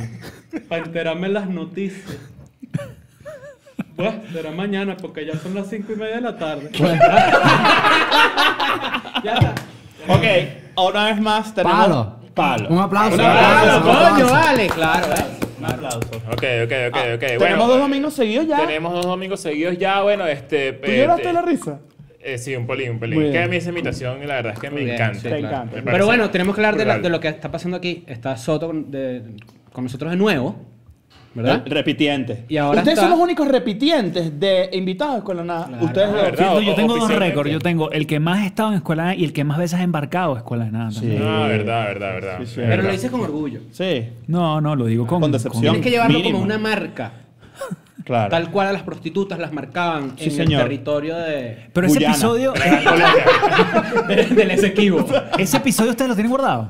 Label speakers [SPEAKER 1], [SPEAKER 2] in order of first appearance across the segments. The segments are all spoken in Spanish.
[SPEAKER 1] para enterarme las noticias. Pues será mañana porque ya son las 5 y media de la tarde. ya está.
[SPEAKER 2] Ok. Oh, Una vez más tenemos.
[SPEAKER 3] Palo.
[SPEAKER 2] Palo.
[SPEAKER 3] Un aplauso.
[SPEAKER 2] Un
[SPEAKER 1] ¡Claro,
[SPEAKER 2] aplauso.
[SPEAKER 1] coño! Vale, claro. vale.
[SPEAKER 2] Un aplauso.
[SPEAKER 4] Ok, ok, ok, ok.
[SPEAKER 2] Ah, Tenemos
[SPEAKER 4] bueno,
[SPEAKER 2] dos domingos seguidos ya.
[SPEAKER 4] Tenemos dos domingos seguidos ya, bueno, este...
[SPEAKER 2] ¿Tú lloraste
[SPEAKER 4] este-
[SPEAKER 2] la risa?
[SPEAKER 4] eh, sí, un pelín, un
[SPEAKER 2] Muy
[SPEAKER 4] pelín. Que
[SPEAKER 2] bien.
[SPEAKER 4] a mí esa imitación, la verdad es que me
[SPEAKER 1] Muy bien,
[SPEAKER 4] encanta.
[SPEAKER 1] sí,
[SPEAKER 2] Te
[SPEAKER 1] claro.
[SPEAKER 2] encanta.
[SPEAKER 4] Me parece
[SPEAKER 1] Pero bueno, tenemos que hablar de, la-
[SPEAKER 4] brutal.
[SPEAKER 1] de lo que está pasando aquí. Está Soto con, de- con nosotros de nuevo, ¿verdad?
[SPEAKER 2] Repitientes. Repitiente.
[SPEAKER 1] Y ahora
[SPEAKER 2] Ustedes
[SPEAKER 1] está-
[SPEAKER 2] son los únicos repitientes de invitados con la nada.
[SPEAKER 1] Claro.
[SPEAKER 2] Ustedes
[SPEAKER 4] Verdad.
[SPEAKER 2] lo.
[SPEAKER 5] Fíjate, yo
[SPEAKER 4] o-
[SPEAKER 5] tengo dos
[SPEAKER 4] oficialmente.
[SPEAKER 5] récords. Yo tengo el que más he estado en escuela de nada y el que más veces he embarcado a escuela de nada. también.
[SPEAKER 4] Ah, verdad, verdad, verdad.
[SPEAKER 2] Sí, sí.
[SPEAKER 4] Verdad.
[SPEAKER 1] Pero lo dices con orgullo.
[SPEAKER 2] Sí,
[SPEAKER 5] No, no, lo digo con,
[SPEAKER 2] Con decepción.
[SPEAKER 1] Tienes que llevarlo
[SPEAKER 5] mínimo.
[SPEAKER 1] como una marca.
[SPEAKER 2] claro.
[SPEAKER 1] Tal cual a las prostitutas las marcaban
[SPEAKER 2] Sí,
[SPEAKER 1] en
[SPEAKER 2] señor.
[SPEAKER 1] el territorio de,
[SPEAKER 5] Pero ese
[SPEAKER 2] Guyana.
[SPEAKER 5] episodio,
[SPEAKER 4] Gran Colombia.
[SPEAKER 1] del Esequibo.
[SPEAKER 5] ese episodio ustedes lo tienen guardado.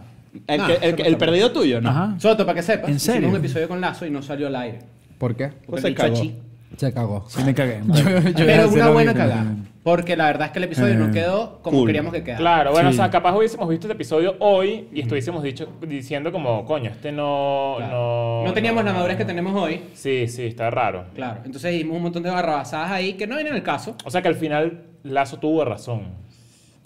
[SPEAKER 2] El,
[SPEAKER 1] Ah,
[SPEAKER 2] que- el
[SPEAKER 1] eso
[SPEAKER 2] que-
[SPEAKER 1] no
[SPEAKER 2] el
[SPEAKER 1] está
[SPEAKER 2] perdido tuyo, ¿no?
[SPEAKER 5] Ajá.
[SPEAKER 1] Soto, para que sepas,
[SPEAKER 5] ¿En serio?
[SPEAKER 1] hicimos un episodio con Lazo y no salió al aire.
[SPEAKER 3] ¿Por qué?
[SPEAKER 1] Porque
[SPEAKER 2] Pues se
[SPEAKER 1] el bicho
[SPEAKER 2] cagó.
[SPEAKER 1] achí.
[SPEAKER 3] Se cagó.
[SPEAKER 5] Sí me cagué.
[SPEAKER 3] Yo- yo iba a
[SPEAKER 1] Pero
[SPEAKER 3] hacer
[SPEAKER 1] una
[SPEAKER 3] lo
[SPEAKER 1] buena
[SPEAKER 3] mismo.
[SPEAKER 1] cagada. Porque la verdad es que el episodio no
[SPEAKER 5] Eh,
[SPEAKER 1] quedó como
[SPEAKER 2] cool.
[SPEAKER 1] queríamos que quedara.
[SPEAKER 4] Claro, bueno,
[SPEAKER 5] Sí.
[SPEAKER 4] o sea, capaz hubiésemos visto este episodio hoy y estuviésemos dicho, diciendo como, coño, este no...
[SPEAKER 1] Claro.
[SPEAKER 4] No,
[SPEAKER 1] No teníamos la madurez que tenemos hoy.
[SPEAKER 4] Sí, sí, está raro.
[SPEAKER 1] Claro. Entonces hicimos un montón de barrabasadas ahí que no vienen al caso.
[SPEAKER 4] O sea que al final Lazo tuvo razón.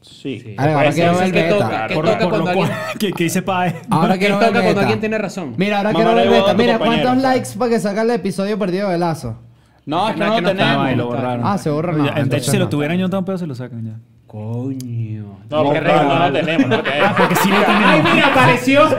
[SPEAKER 2] Sí.
[SPEAKER 3] Ahora, ahora
[SPEAKER 4] Pues,
[SPEAKER 3] quiero
[SPEAKER 4] entonces,
[SPEAKER 3] ver
[SPEAKER 1] ¿qué toca?
[SPEAKER 3] beta.
[SPEAKER 1] ¿Qué
[SPEAKER 5] Por,
[SPEAKER 1] toca
[SPEAKER 5] por
[SPEAKER 1] cuando
[SPEAKER 5] lo cual,
[SPEAKER 1] alguien- Ah,
[SPEAKER 5] que, que hice pae.
[SPEAKER 3] Ahora
[SPEAKER 1] ¿Qué
[SPEAKER 3] quiero
[SPEAKER 1] toca
[SPEAKER 3] ver
[SPEAKER 1] cuando
[SPEAKER 3] beta.
[SPEAKER 1] alguien tiene razón?
[SPEAKER 3] Mira, ahora
[SPEAKER 2] Mamá
[SPEAKER 3] quiero ver
[SPEAKER 2] huevo a
[SPEAKER 3] beta.
[SPEAKER 2] tu
[SPEAKER 3] Mira,
[SPEAKER 2] compañero.
[SPEAKER 3] ¿cuántos likes para que saca el episodio perdido de Lazo?
[SPEAKER 2] No, es que
[SPEAKER 1] No,
[SPEAKER 2] no,
[SPEAKER 1] es que no
[SPEAKER 2] lo
[SPEAKER 1] está,
[SPEAKER 2] tenemos.
[SPEAKER 1] vale,
[SPEAKER 5] lo borraron.
[SPEAKER 3] Ah, se borra, no.
[SPEAKER 5] Ya, De hecho,
[SPEAKER 3] Entonces
[SPEAKER 5] si lo
[SPEAKER 3] no.
[SPEAKER 5] tuvieran yo tan pedo, se lo sacan ya.
[SPEAKER 1] Coño.
[SPEAKER 4] No, porque
[SPEAKER 2] No,
[SPEAKER 4] Rego, no lo
[SPEAKER 2] vale.
[SPEAKER 4] tenemos, no lo tenemos.
[SPEAKER 5] Porque sí lo
[SPEAKER 1] ¡Ay,
[SPEAKER 5] tenemos.
[SPEAKER 1] mira, apareció!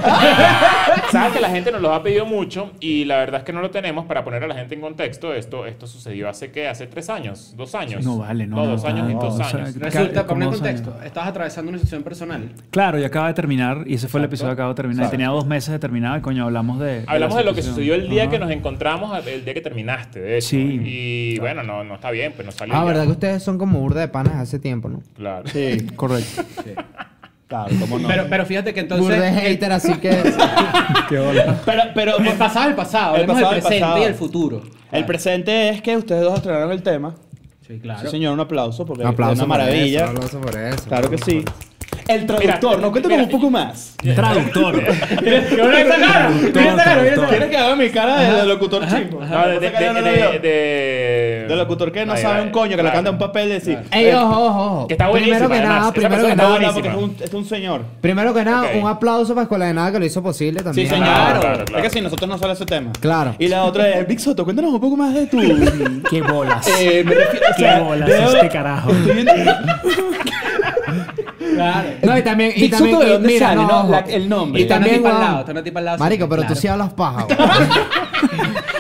[SPEAKER 4] Sabes que la gente nos los ha pedido mucho y la verdad es que no lo tenemos para poner a la gente en contexto. Esto, esto sucedió hace que hace tres años, dos años.
[SPEAKER 5] No vale, no.
[SPEAKER 4] No,
[SPEAKER 5] no,
[SPEAKER 4] dos años
[SPEAKER 5] no,
[SPEAKER 4] y dos
[SPEAKER 5] o sea,
[SPEAKER 4] años.
[SPEAKER 1] Resulta,
[SPEAKER 5] como
[SPEAKER 1] poner en
[SPEAKER 5] dos años.
[SPEAKER 1] contexto, estabas atravesando una situación personal.
[SPEAKER 5] Claro, y acaba de terminar, y ese fue el episodio que acabo de terminar. Y
[SPEAKER 2] Exacto.
[SPEAKER 5] tenía dos meses de terminar, y coño, hablamos de.
[SPEAKER 4] Hablamos
[SPEAKER 5] la
[SPEAKER 4] de lo que
[SPEAKER 5] situación.
[SPEAKER 4] sucedió el día
[SPEAKER 5] Ajá.
[SPEAKER 4] que nos encontramos, el día que terminaste, de hecho.
[SPEAKER 5] Sí.
[SPEAKER 4] Y bueno, no, no está bien, pues no salió.
[SPEAKER 3] Ah,
[SPEAKER 4] ya.
[SPEAKER 3] verdad que ustedes son como burda de panas hace tiempo, ¿no?
[SPEAKER 4] Claro.
[SPEAKER 2] Sí,
[SPEAKER 5] Correcto.
[SPEAKER 2] claro, cómo no.
[SPEAKER 1] Pero, pero fíjate que entonces. eh,
[SPEAKER 3] burda de
[SPEAKER 1] el-
[SPEAKER 3] hater, así que...
[SPEAKER 5] Qué bola.
[SPEAKER 2] Pero, pero
[SPEAKER 1] El pasado es el pasado,
[SPEAKER 2] El
[SPEAKER 1] hablemos
[SPEAKER 2] pasado
[SPEAKER 1] del
[SPEAKER 2] es el
[SPEAKER 1] presente
[SPEAKER 2] pasado.
[SPEAKER 1] y el futuro.
[SPEAKER 2] el presente es que ustedes dos estrenaron el tema.
[SPEAKER 1] Sí, claro.
[SPEAKER 2] Sí, señor, un aplauso porque
[SPEAKER 3] Un aplauso
[SPEAKER 2] es una
[SPEAKER 3] por
[SPEAKER 2] maravilla.
[SPEAKER 3] eso, un aplauso por eso.
[SPEAKER 2] Claro que sí. El traductor,
[SPEAKER 4] Mira,
[SPEAKER 2] no cuéntame
[SPEAKER 4] mira,
[SPEAKER 2] un poco más.
[SPEAKER 5] Traductor.
[SPEAKER 2] ¿Quieres que haga mi cara de, de locutor chingo?
[SPEAKER 4] No, de, de,
[SPEAKER 2] Pasa que
[SPEAKER 4] de,
[SPEAKER 2] yo no lo
[SPEAKER 4] de,
[SPEAKER 2] veo.
[SPEAKER 4] de-
[SPEAKER 2] De locutor que no
[SPEAKER 4] Ahí,
[SPEAKER 2] sabe
[SPEAKER 4] ahí,
[SPEAKER 2] un coño, que le
[SPEAKER 4] claro.
[SPEAKER 2] canta un papel de decir. "Eh,
[SPEAKER 3] Ey, ojo, ojo, ojo.
[SPEAKER 4] Que está
[SPEAKER 3] Primero
[SPEAKER 4] buenísima,
[SPEAKER 3] que nada,
[SPEAKER 4] además. Esa
[SPEAKER 3] primero
[SPEAKER 4] persona
[SPEAKER 3] que
[SPEAKER 4] está
[SPEAKER 3] nada...
[SPEAKER 2] No, no, porque es
[SPEAKER 4] buenísima.
[SPEAKER 2] un, es un señor.
[SPEAKER 3] Primero que nada,
[SPEAKER 4] Ok.
[SPEAKER 3] un aplauso para Escuela de Nada que lo hizo posible
[SPEAKER 2] Sí,
[SPEAKER 3] también.
[SPEAKER 2] señor.
[SPEAKER 4] Claro, claro, claro.
[SPEAKER 2] Es que si nosotros no sale ese tema.
[SPEAKER 3] Claro.
[SPEAKER 2] Y la otra es, Big Soto, cuéntanos un poco más de tu. eh,
[SPEAKER 5] Qué bolas.
[SPEAKER 2] me refiero, o
[SPEAKER 5] Qué
[SPEAKER 2] sea,
[SPEAKER 5] bolas
[SPEAKER 2] de-
[SPEAKER 5] este carajo.
[SPEAKER 1] Claro.
[SPEAKER 3] No, y también... Y
[SPEAKER 2] Big Soto,
[SPEAKER 3] también
[SPEAKER 2] ¿de dónde
[SPEAKER 3] mira,
[SPEAKER 2] sale, no?
[SPEAKER 3] ojo.
[SPEAKER 2] La- el nombre.
[SPEAKER 3] Y
[SPEAKER 1] Está una
[SPEAKER 3] también,
[SPEAKER 1] tipa al
[SPEAKER 3] weón,
[SPEAKER 1] lado, está una tipa al lado.
[SPEAKER 3] Marico,
[SPEAKER 1] sí,
[SPEAKER 3] pero tú
[SPEAKER 1] claro.
[SPEAKER 3] sí hablas paja, weón.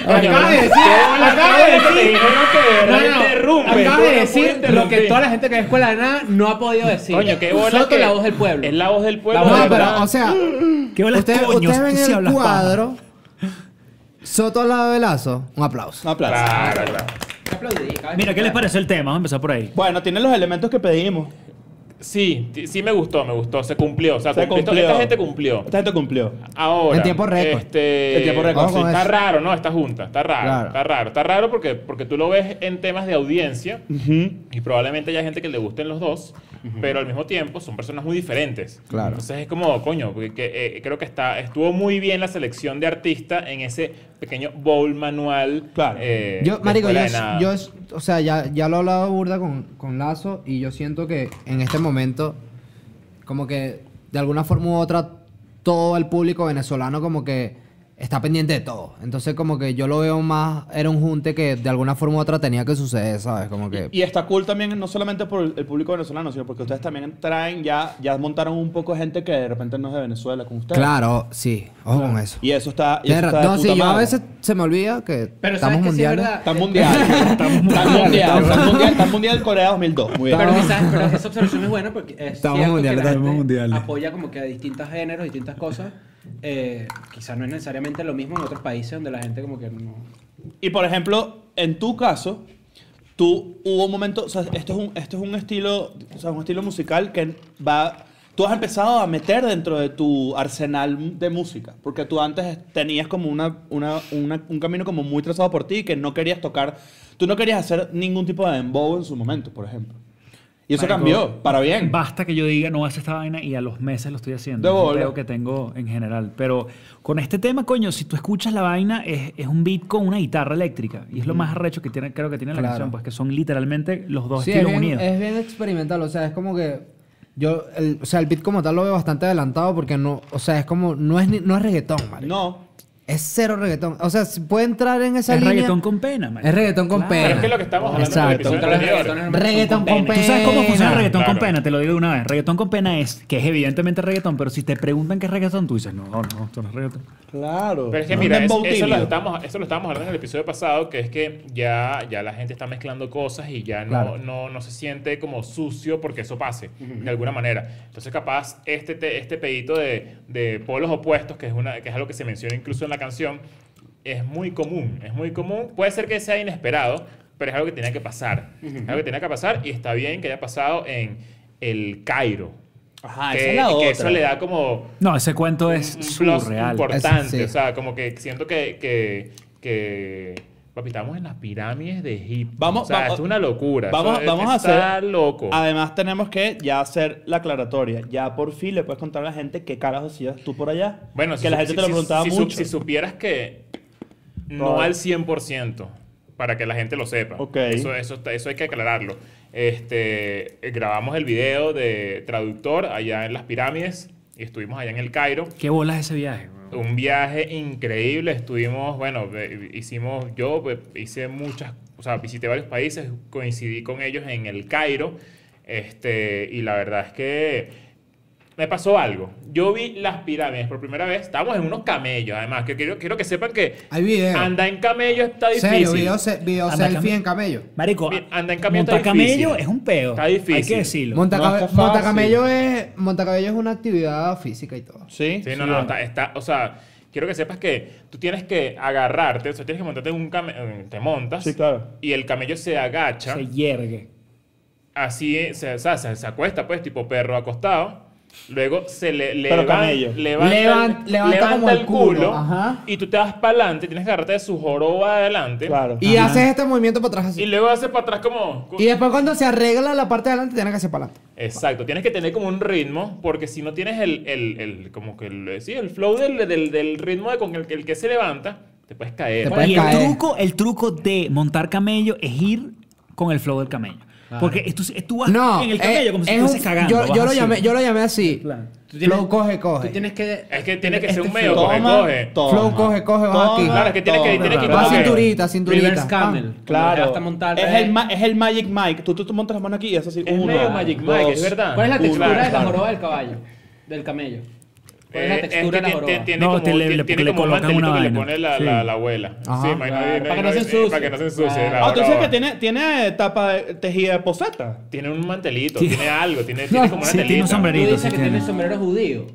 [SPEAKER 1] Acabas de decir, acabas de decir.
[SPEAKER 4] No,
[SPEAKER 1] No,
[SPEAKER 4] no,
[SPEAKER 1] no,
[SPEAKER 4] interrumpe.
[SPEAKER 1] acabas de decir
[SPEAKER 4] Interrumpe.
[SPEAKER 1] lo que toda la gente que es escuela de nada no ha podido decir.
[SPEAKER 4] Coño, qué bola.
[SPEAKER 1] Soto
[SPEAKER 4] que-
[SPEAKER 1] la voz del pueblo.
[SPEAKER 4] Es la voz del pueblo.
[SPEAKER 1] voz
[SPEAKER 4] de
[SPEAKER 3] No,
[SPEAKER 1] del
[SPEAKER 4] verdad.
[SPEAKER 3] pero, o sea,
[SPEAKER 5] Qué bolas,
[SPEAKER 3] ustedes,
[SPEAKER 5] coño.
[SPEAKER 3] ustedes
[SPEAKER 5] tú
[SPEAKER 3] ven
[SPEAKER 5] sí
[SPEAKER 3] el
[SPEAKER 5] hablas
[SPEAKER 3] cuadro. Soto al lado de Lazo. Un aplauso.
[SPEAKER 2] Un aplauso.
[SPEAKER 4] Claro, claro.
[SPEAKER 1] Aplaudí, acabas de
[SPEAKER 5] paja. Mira, ¿qué les
[SPEAKER 1] escuchar.
[SPEAKER 5] pareció el tema? Vamos a empezar por ahí.
[SPEAKER 2] Bueno, tiene los elementos que pedimos.
[SPEAKER 4] Sí, t- sí me gustó, me gustó. Se cumplió. O sea,
[SPEAKER 2] Se
[SPEAKER 4] cumplió.
[SPEAKER 2] cumplió.
[SPEAKER 4] Esta gente cumplió.
[SPEAKER 2] Esta gente cumplió.
[SPEAKER 4] Ahora.
[SPEAKER 3] En tiempo récord.
[SPEAKER 4] Este,
[SPEAKER 2] En tiempo récord,
[SPEAKER 3] Vamos sí. con
[SPEAKER 4] Está
[SPEAKER 3] eso.
[SPEAKER 4] raro, ¿no? Esta junta. Está raro.
[SPEAKER 3] Claro.
[SPEAKER 4] Está raro. Está raro porque, porque tú lo ves en temas de audiencia
[SPEAKER 2] Ujú.
[SPEAKER 4] y probablemente haya gente que le gusten los dos, pero al mismo tiempo son personas muy diferentes.
[SPEAKER 3] Claro.
[SPEAKER 4] Entonces es como, coño, porque que, eh, creo que está, estuvo muy bien la selección de artistas en ese pequeño bowl manual.
[SPEAKER 2] Claro.
[SPEAKER 4] eh,
[SPEAKER 3] Yo,
[SPEAKER 4] de
[SPEAKER 3] marico, yo,
[SPEAKER 4] escuela de nada.
[SPEAKER 3] yo, o sea, ya, ya lo he hablado burda con, con Lazo y yo siento que en este momento, como que de alguna forma u otra, todo el público venezolano como que está pendiente de todo. Entonces, como que yo lo veo más, era un junte que de alguna forma u otra tenía que suceder, ¿sabes? Como que...
[SPEAKER 2] Y está cool también, no solamente por el el público venezolano, sino porque ustedes también traen, ya, ya montaron un poco de gente que de repente no es de Venezuela con ustedes.
[SPEAKER 3] Claro, sí, ojo con eso.
[SPEAKER 2] Y eso está. Y eso
[SPEAKER 3] Tienes
[SPEAKER 2] está
[SPEAKER 3] ra-
[SPEAKER 2] de
[SPEAKER 3] no,
[SPEAKER 2] puta
[SPEAKER 3] sí, yo a
[SPEAKER 2] madre.
[SPEAKER 3] veces se me olvida que
[SPEAKER 1] Pero
[SPEAKER 3] estamos
[SPEAKER 1] sabes que sí es
[SPEAKER 3] mundiales.
[SPEAKER 1] verdad.
[SPEAKER 2] Tan mundial. Tan mundial. Tan mundial. Tan mundial Corea 2002. Muy bien.
[SPEAKER 1] Pero, quizás, pero esa observación es buena porque es
[SPEAKER 3] Estamos
[SPEAKER 1] cierto
[SPEAKER 3] mundiales,
[SPEAKER 1] que la
[SPEAKER 3] estamos
[SPEAKER 1] gente
[SPEAKER 3] mundiales.
[SPEAKER 1] apoya como que a distintos géneros, distintas cosas. Eh, quizás no es necesariamente lo mismo en otros países donde la gente como que no...
[SPEAKER 2] Y por ejemplo, en tu caso, tú hubo un momento, o sea, esto es un, esto es un estilo, o sea, un estilo musical que va, tú has empezado a meter dentro de tu arsenal de música, porque tú antes tenías como una, una- una- un camino como muy trazado por ti y que no querías tocar, tú no querías hacer ningún tipo de dembow en su momento, por ejemplo. Y eso
[SPEAKER 5] Marico,
[SPEAKER 2] cambió, para bien.
[SPEAKER 5] Basta que yo diga, no hace esta vaina y a los meses lo estoy haciendo.
[SPEAKER 2] De
[SPEAKER 5] Es un
[SPEAKER 2] bola.
[SPEAKER 5] peo que tengo en general. Pero con este tema, coño, si tú escuchas la vaina, es, es un beat con una guitarra eléctrica. Y es lo más arrecho que tiene, creo que tiene la
[SPEAKER 3] Claro.
[SPEAKER 5] canción, pues que son literalmente los dos
[SPEAKER 3] Sí, es
[SPEAKER 5] estilos
[SPEAKER 3] bien,
[SPEAKER 5] unidos.
[SPEAKER 3] es bien experimental, o sea, es como que yo, el- o sea, el beat como tal lo veo bastante adelantado porque no, o sea, es como, no es, ni- no es reggaetón, marico.
[SPEAKER 2] No,
[SPEAKER 3] Es cero reggaetón, o sea, si puede entrar en esa
[SPEAKER 5] Es
[SPEAKER 3] línea.
[SPEAKER 5] reggaetón con pena, marico.
[SPEAKER 3] Es reggaetón con
[SPEAKER 5] Claro.
[SPEAKER 3] pena.
[SPEAKER 4] Pero es que lo que estamos hablando en el
[SPEAKER 3] Exacto.
[SPEAKER 4] episodio anterior.
[SPEAKER 3] Reggaetón con pena.
[SPEAKER 5] ¿Tú sabes cómo funciona el reggaetón con
[SPEAKER 4] Claro.
[SPEAKER 5] pena? Te lo digo de una vez. Reggaetón con pena es, que es evidentemente reggaetón, pero si te preguntan qué es reggaetón, tú dices, no, no, esto no es reggaetón.
[SPEAKER 2] claro.
[SPEAKER 4] Pero es que
[SPEAKER 2] Un
[SPEAKER 4] mira, es-
[SPEAKER 2] dembow
[SPEAKER 4] eso, lo
[SPEAKER 2] tibio.
[SPEAKER 4] estamos, eso lo estábamos hablando en el episodio pasado, que es que ya, ya la gente está mezclando cosas y ya no,
[SPEAKER 3] Claro.
[SPEAKER 4] no, no se siente como sucio porque eso pase, de alguna manera. Entonces capaz este, te- este pedito de, de polos opuestos, que es, una, que es algo que se menciona incluso en la canción, es muy común, es muy común. Puede ser que sea inesperado, pero es algo que tenía que pasar. Es algo que tenía que pasar y está bien que haya pasado en el Cairo.
[SPEAKER 2] Ajá,
[SPEAKER 4] que,
[SPEAKER 2] Ah, esa es la
[SPEAKER 4] que
[SPEAKER 2] otra.
[SPEAKER 4] eso le da como
[SPEAKER 5] No, ese cuento es
[SPEAKER 4] un plus
[SPEAKER 5] surreal.
[SPEAKER 4] importante.
[SPEAKER 3] Eso sí.
[SPEAKER 4] O sea, como que siento que, que, que papi, estamos en las pirámides de Egipto.
[SPEAKER 2] Vamos,
[SPEAKER 4] o sea,
[SPEAKER 2] vamos-
[SPEAKER 4] esto es una locura.
[SPEAKER 2] Vamos,
[SPEAKER 4] Eso es-
[SPEAKER 2] vamos a hacer.
[SPEAKER 4] está loco.
[SPEAKER 2] Además, tenemos que ya hacer la aclaratoria. Ya por fin le puedes contar a la gente qué carajo hacías tú por allá.
[SPEAKER 4] bueno,
[SPEAKER 2] que
[SPEAKER 4] si-
[SPEAKER 2] la gente
[SPEAKER 4] si-
[SPEAKER 2] te lo
[SPEAKER 4] si-
[SPEAKER 2] preguntaba
[SPEAKER 4] si, su-
[SPEAKER 2] mucho.
[SPEAKER 4] Si, supieras que no
[SPEAKER 2] Probable.
[SPEAKER 4] al 100%, para que la gente lo sepa.
[SPEAKER 2] Ok.
[SPEAKER 4] Eso, eso, está- eso hay que aclararlo. Este, eh, grabamos el video de traductor allá en las pirámides y estuvimos allá en el Cairo.
[SPEAKER 5] Qué bolas ese viaje. weón.
[SPEAKER 4] Un viaje increíble, estuvimos, bueno, eh, hicimos, yo pues, hice muchas, o sea, visité varios países, coincidí con ellos en el Cairo, este, y la verdad es que me pasó algo. Yo vi las pirámides por primera vez, estábamos en unos camellos, además, que quiero, quiero que sepan que
[SPEAKER 3] Hay video.
[SPEAKER 4] andar en camello está difícil.
[SPEAKER 3] Serio, video, se- video
[SPEAKER 5] Anda,
[SPEAKER 3] selfie
[SPEAKER 5] cam-
[SPEAKER 3] en camello.
[SPEAKER 5] Marico,
[SPEAKER 4] Mira, anda en camión
[SPEAKER 5] montar
[SPEAKER 4] está difícil.
[SPEAKER 5] camello es un peo.
[SPEAKER 4] Está difícil.
[SPEAKER 5] Hay que decirlo.
[SPEAKER 2] No
[SPEAKER 3] Montacabe-
[SPEAKER 2] está fácil.
[SPEAKER 3] Montacamello es, Montacabello es una actividad física y todo.
[SPEAKER 2] Sí.
[SPEAKER 4] Sí, no, no, está, está- o sea, quiero que sepas que tú tienes que agarrarte, o sea, tienes que montarte en un camello, te montas,
[SPEAKER 2] Sí, claro.
[SPEAKER 4] y el camello se agacha.
[SPEAKER 5] se hiergue.
[SPEAKER 4] así eh, se, o sea, se, se acuesta, pues, tipo perro acostado. Luego se le, le
[SPEAKER 2] Pero
[SPEAKER 4] levan-
[SPEAKER 2] camello.
[SPEAKER 4] levanta,
[SPEAKER 3] Levan- levanta como el
[SPEAKER 4] el
[SPEAKER 3] culo,
[SPEAKER 4] culo
[SPEAKER 3] ajá.
[SPEAKER 4] y tú te vas para adelante, tienes que agarrarte de su joroba adelante.
[SPEAKER 2] Claro.
[SPEAKER 3] Y
[SPEAKER 5] Ajá.
[SPEAKER 3] haces este movimiento para atrás
[SPEAKER 4] Y
[SPEAKER 3] así.
[SPEAKER 4] luego haces para atrás como...
[SPEAKER 3] Y después cuando se arregla la parte de adelante, tienes que hacer para adelante.
[SPEAKER 4] Exacto, tienes que tener como un ritmo, porque si no tienes el, el, el- como que el, sí, el flow del, del, del ritmo de con el, que- el que se levanta, te puedes caer.
[SPEAKER 3] Te puedes
[SPEAKER 5] y
[SPEAKER 3] caer.
[SPEAKER 5] el truco, el truco de montar camello es ir con el flow del camello. Porque tú, tú vas
[SPEAKER 3] No,
[SPEAKER 5] en el camello
[SPEAKER 3] eh,
[SPEAKER 5] como si
[SPEAKER 3] es
[SPEAKER 5] estuvieses
[SPEAKER 3] un-
[SPEAKER 5] cagando.
[SPEAKER 3] Yo,
[SPEAKER 5] vas
[SPEAKER 3] yo lo
[SPEAKER 5] así.
[SPEAKER 3] llamé, yo lo llamé así.
[SPEAKER 5] Claro.
[SPEAKER 1] Tú tienes-
[SPEAKER 3] Flow coge,
[SPEAKER 1] Tú
[SPEAKER 3] coge.
[SPEAKER 1] tienes que...
[SPEAKER 4] Es que tiene que ser un
[SPEAKER 1] este
[SPEAKER 4] medio
[SPEAKER 1] flow.
[SPEAKER 4] coge, coge.
[SPEAKER 3] Flow, coge, coge, vas aquí.
[SPEAKER 4] Claro, es que tienes que- tienes que
[SPEAKER 3] Va
[SPEAKER 4] Ok.
[SPEAKER 3] cinturita, cinturita.
[SPEAKER 1] Reverse camel.
[SPEAKER 3] Ah.
[SPEAKER 2] Claro.
[SPEAKER 1] Hasta montar...
[SPEAKER 2] es, el ma- es el Magic Mike. Tú, tú, tú montas las manos aquí y haces así.
[SPEAKER 4] Es
[SPEAKER 2] uno,
[SPEAKER 4] medio Magic Mike, es
[SPEAKER 2] dos.
[SPEAKER 4] verdad.
[SPEAKER 1] ¿Cuál es la
[SPEAKER 2] Culo,
[SPEAKER 1] textura de la
[SPEAKER 2] claro.
[SPEAKER 1] joroba del caballo? Del camello. ¿Cuál es la
[SPEAKER 4] Eh, es
[SPEAKER 1] textura
[SPEAKER 4] que
[SPEAKER 1] de la
[SPEAKER 4] tien-
[SPEAKER 1] joroba?
[SPEAKER 4] tien- tiene
[SPEAKER 5] No,
[SPEAKER 4] como,
[SPEAKER 5] te le-
[SPEAKER 4] tiene-
[SPEAKER 5] le-
[SPEAKER 4] tiene
[SPEAKER 5] le
[SPEAKER 4] como un
[SPEAKER 5] colocan
[SPEAKER 4] mantelito
[SPEAKER 5] una
[SPEAKER 4] que le
[SPEAKER 5] vaina.
[SPEAKER 4] pone la,
[SPEAKER 5] Sí.
[SPEAKER 4] la- la abuela.
[SPEAKER 3] Ajá.
[SPEAKER 4] sí, imagino-
[SPEAKER 1] Claro,
[SPEAKER 4] imagino-
[SPEAKER 1] para que no se
[SPEAKER 4] eh,
[SPEAKER 1] ensucie.
[SPEAKER 4] Para que no se ensucie.
[SPEAKER 1] Claro.
[SPEAKER 4] la
[SPEAKER 2] Ah, tú dices
[SPEAKER 4] joroba.
[SPEAKER 2] que tiene, tiene tapa de- tejida de poseta.
[SPEAKER 4] Tiene un mantelito, tiene algo, tiene, tiene como una
[SPEAKER 5] sí, tiene
[SPEAKER 4] telita.
[SPEAKER 5] un
[SPEAKER 1] Tú
[SPEAKER 5] sombrerito.
[SPEAKER 1] dices
[SPEAKER 5] sí
[SPEAKER 1] que
[SPEAKER 5] tiene.
[SPEAKER 1] tiene sombrero judío.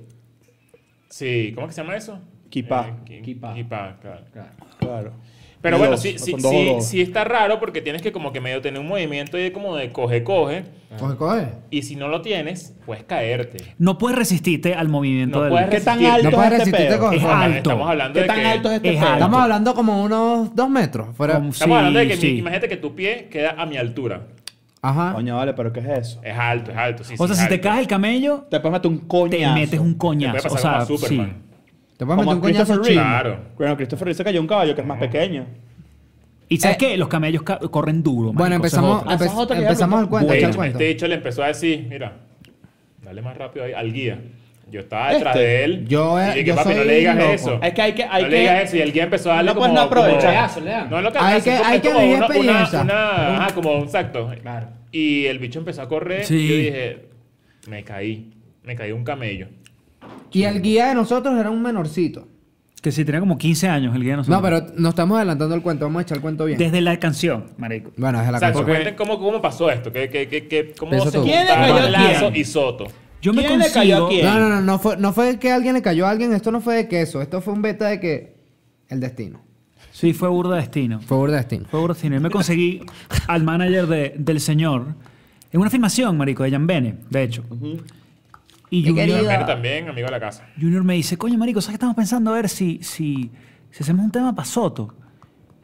[SPEAKER 4] Sí, ¿cómo es que se llama eso?
[SPEAKER 2] Kipá.
[SPEAKER 4] Eh, ki-
[SPEAKER 1] Kipá.
[SPEAKER 4] Kipá, claro.
[SPEAKER 1] Claro.
[SPEAKER 2] Claro.
[SPEAKER 4] Pero
[SPEAKER 2] Y
[SPEAKER 4] bueno,
[SPEAKER 2] dos,
[SPEAKER 4] sí, sí,
[SPEAKER 2] son dos o
[SPEAKER 4] sí,
[SPEAKER 2] dos.
[SPEAKER 4] sí está raro porque tienes que como que medio tener un movimiento y como de coge-coge.
[SPEAKER 3] Coge, coge.
[SPEAKER 4] Y si no lo tienes, puedes caerte.
[SPEAKER 5] No puedes resistirte al movimiento
[SPEAKER 4] No
[SPEAKER 5] del...
[SPEAKER 4] puedes
[SPEAKER 2] ¿Qué tan
[SPEAKER 4] resistir.
[SPEAKER 2] alto
[SPEAKER 3] No
[SPEAKER 2] es
[SPEAKER 3] puedes
[SPEAKER 2] este
[SPEAKER 3] resistirte
[SPEAKER 2] pedo?
[SPEAKER 3] con.
[SPEAKER 5] Es
[SPEAKER 3] con-
[SPEAKER 5] alto.
[SPEAKER 4] Estamos hablando
[SPEAKER 2] ¿Qué
[SPEAKER 4] de
[SPEAKER 2] tan
[SPEAKER 4] que...
[SPEAKER 2] alto es este
[SPEAKER 5] es
[SPEAKER 2] pedo?
[SPEAKER 5] alto.
[SPEAKER 3] Estamos hablando como unos dos metros. Fuera.
[SPEAKER 5] Como-
[SPEAKER 4] Estamos hablando de que
[SPEAKER 5] Sí,
[SPEAKER 4] mi-
[SPEAKER 5] sí.
[SPEAKER 4] imagínate que tu pie queda a mi altura.
[SPEAKER 3] Ajá.
[SPEAKER 2] Coño, vale, pero ¿qué es eso?
[SPEAKER 4] Es alto, es alto. Sí,
[SPEAKER 5] O sea,
[SPEAKER 4] sí,
[SPEAKER 5] si te
[SPEAKER 4] alto.
[SPEAKER 5] caes el camello,
[SPEAKER 2] Te puedes meter un coñazo.
[SPEAKER 5] te metes un
[SPEAKER 4] Te puede
[SPEAKER 5] coñazo. O
[SPEAKER 4] pasar
[SPEAKER 5] sea,
[SPEAKER 4] como a
[SPEAKER 5] sí.
[SPEAKER 4] Superman.
[SPEAKER 3] Te puedes
[SPEAKER 2] Como
[SPEAKER 3] meter un
[SPEAKER 2] Christopher
[SPEAKER 3] coñazo
[SPEAKER 2] Reeve.
[SPEAKER 3] chino.
[SPEAKER 4] Claro.
[SPEAKER 2] Bueno, Christopher Reeve se cayó un caballo que es más pequeño.
[SPEAKER 5] ¿Y sabes
[SPEAKER 3] Eh.
[SPEAKER 5] qué? Los camellos ca- corren duro.
[SPEAKER 3] Bueno,
[SPEAKER 5] marico, esa es
[SPEAKER 3] empezamos,
[SPEAKER 5] otra.
[SPEAKER 3] empe-
[SPEAKER 2] Esa es otra que ya
[SPEAKER 3] empezamos el
[SPEAKER 2] hablamos.
[SPEAKER 3] cuento. echa
[SPEAKER 4] Bueno,
[SPEAKER 3] el cuento.
[SPEAKER 4] este dicho le empezó a decir, mira, dale más rápido ahí al guía. Yo estaba detrás
[SPEAKER 2] Este,
[SPEAKER 4] de él.
[SPEAKER 3] yo
[SPEAKER 4] y
[SPEAKER 3] era-
[SPEAKER 4] dije,
[SPEAKER 3] yo
[SPEAKER 4] papi, no
[SPEAKER 3] soy
[SPEAKER 4] le digas
[SPEAKER 3] loco.
[SPEAKER 4] eso.
[SPEAKER 2] Es que hay que- hay
[SPEAKER 4] no
[SPEAKER 2] que-
[SPEAKER 4] le digas eso. Y el guía empezó a darle
[SPEAKER 2] No, pues,
[SPEAKER 4] como...
[SPEAKER 2] no aprovechar.
[SPEAKER 4] como-
[SPEAKER 1] Caso, le dan.
[SPEAKER 4] No es lo que
[SPEAKER 3] Hay que-
[SPEAKER 4] es como-
[SPEAKER 3] hay
[SPEAKER 4] es
[SPEAKER 3] que
[SPEAKER 4] como
[SPEAKER 3] vivir
[SPEAKER 4] una- una-
[SPEAKER 3] experiencia.
[SPEAKER 4] una- ajá, como un salto.
[SPEAKER 1] Claro.
[SPEAKER 4] Y el bicho empezó a correr.
[SPEAKER 5] Sí.
[SPEAKER 4] Y yo dije, me caí. Me caí un camello.
[SPEAKER 5] este
[SPEAKER 3] Y el guía de nosotros era un menorcito.
[SPEAKER 5] Que sí, tenía como 15 años el guía de nosotros.
[SPEAKER 3] No, pero nos estamos adelantando el cuento. Vamos a echar el cuento bien.
[SPEAKER 5] Desde la canción, marico.
[SPEAKER 3] Bueno, es de la
[SPEAKER 4] Exacto,
[SPEAKER 3] canción.
[SPEAKER 4] cuenten cómo, cómo pasó esto. Que, que, que, que- cómo
[SPEAKER 3] Piensa
[SPEAKER 4] se
[SPEAKER 3] tú. ¿Quién
[SPEAKER 2] le cayó
[SPEAKER 4] juntaron
[SPEAKER 2] el
[SPEAKER 4] Lazo
[SPEAKER 5] guía?
[SPEAKER 4] y Soto.
[SPEAKER 5] Yo me
[SPEAKER 2] ¿Quién le cayó
[SPEAKER 5] considero...
[SPEAKER 2] a quién?
[SPEAKER 3] No, no, no, no fue, no fue que alguien le cayó a alguien, esto no fue de queso, esto fue un beta de que el destino.
[SPEAKER 5] Sí, fue burda destino.
[SPEAKER 3] Fue burda de destino.
[SPEAKER 5] Fue burda destino. Yo me conseguí al manager de- del señor en una filmación, marico, de Jan Bene, de hecho. Y
[SPEAKER 3] Qué querido.
[SPEAKER 5] Junior,
[SPEAKER 4] Pero también, amigo de la casa.
[SPEAKER 5] Junior me dice, coño, marico, ¿sabes qué estamos pensando? A ver si, si, si hacemos un tema para Soto.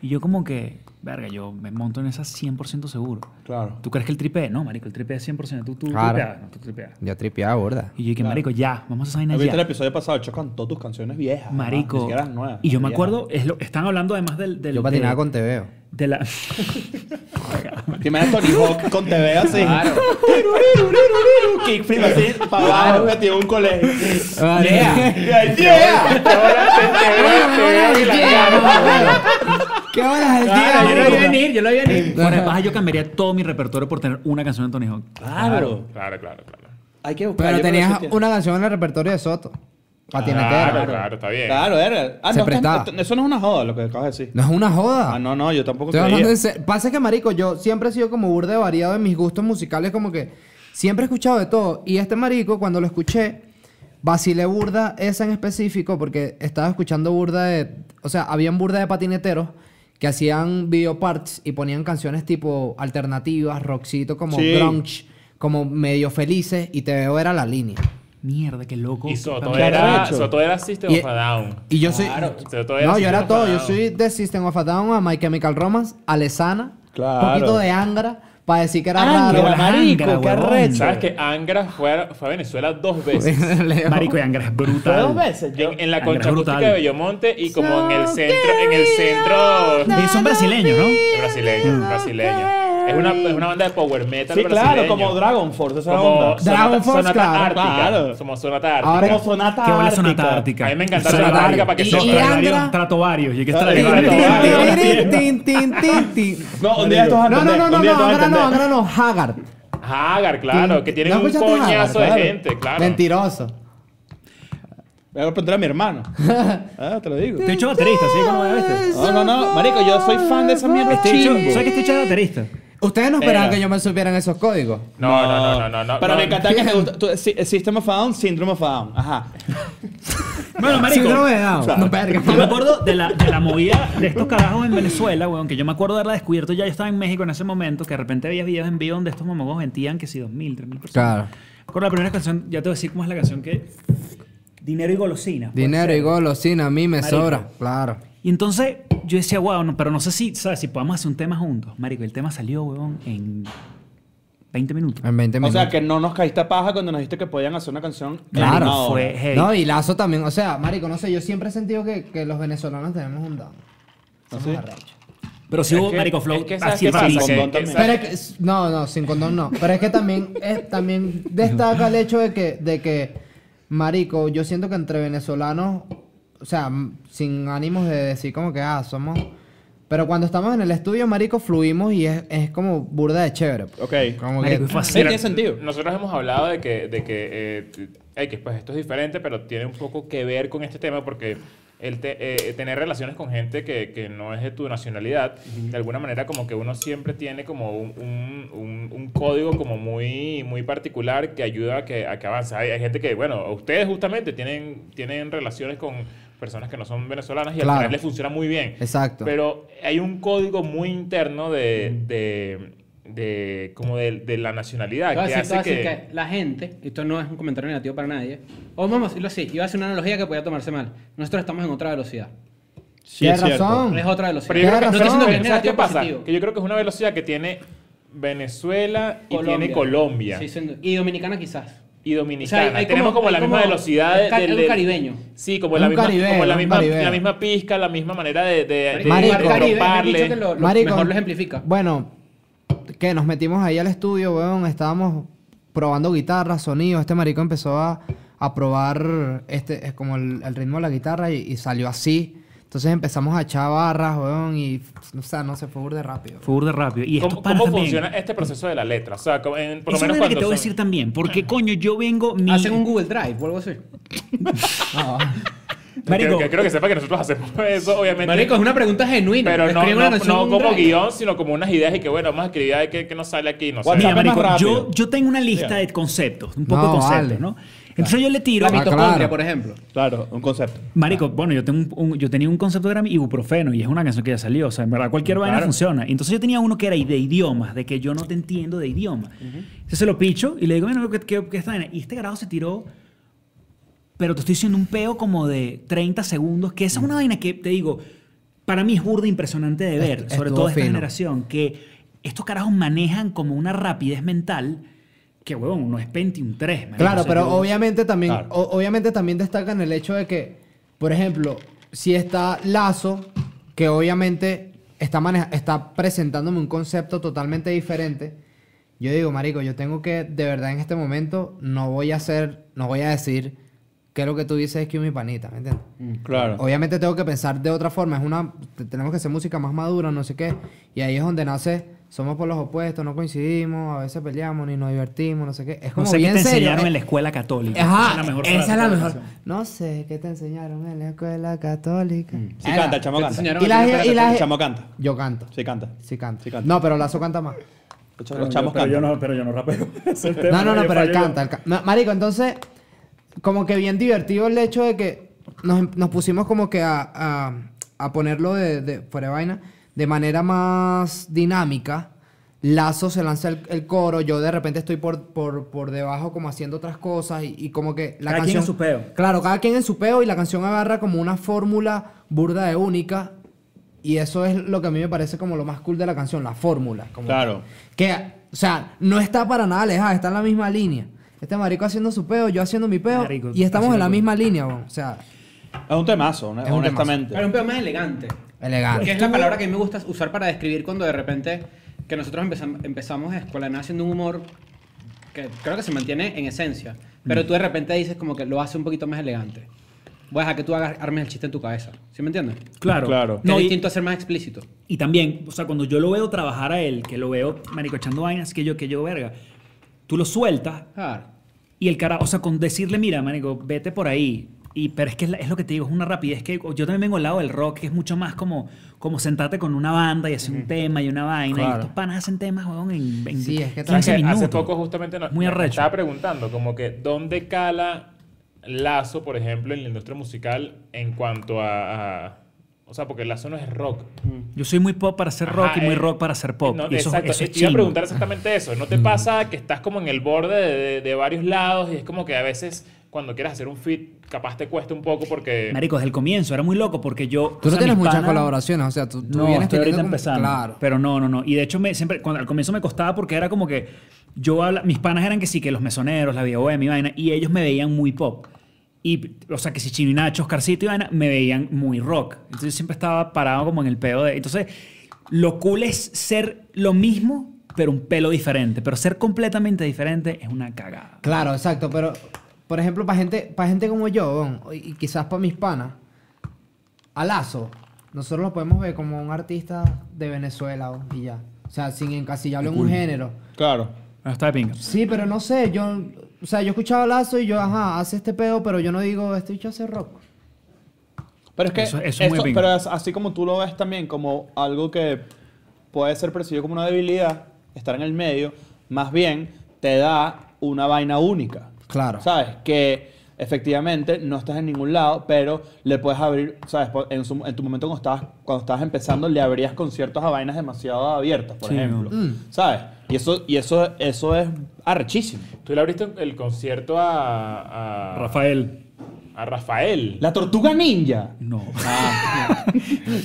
[SPEAKER 5] Y yo como que, verga, yo me monto en esa 100% seguro.
[SPEAKER 2] Claro.
[SPEAKER 5] ¿Tú crees que el tripe? No, marico, el tripe es 100%. Tú, tú
[SPEAKER 3] Claro.
[SPEAKER 5] tripeas, no, tú tripeas.
[SPEAKER 3] Yo tripeaba burda.
[SPEAKER 5] Y yo dije, marico, ya, vamos a esa vaina
[SPEAKER 2] ¿No ¿Viste el
[SPEAKER 5] ya.
[SPEAKER 2] episodio pasado? El Chocan todas tus canciones viejas. además, Ni
[SPEAKER 5] Marico.
[SPEAKER 2] siquiera las nuevas.
[SPEAKER 5] y yo me
[SPEAKER 2] viejas.
[SPEAKER 5] acuerdo, es lo- están hablando además del... del
[SPEAKER 3] Yo patinaba
[SPEAKER 5] de-
[SPEAKER 3] con TVO.
[SPEAKER 5] De la...
[SPEAKER 2] Te imaginas Tony Hawk con TV así.
[SPEAKER 1] Claro.
[SPEAKER 2] Tiruriruririruriru, Kickflip así, para abajo, metido en un colegio. ¡Yeah! ¡Yeah!
[SPEAKER 3] ¿Qué horas el
[SPEAKER 1] Ah, yo
[SPEAKER 3] día?
[SPEAKER 1] lo vi
[SPEAKER 3] burda?
[SPEAKER 1] venir, yo lo vi venir.
[SPEAKER 5] Por el paja yo cambiaría todo mi repertorio por tener una canción de Tony Hawk.
[SPEAKER 2] Claro.
[SPEAKER 4] Claro, claro, claro.
[SPEAKER 2] Hay que buscar.
[SPEAKER 3] Pero
[SPEAKER 2] yo creo que sí
[SPEAKER 3] tenías
[SPEAKER 2] tiene.
[SPEAKER 3] una canción en el repertorio de Soto.
[SPEAKER 4] Claro,
[SPEAKER 3] Patinetera.
[SPEAKER 4] claro, está bien.
[SPEAKER 2] Claro, era. Ah,
[SPEAKER 3] Se
[SPEAKER 2] no,
[SPEAKER 3] prestaba.
[SPEAKER 2] esto- Eso no es una joda lo que acabas de decir.
[SPEAKER 3] No es una joda.
[SPEAKER 2] Ah, no, no, yo tampoco
[SPEAKER 3] Estoy hablando
[SPEAKER 2] creía.
[SPEAKER 3] en serio. Pasa que, marico, yo siempre he sido como burde variado en mis gustos musicales, como que siempre he escuchado de todo. Y este marico, cuando lo escuché, vacilé burda esa en específico porque estaba escuchando burda de... O sea, habían burda de patineteros que hacían video parts y ponían canciones tipo alternativas, rockcito, como
[SPEAKER 2] Sí.
[SPEAKER 3] grunge, como medio felices, y te veo era la línea.
[SPEAKER 5] Mierda, qué loco.
[SPEAKER 4] Y Soto
[SPEAKER 5] También-
[SPEAKER 4] era,
[SPEAKER 2] arrecho.
[SPEAKER 4] Soto era System
[SPEAKER 3] Y-
[SPEAKER 4] of a Down.
[SPEAKER 3] Y
[SPEAKER 2] Ah,
[SPEAKER 3] yo soy...
[SPEAKER 4] Soto
[SPEAKER 3] No, yo
[SPEAKER 4] System of
[SPEAKER 3] era
[SPEAKER 4] a
[SPEAKER 3] todo. Yo
[SPEAKER 4] Down.
[SPEAKER 3] soy de System of a Down a My Chemical Romance, a Lesana,
[SPEAKER 2] Claro.
[SPEAKER 3] poquito de Angra, para decir que era
[SPEAKER 5] Angra,
[SPEAKER 3] raro.
[SPEAKER 5] marico,
[SPEAKER 2] Marico,
[SPEAKER 5] qué
[SPEAKER 2] qué
[SPEAKER 5] arrecho.
[SPEAKER 2] arrecho.
[SPEAKER 4] ¿Sabes que Angra fue a, fue a Venezuela dos veces?
[SPEAKER 3] Leo.
[SPEAKER 5] Marico y Angra es brutal.
[SPEAKER 2] dos veces? Yo-
[SPEAKER 4] en, en la
[SPEAKER 5] Angra es
[SPEAKER 4] concha acústica
[SPEAKER 5] brutal.
[SPEAKER 4] de Bellomonte y como en el centro, en el centro
[SPEAKER 5] Y son brasileños, ¿no?
[SPEAKER 4] brasileño, brasileño. Es una, es una banda de power metal
[SPEAKER 2] Sí,
[SPEAKER 4] brasileño.
[SPEAKER 2] claro, como Dragon Force, esa
[SPEAKER 4] Como
[SPEAKER 2] onda.
[SPEAKER 4] Sonata-
[SPEAKER 3] Dragon Force,
[SPEAKER 4] Sonata
[SPEAKER 3] claro,
[SPEAKER 4] Ártica.
[SPEAKER 2] claro.
[SPEAKER 4] Como Sonata Ártica.
[SPEAKER 3] Ahora-
[SPEAKER 2] Como sonata
[SPEAKER 5] Qué buena
[SPEAKER 2] ártica.
[SPEAKER 5] sonata ártica.
[SPEAKER 4] A mí me encantaba
[SPEAKER 3] Sonata
[SPEAKER 4] Sonata Ártica
[SPEAKER 3] Ártica.
[SPEAKER 4] para que
[SPEAKER 3] Y-
[SPEAKER 4] sepa.
[SPEAKER 3] y Angra-
[SPEAKER 5] Varios, trato varios. Y que está
[SPEAKER 2] Trato varios.
[SPEAKER 3] Tin, tin, tin, tin, tin.
[SPEAKER 2] No, un día estos van a
[SPEAKER 3] No, no,
[SPEAKER 2] entender,
[SPEAKER 3] no, no,
[SPEAKER 2] un día estos van
[SPEAKER 3] no,
[SPEAKER 2] a
[SPEAKER 3] Angra no,
[SPEAKER 2] entender.
[SPEAKER 3] Angra no, Haggard.
[SPEAKER 4] Hagar, claro, que tienen
[SPEAKER 3] ¿No
[SPEAKER 4] un
[SPEAKER 3] escuchaste Haggard?
[SPEAKER 4] coñazo de
[SPEAKER 3] Claro.
[SPEAKER 4] gente, claro.
[SPEAKER 3] Mentiroso.
[SPEAKER 2] Voy a preguntar a mi hermano. Ah, te lo digo.
[SPEAKER 5] Te he hecho baterista, ¿sí? ¿Cómo lo viste?
[SPEAKER 2] No, no, no, marico, yo soy fan de esa mierda.
[SPEAKER 5] Este bicho-
[SPEAKER 2] chimbo.
[SPEAKER 5] ¿Sabes que este hecho de baterista?
[SPEAKER 3] Ustedes no esperaban
[SPEAKER 2] Espera.
[SPEAKER 3] que yo me supieran esos códigos.
[SPEAKER 4] No, no, no, no, no, no.
[SPEAKER 2] Pero
[SPEAKER 4] no.
[SPEAKER 2] me encanta que te gusta. tú- sí, System of a Down, Syndrome of a Down. Ajá.
[SPEAKER 5] Bueno, marico.
[SPEAKER 3] Síndrome de Down. No, verga.
[SPEAKER 5] Yo me acuerdo de la, de la movida de estos carajos en Venezuela, weón, que yo me acuerdo de haberla descubierto ya. Yo estaba en México en ese momento, que de repente veías videos en vivo donde estos mamagos vendían que si 2.000, 3.000 personas.
[SPEAKER 3] Claro.
[SPEAKER 5] Con la primera canción, ya te voy a decir cómo es la canción que. Dinero y golosina. puede
[SPEAKER 3] Dinero
[SPEAKER 5] ser.
[SPEAKER 3] y golosina, a mí me
[SPEAKER 5] Marico.
[SPEAKER 3] sobra. Claro.
[SPEAKER 5] Y entonces yo decía, wow, no, pero no sé si, ¿sabes? Si podemos hacer un tema juntos. Marico, el tema salió, weón, en 20 minutos.
[SPEAKER 4] Ah,
[SPEAKER 3] En 20
[SPEAKER 2] O
[SPEAKER 3] minutos.
[SPEAKER 2] sea, que no nos caíste a paja cuando nos dijiste que podían hacer una canción.
[SPEAKER 5] Claro,
[SPEAKER 2] animadora.
[SPEAKER 5] fue heavy.
[SPEAKER 3] No, y Lazo también. O sea, marico, no sé, yo siempre he sentido que, que los venezolanos tenemos un down. Somos arrechos.
[SPEAKER 5] Pero sí
[SPEAKER 4] Es
[SPEAKER 5] hubo
[SPEAKER 4] que-
[SPEAKER 5] Marico Flow
[SPEAKER 4] es que ¿sabes
[SPEAKER 5] así
[SPEAKER 4] qué pasa?
[SPEAKER 5] rapidísimo.
[SPEAKER 4] Que-
[SPEAKER 2] Con
[SPEAKER 4] que-
[SPEAKER 2] Don
[SPEAKER 3] Pero es que, es- no, no, sin condón no. Pero es que también, es- también destaca el hecho de que, de que, marico, yo siento que entre venezolanos, o sea, m- sin ánimos de decir como que, ah, somos... Pero cuando estamos en el estudio, marico, fluimos y es, es como burda de chévere. pues.
[SPEAKER 2] Ok.
[SPEAKER 3] Como
[SPEAKER 5] Marico,
[SPEAKER 3] que...
[SPEAKER 5] y fue así.
[SPEAKER 2] Sí, tiene sentido.
[SPEAKER 4] Nosotros hemos hablado de que, de que, eh, t- ay, que, pues esto es diferente, pero tiene un poco que ver con este tema porque el te- eh, tener relaciones con gente que, que no es de tu nacionalidad, de alguna manera como que uno siempre tiene como un, un- un- un código como muy, muy particular que ayuda a que, a que avance. Hay, hay gente que, bueno, ustedes justamente tienen, tienen relaciones con personas que no son venezolanas y al
[SPEAKER 3] Claro.
[SPEAKER 4] final les funciona muy bien.
[SPEAKER 3] Exacto.
[SPEAKER 4] Pero hay un código muy interno de, de, de- como de, de la nacionalidad
[SPEAKER 1] Te voy a
[SPEAKER 4] que
[SPEAKER 1] decir- te
[SPEAKER 4] hace
[SPEAKER 1] voy a decir
[SPEAKER 4] que...
[SPEAKER 1] que la gente, esto no es un comentario negativo para nadie, o vamos a decirlo así, iba a hacer una analogía que podía tomarse mal. Nosotros estamos en otra velocidad.
[SPEAKER 2] Sí, es
[SPEAKER 3] Tienes
[SPEAKER 2] cierto.
[SPEAKER 3] razón.
[SPEAKER 1] Es otra velocidad.
[SPEAKER 4] Pero yo creo
[SPEAKER 3] Tienes
[SPEAKER 4] que,
[SPEAKER 1] no estoy diciendo que es
[SPEAKER 4] ¿sabes qué
[SPEAKER 1] negativo o
[SPEAKER 4] pasa?
[SPEAKER 1] positivo.
[SPEAKER 4] Que yo creo que es una velocidad que tiene Venezuela y
[SPEAKER 1] Colombia.
[SPEAKER 4] tiene Colombia
[SPEAKER 1] Sí, siendo- y Dominicana quizás.
[SPEAKER 4] y Dominicana.
[SPEAKER 1] O sea, hay
[SPEAKER 4] Tenemos como,
[SPEAKER 1] como-
[SPEAKER 4] la
[SPEAKER 1] hay
[SPEAKER 4] misma
[SPEAKER 1] como-
[SPEAKER 4] velocidad de-
[SPEAKER 1] es ca-
[SPEAKER 4] del-
[SPEAKER 1] es un
[SPEAKER 4] del-
[SPEAKER 1] caribeño.
[SPEAKER 4] Sí, como
[SPEAKER 3] Es
[SPEAKER 4] la
[SPEAKER 3] un
[SPEAKER 4] misma,
[SPEAKER 3] caribeño,
[SPEAKER 4] como la
[SPEAKER 3] es un
[SPEAKER 4] misma,
[SPEAKER 3] caribeño.
[SPEAKER 4] la misma pizca, la misma manera de, de, de,
[SPEAKER 3] Marico.
[SPEAKER 4] Eh, de
[SPEAKER 1] Caribe, me
[SPEAKER 4] romperle.
[SPEAKER 1] han dicho que lo, lo
[SPEAKER 3] Marico,
[SPEAKER 1] mejor lo ejemplifica.
[SPEAKER 3] Bueno, que nos metimos ahí al estudio, weón. Estábamos probando guitarras, sonidos. Este marico empezó a, a probar este, es como el, el ritmo de la guitarra y, y salió así. Entonces empezamos a echar barras, weón. Y, o sea, no se fue burde rápido.
[SPEAKER 5] Fue burda rápido. Y estos
[SPEAKER 4] ¿Cómo,
[SPEAKER 5] panas
[SPEAKER 4] cómo
[SPEAKER 5] también.
[SPEAKER 4] funciona este proceso de la letra? O sea, como en- por lo
[SPEAKER 5] Eso
[SPEAKER 4] menos
[SPEAKER 5] es lo que te
[SPEAKER 4] cuando
[SPEAKER 5] voy a
[SPEAKER 4] son-
[SPEAKER 5] decir también. Porque, coño, yo vengo... Mi...
[SPEAKER 1] Hacen un Google Drive o algo así.
[SPEAKER 5] Marico,
[SPEAKER 4] Creo que, creo que sepa que nosotros hacemos eso, obviamente.
[SPEAKER 1] Marico, es una pregunta genuina.
[SPEAKER 4] pero no,
[SPEAKER 1] Escriben
[SPEAKER 4] no,
[SPEAKER 1] una canción
[SPEAKER 4] no
[SPEAKER 1] en un
[SPEAKER 4] como
[SPEAKER 1] Drive.
[SPEAKER 4] guión, sino como unas ideas y que bueno, vamos a escribir a ver qué, qué nos sale aquí, no sé.
[SPEAKER 2] WhatsApp.
[SPEAKER 5] Mira,
[SPEAKER 2] Más
[SPEAKER 5] marico,
[SPEAKER 2] rápido.
[SPEAKER 5] yo, yo tengo una lista
[SPEAKER 2] Bien.
[SPEAKER 5] de conceptos, un poco de
[SPEAKER 3] No,
[SPEAKER 5] conceptos,
[SPEAKER 3] vale.
[SPEAKER 5] ¿no? Entonces yo le tiro...
[SPEAKER 1] La
[SPEAKER 3] Ah,
[SPEAKER 1] mitocondria,
[SPEAKER 3] claro.
[SPEAKER 1] por ejemplo.
[SPEAKER 2] Claro, un concepto.
[SPEAKER 5] Marico, bueno, yo, tengo un- un- yo tenía un concepto que era mi ibuprofeno y es una canción que ya salió. O sea, en verdad, cualquier vaina funciona. Entonces yo tenía uno que era de idiomas, de que yo no te entiendo de idioma. Entonces se lo picho y le digo, bueno, ¿qué, qué, qué esta vaina? Y este grado se tiró, pero te estoy diciendo un peo como de 30 segundos, que
[SPEAKER 3] Mm.
[SPEAKER 5] esa es una vaina que te digo, para mí es burda impresionante de ver,
[SPEAKER 3] Est-
[SPEAKER 5] sobre
[SPEAKER 3] estuvo
[SPEAKER 5] todo esta
[SPEAKER 3] fino.
[SPEAKER 5] generación, que estos carajos manejan como una rapidez mental que, huevón, no es Pentium 3. marico. O
[SPEAKER 3] Claro,
[SPEAKER 5] sea,
[SPEAKER 3] pero
[SPEAKER 5] yo-
[SPEAKER 3] obviamente también,
[SPEAKER 2] Claro.
[SPEAKER 3] o- obviamente también destacan el hecho de que, por ejemplo, si está Lazo, que obviamente está, maneja- está presentándome un concepto totalmente diferente, yo digo, marico, yo tengo que, de verdad, en este momento, no voy a hacer, no voy a decir que lo que tú dices es que mi panita, ¿me entiendes?
[SPEAKER 4] Mm,
[SPEAKER 2] Claro.
[SPEAKER 3] Obviamente tengo que pensar de otra forma, es una, te- tenemos que hacer música más madura, no sé qué, y ahí es donde nace, somos por los opuestos, no coincidimos, a veces peleamos, ni nos divertimos, no sé qué, es
[SPEAKER 5] No
[SPEAKER 3] como
[SPEAKER 5] sé qué
[SPEAKER 3] bien
[SPEAKER 5] te
[SPEAKER 3] serio,
[SPEAKER 5] enseñaron
[SPEAKER 3] eh.
[SPEAKER 5] en la escuela católica.
[SPEAKER 3] Ajá,
[SPEAKER 5] Esa es la mejor
[SPEAKER 3] esa
[SPEAKER 5] frase
[SPEAKER 3] es
[SPEAKER 5] de
[SPEAKER 3] la
[SPEAKER 5] canción.
[SPEAKER 3] mejor. No sé qué te enseñaron en la escuela católica.
[SPEAKER 2] Sí
[SPEAKER 3] Era.
[SPEAKER 2] canta, el chamo
[SPEAKER 1] Te
[SPEAKER 2] canta.
[SPEAKER 1] enseñaron
[SPEAKER 3] Mm. Y
[SPEAKER 1] a ti
[SPEAKER 3] la-
[SPEAKER 1] una
[SPEAKER 3] y la-
[SPEAKER 2] El chamo canta.
[SPEAKER 3] Yo canto.
[SPEAKER 2] Sí canta.
[SPEAKER 3] Sí canto.
[SPEAKER 2] Sí canta.
[SPEAKER 3] No, pero Lazo canta más.
[SPEAKER 2] Los
[SPEAKER 5] Pero yo-
[SPEAKER 2] chamos
[SPEAKER 5] pero yo
[SPEAKER 2] cantan.
[SPEAKER 5] no, pero yo no rapeo. Ese es el tema,
[SPEAKER 3] No, no, no,
[SPEAKER 5] yo
[SPEAKER 3] pero él
[SPEAKER 5] fallo.
[SPEAKER 3] canta. él ca- Ma- Marico, entonces, como que bien divertido el hecho de que nos, em-, nos pusimos como que a, a- a ponerlo de, de- fuera de vaina, de manera más dinámica. Lazo se lanza el, el coro, yo de repente estoy por, por, por debajo como haciendo otras cosas y, y como que la
[SPEAKER 5] Cada quien
[SPEAKER 3] canción...
[SPEAKER 5] en su peo.
[SPEAKER 3] Claro, cada quien en su peo y la canción agarra como una fórmula burda de única y eso es lo que a mí me parece como lo más cool de la canción, la fórmula. como
[SPEAKER 2] Claro.
[SPEAKER 3] que, o sea, no está para nada alejada, está en la misma línea. Este marico haciendo su peo, yo haciendo mi peo.
[SPEAKER 5] Marico,
[SPEAKER 3] y estamos en la
[SPEAKER 5] haciendo-
[SPEAKER 3] misma línea, weón. O sea,
[SPEAKER 2] Es un temazo, hon-
[SPEAKER 3] Es un
[SPEAKER 2] honestamente.
[SPEAKER 1] Pero un pedo más elegante. Que
[SPEAKER 3] elegante.
[SPEAKER 1] es la palabra que a mí me gusta usar para describir cuando de repente que nosotros empezam- empezamos a escuela de nada haciendo un humor que creo que se mantiene en esencia. Pero tú de repente dices como que lo hace un poquito más elegante. Voy a dejar que tú hagas, armes el chiste en tu cabeza. ¿Sí me entiendes?
[SPEAKER 5] Claro.
[SPEAKER 2] Claro.
[SPEAKER 1] Que
[SPEAKER 5] No,
[SPEAKER 1] es
[SPEAKER 5] y,
[SPEAKER 1] distinto a ser más explícito.
[SPEAKER 5] y también, o sea, cuando yo lo veo trabajar a él, que lo veo, marico, echando vainas, que yo, que yo, verga. Tú lo sueltas
[SPEAKER 1] Claro.
[SPEAKER 5] y el cara, o sea, con decirle, mira, marico, vete por ahí. Y, pero es que es, la- es lo que te digo, es una rapidez que yo también vengo al lado del rock, que es mucho más como, como sentarte con una banda y hacer un tema y una vaina. Y
[SPEAKER 3] Claro.
[SPEAKER 5] estos panas hacen temas, weón, en, en
[SPEAKER 3] Sí, es que
[SPEAKER 4] O sea,
[SPEAKER 5] 15
[SPEAKER 4] que
[SPEAKER 5] minutos.
[SPEAKER 4] hace poco justamente nos,
[SPEAKER 5] Muy
[SPEAKER 4] nos
[SPEAKER 5] arrecho.
[SPEAKER 4] estaba preguntando como que dónde cala Lazo, por ejemplo, en la industria musical en cuanto a... a- o sea, porque Lazo no es rock.
[SPEAKER 3] Mm.
[SPEAKER 5] Yo soy muy pop para hacer rock
[SPEAKER 4] Ajá,
[SPEAKER 5] y muy
[SPEAKER 4] eh,
[SPEAKER 5] rock para hacer pop.
[SPEAKER 4] No,
[SPEAKER 5] y eso,
[SPEAKER 4] exacto.
[SPEAKER 5] eso es
[SPEAKER 4] Te iba a
[SPEAKER 5] chimbo. Mm.
[SPEAKER 4] preguntar exactamente eso. ¿No te pasa que estás como en el borde de, de- de varios lados y es como que a veces cuando quieres hacer un fit capaz te cuesta un poco porque...
[SPEAKER 5] Marico, desde el comienzo era muy loco porque yo.
[SPEAKER 3] Tú
[SPEAKER 5] o
[SPEAKER 3] no
[SPEAKER 5] sea,
[SPEAKER 3] tienes
[SPEAKER 5] mis
[SPEAKER 3] muchas
[SPEAKER 5] panas-
[SPEAKER 3] colaboraciones, o sea, tú, tú
[SPEAKER 5] No,
[SPEAKER 3] vienes
[SPEAKER 5] estoy ahorita
[SPEAKER 3] teniendo como-
[SPEAKER 5] empezando.
[SPEAKER 3] Claro.
[SPEAKER 5] Pero no, no, no. Y de hecho, me, siempre, cuando, al comienzo me costaba porque era como que yo habla- mis panas eran que sí, que los mesoneros, la vieja mi vaina, y ellos me veían muy pop. Y, o sea, que si Chino y Nacho, Oscarcito y vaina, me veían muy rock. Entonces yo siempre estaba parado como en el pedo de. Entonces, lo cool es ser lo mismo, pero un pelo diferente. Pero ser completamente diferente es una cagada.
[SPEAKER 3] Claro, exacto. Pero, por ejemplo, para gente, para gente como yo, weón, y quizás para mis panas, a Lazo, nosotros lo podemos ver como un artista de Venezuela weón, y ya. O sea, sin encasillarlo en un género.
[SPEAKER 2] Claro.
[SPEAKER 5] No, está de pinga.
[SPEAKER 3] Sí, pero no sé, yo, o sea, yo escuchaba Lazo y yo, ajá, hace este peo, pero yo no digo, este bicho hace rock.
[SPEAKER 2] Pero es que
[SPEAKER 5] Eso- eso es muy pinga.
[SPEAKER 2] pero es- así como tú lo ves también como algo que puede ser percibido como una debilidad, estar en el medio, más bien te da una vaina única.
[SPEAKER 3] Claro.
[SPEAKER 2] ¿Sabes? Que efectivamente no estás en ningún lado, pero le puedes abrir, ¿sabes? Por- En, su- en tu momento cuando estabas, cuando estabas empezando, le abrías conciertos a vainas demasiado abiertas, por
[SPEAKER 5] Sí,
[SPEAKER 2] ejemplo.
[SPEAKER 5] ¿no?
[SPEAKER 2] ¿Sabes? Y eso, y eso, eso es arrechísimo.
[SPEAKER 4] Tú le abriste el concierto a. a
[SPEAKER 5] Rafael.
[SPEAKER 4] A Rafael.
[SPEAKER 2] La tortuga ninja.
[SPEAKER 5] No.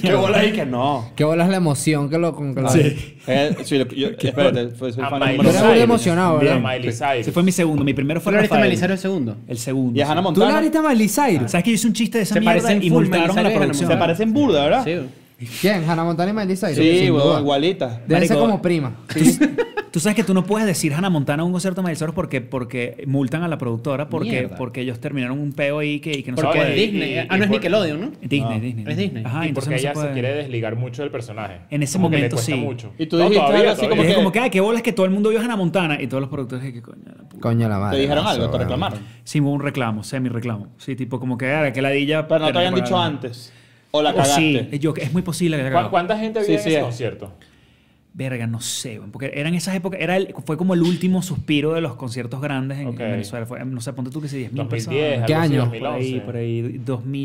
[SPEAKER 2] Qué bola ahí que no.
[SPEAKER 3] Qué bola es la emoción que lo... Con que lo-
[SPEAKER 2] Eh, sí, lo- yo- espérate, fue- soy
[SPEAKER 4] A
[SPEAKER 2] fan
[SPEAKER 4] Miley
[SPEAKER 2] número
[SPEAKER 3] Pero era muy
[SPEAKER 4] Cyrus.
[SPEAKER 2] uno.
[SPEAKER 3] emocionado,
[SPEAKER 4] Bien,
[SPEAKER 3] ¿verdad?
[SPEAKER 4] a Miley Cyrus.
[SPEAKER 5] Ese fue mi segundo. Mi primero fue
[SPEAKER 1] ¿Tú lo viste
[SPEAKER 5] Rafael.
[SPEAKER 1] Melizar el segundo?
[SPEAKER 5] El segundo.
[SPEAKER 2] Y a Hannah
[SPEAKER 3] Tú le
[SPEAKER 2] Montana.
[SPEAKER 3] abriste a Miley Cyrus.
[SPEAKER 5] ¿Sabes que yo hice un chiste de esa
[SPEAKER 1] Se
[SPEAKER 5] mierda
[SPEAKER 1] parecen
[SPEAKER 5] y
[SPEAKER 1] full,
[SPEAKER 5] multaron a la
[SPEAKER 1] Melizar y Hannah
[SPEAKER 5] producción?
[SPEAKER 2] Se
[SPEAKER 1] Montana.
[SPEAKER 2] parecen burda, ¿verdad?
[SPEAKER 1] Sí.
[SPEAKER 2] Sí,
[SPEAKER 3] ¿Quién? Hannah Montana y Miley Cyrus. sin
[SPEAKER 2] bro,
[SPEAKER 3] duda.
[SPEAKER 2] igualita.
[SPEAKER 3] Debe ser
[SPEAKER 5] Marico,
[SPEAKER 3] como prima.
[SPEAKER 5] Tú sabes que tú no puedes decir Hannah Montana a un concierto de Miley Cyrus porque, porque multan a la productora porque,
[SPEAKER 1] Mierda.
[SPEAKER 5] porque ellos terminaron un peo ahí que, y que no
[SPEAKER 1] Porque
[SPEAKER 4] Ah,
[SPEAKER 5] se
[SPEAKER 1] es
[SPEAKER 5] puede.
[SPEAKER 4] y-
[SPEAKER 1] Disney.
[SPEAKER 4] y-
[SPEAKER 1] ah, no es
[SPEAKER 4] por-
[SPEAKER 1] Nickelodeon, ¿no?
[SPEAKER 5] Disney, Disney.
[SPEAKER 1] Es Disney.
[SPEAKER 5] Ajá,
[SPEAKER 4] y
[SPEAKER 5] Ah, entonces
[SPEAKER 4] porque
[SPEAKER 5] no
[SPEAKER 4] ella
[SPEAKER 5] se
[SPEAKER 4] se,
[SPEAKER 5] puede.
[SPEAKER 4] quiere desligar mucho del personaje.
[SPEAKER 5] En ese
[SPEAKER 4] Como que le
[SPEAKER 5] momento,
[SPEAKER 4] cuesta
[SPEAKER 5] sí.
[SPEAKER 4] mucho.
[SPEAKER 2] Y tú dijiste algo así
[SPEAKER 5] Como
[SPEAKER 2] Como
[SPEAKER 5] que,
[SPEAKER 2] que-
[SPEAKER 5] como que, ay, qué bolas que todo el mundo vio a Hannah Montana y todos los productores que coño. la puta.
[SPEAKER 3] Coño la madre.
[SPEAKER 2] Te dijeron
[SPEAKER 3] macho,
[SPEAKER 2] algo, te
[SPEAKER 3] weón.
[SPEAKER 2] reclamaron.
[SPEAKER 5] Sí, hubo un reclamo, semi reclamo. Sí, tipo como que ah, que ladilla.
[SPEAKER 2] Pero no te
[SPEAKER 5] tener
[SPEAKER 2] habían
[SPEAKER 5] que
[SPEAKER 2] dicho
[SPEAKER 5] pagar.
[SPEAKER 2] antes. O la
[SPEAKER 5] O sí,
[SPEAKER 2] cagaste.
[SPEAKER 5] yo, es muy posible que la
[SPEAKER 4] ¿Cu-
[SPEAKER 5] cagara.
[SPEAKER 4] ¿Cuánta gente había
[SPEAKER 2] Sí,
[SPEAKER 4] en
[SPEAKER 2] sí,
[SPEAKER 4] ese
[SPEAKER 2] es.
[SPEAKER 4] concierto?
[SPEAKER 5] Verga, no sé, weón, porque eran esas épocas, era el- fue como el último suspiro de los conciertos grandes en, en
[SPEAKER 4] Ok.
[SPEAKER 5] Venezuela. Fue, no sé, ponte tú que si 10.000
[SPEAKER 4] 2010,
[SPEAKER 5] personas.
[SPEAKER 3] ¿Qué
[SPEAKER 4] algo así,
[SPEAKER 5] Por ahí,
[SPEAKER 3] año?
[SPEAKER 4] 2011.
[SPEAKER 5] por ahí,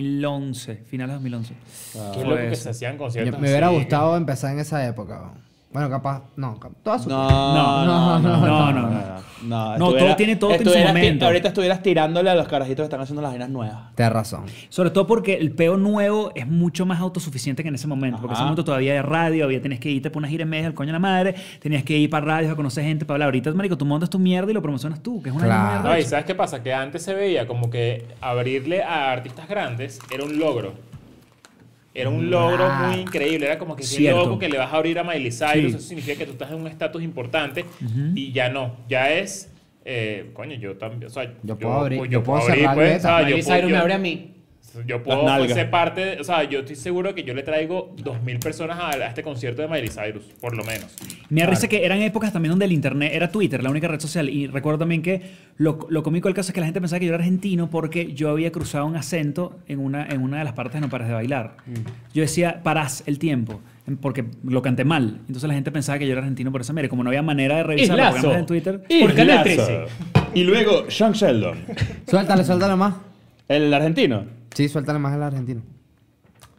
[SPEAKER 5] 2011, finales de 2011.
[SPEAKER 4] Qué
[SPEAKER 5] Fue
[SPEAKER 4] loco que
[SPEAKER 5] eso.
[SPEAKER 4] se hacían
[SPEAKER 3] Me
[SPEAKER 4] conciertos.
[SPEAKER 3] me hubiera
[SPEAKER 4] así,
[SPEAKER 3] gustado empezar en esa época. weón. Bueno, capaz... No, cap- toda su...
[SPEAKER 2] No,
[SPEAKER 5] No,
[SPEAKER 2] no, no, no,
[SPEAKER 5] no, no, no. No, todo
[SPEAKER 2] Ah, estuviera-
[SPEAKER 5] tiene- todo tiene su
[SPEAKER 2] estuvieras ti-
[SPEAKER 5] momento.
[SPEAKER 2] Ahorita estuvieras tirándole a los carajitos que están haciendo las vainas nuevas.
[SPEAKER 3] Tienes razón.
[SPEAKER 5] Sobre todo porque el peo nuevo es mucho más autosuficiente que en ese momento. Porque en ese
[SPEAKER 2] Ajá.
[SPEAKER 5] momento todavía había radio, había tenías que irte por una gira en media al coño de la madre, tenías que ir para radios a conocer gente para hablar. Ahorita, marico, tú montas tu mierda y lo promocionas tú, que es una
[SPEAKER 3] Claro.
[SPEAKER 5] mierda.
[SPEAKER 4] No, y ¿sabes qué pasa? Que antes se veía como que abrirle a artistas grandes era un logro. Era un logro muy increíble. Era como que si
[SPEAKER 5] Cierto.
[SPEAKER 4] loco que le vas a abrir a Miley Cyrus.
[SPEAKER 5] Sí.
[SPEAKER 4] Eso significa que tú estás en un estatus importante y ya no. Ya es. eh, coño, yo también. O sea,
[SPEAKER 3] Yo puedo abrir,
[SPEAKER 4] pues,
[SPEAKER 3] yo puedo cerrar
[SPEAKER 4] pues,
[SPEAKER 3] metas.
[SPEAKER 4] o sea, yo
[SPEAKER 1] Miley
[SPEAKER 4] puedo-
[SPEAKER 1] Cyrus me
[SPEAKER 4] yo-
[SPEAKER 1] abre a mí.
[SPEAKER 4] Yo puedo
[SPEAKER 2] Las nalgas.
[SPEAKER 4] ser parte, de- o sea, yo estoy seguro que yo le traigo 2.000 personas a, a este concierto de Miley Cyrus, por lo menos.
[SPEAKER 5] Me da risa que eran épocas también donde el internet era Twitter, la única red social. Y recuerdo también que lo, lo cómico del caso es que la gente pensaba que yo era argentino porque yo había cruzado un acento en una, en una de las partes de No Paras de Bailar. Yo decía, parás el tiempo, en- porque lo canté mal. Entonces la gente pensaba que yo era argentino por esa mierda. Y Como no había manera de revisar los
[SPEAKER 1] Islazo.
[SPEAKER 5] programas en Twitter.
[SPEAKER 1] Por Canal
[SPEAKER 2] Lazo.
[SPEAKER 1] 13.
[SPEAKER 2] Y luego, Sean Sheldon.
[SPEAKER 3] Suéltale, suéltale más.
[SPEAKER 2] El argentino.
[SPEAKER 3] Sí, suéltale más al argentino.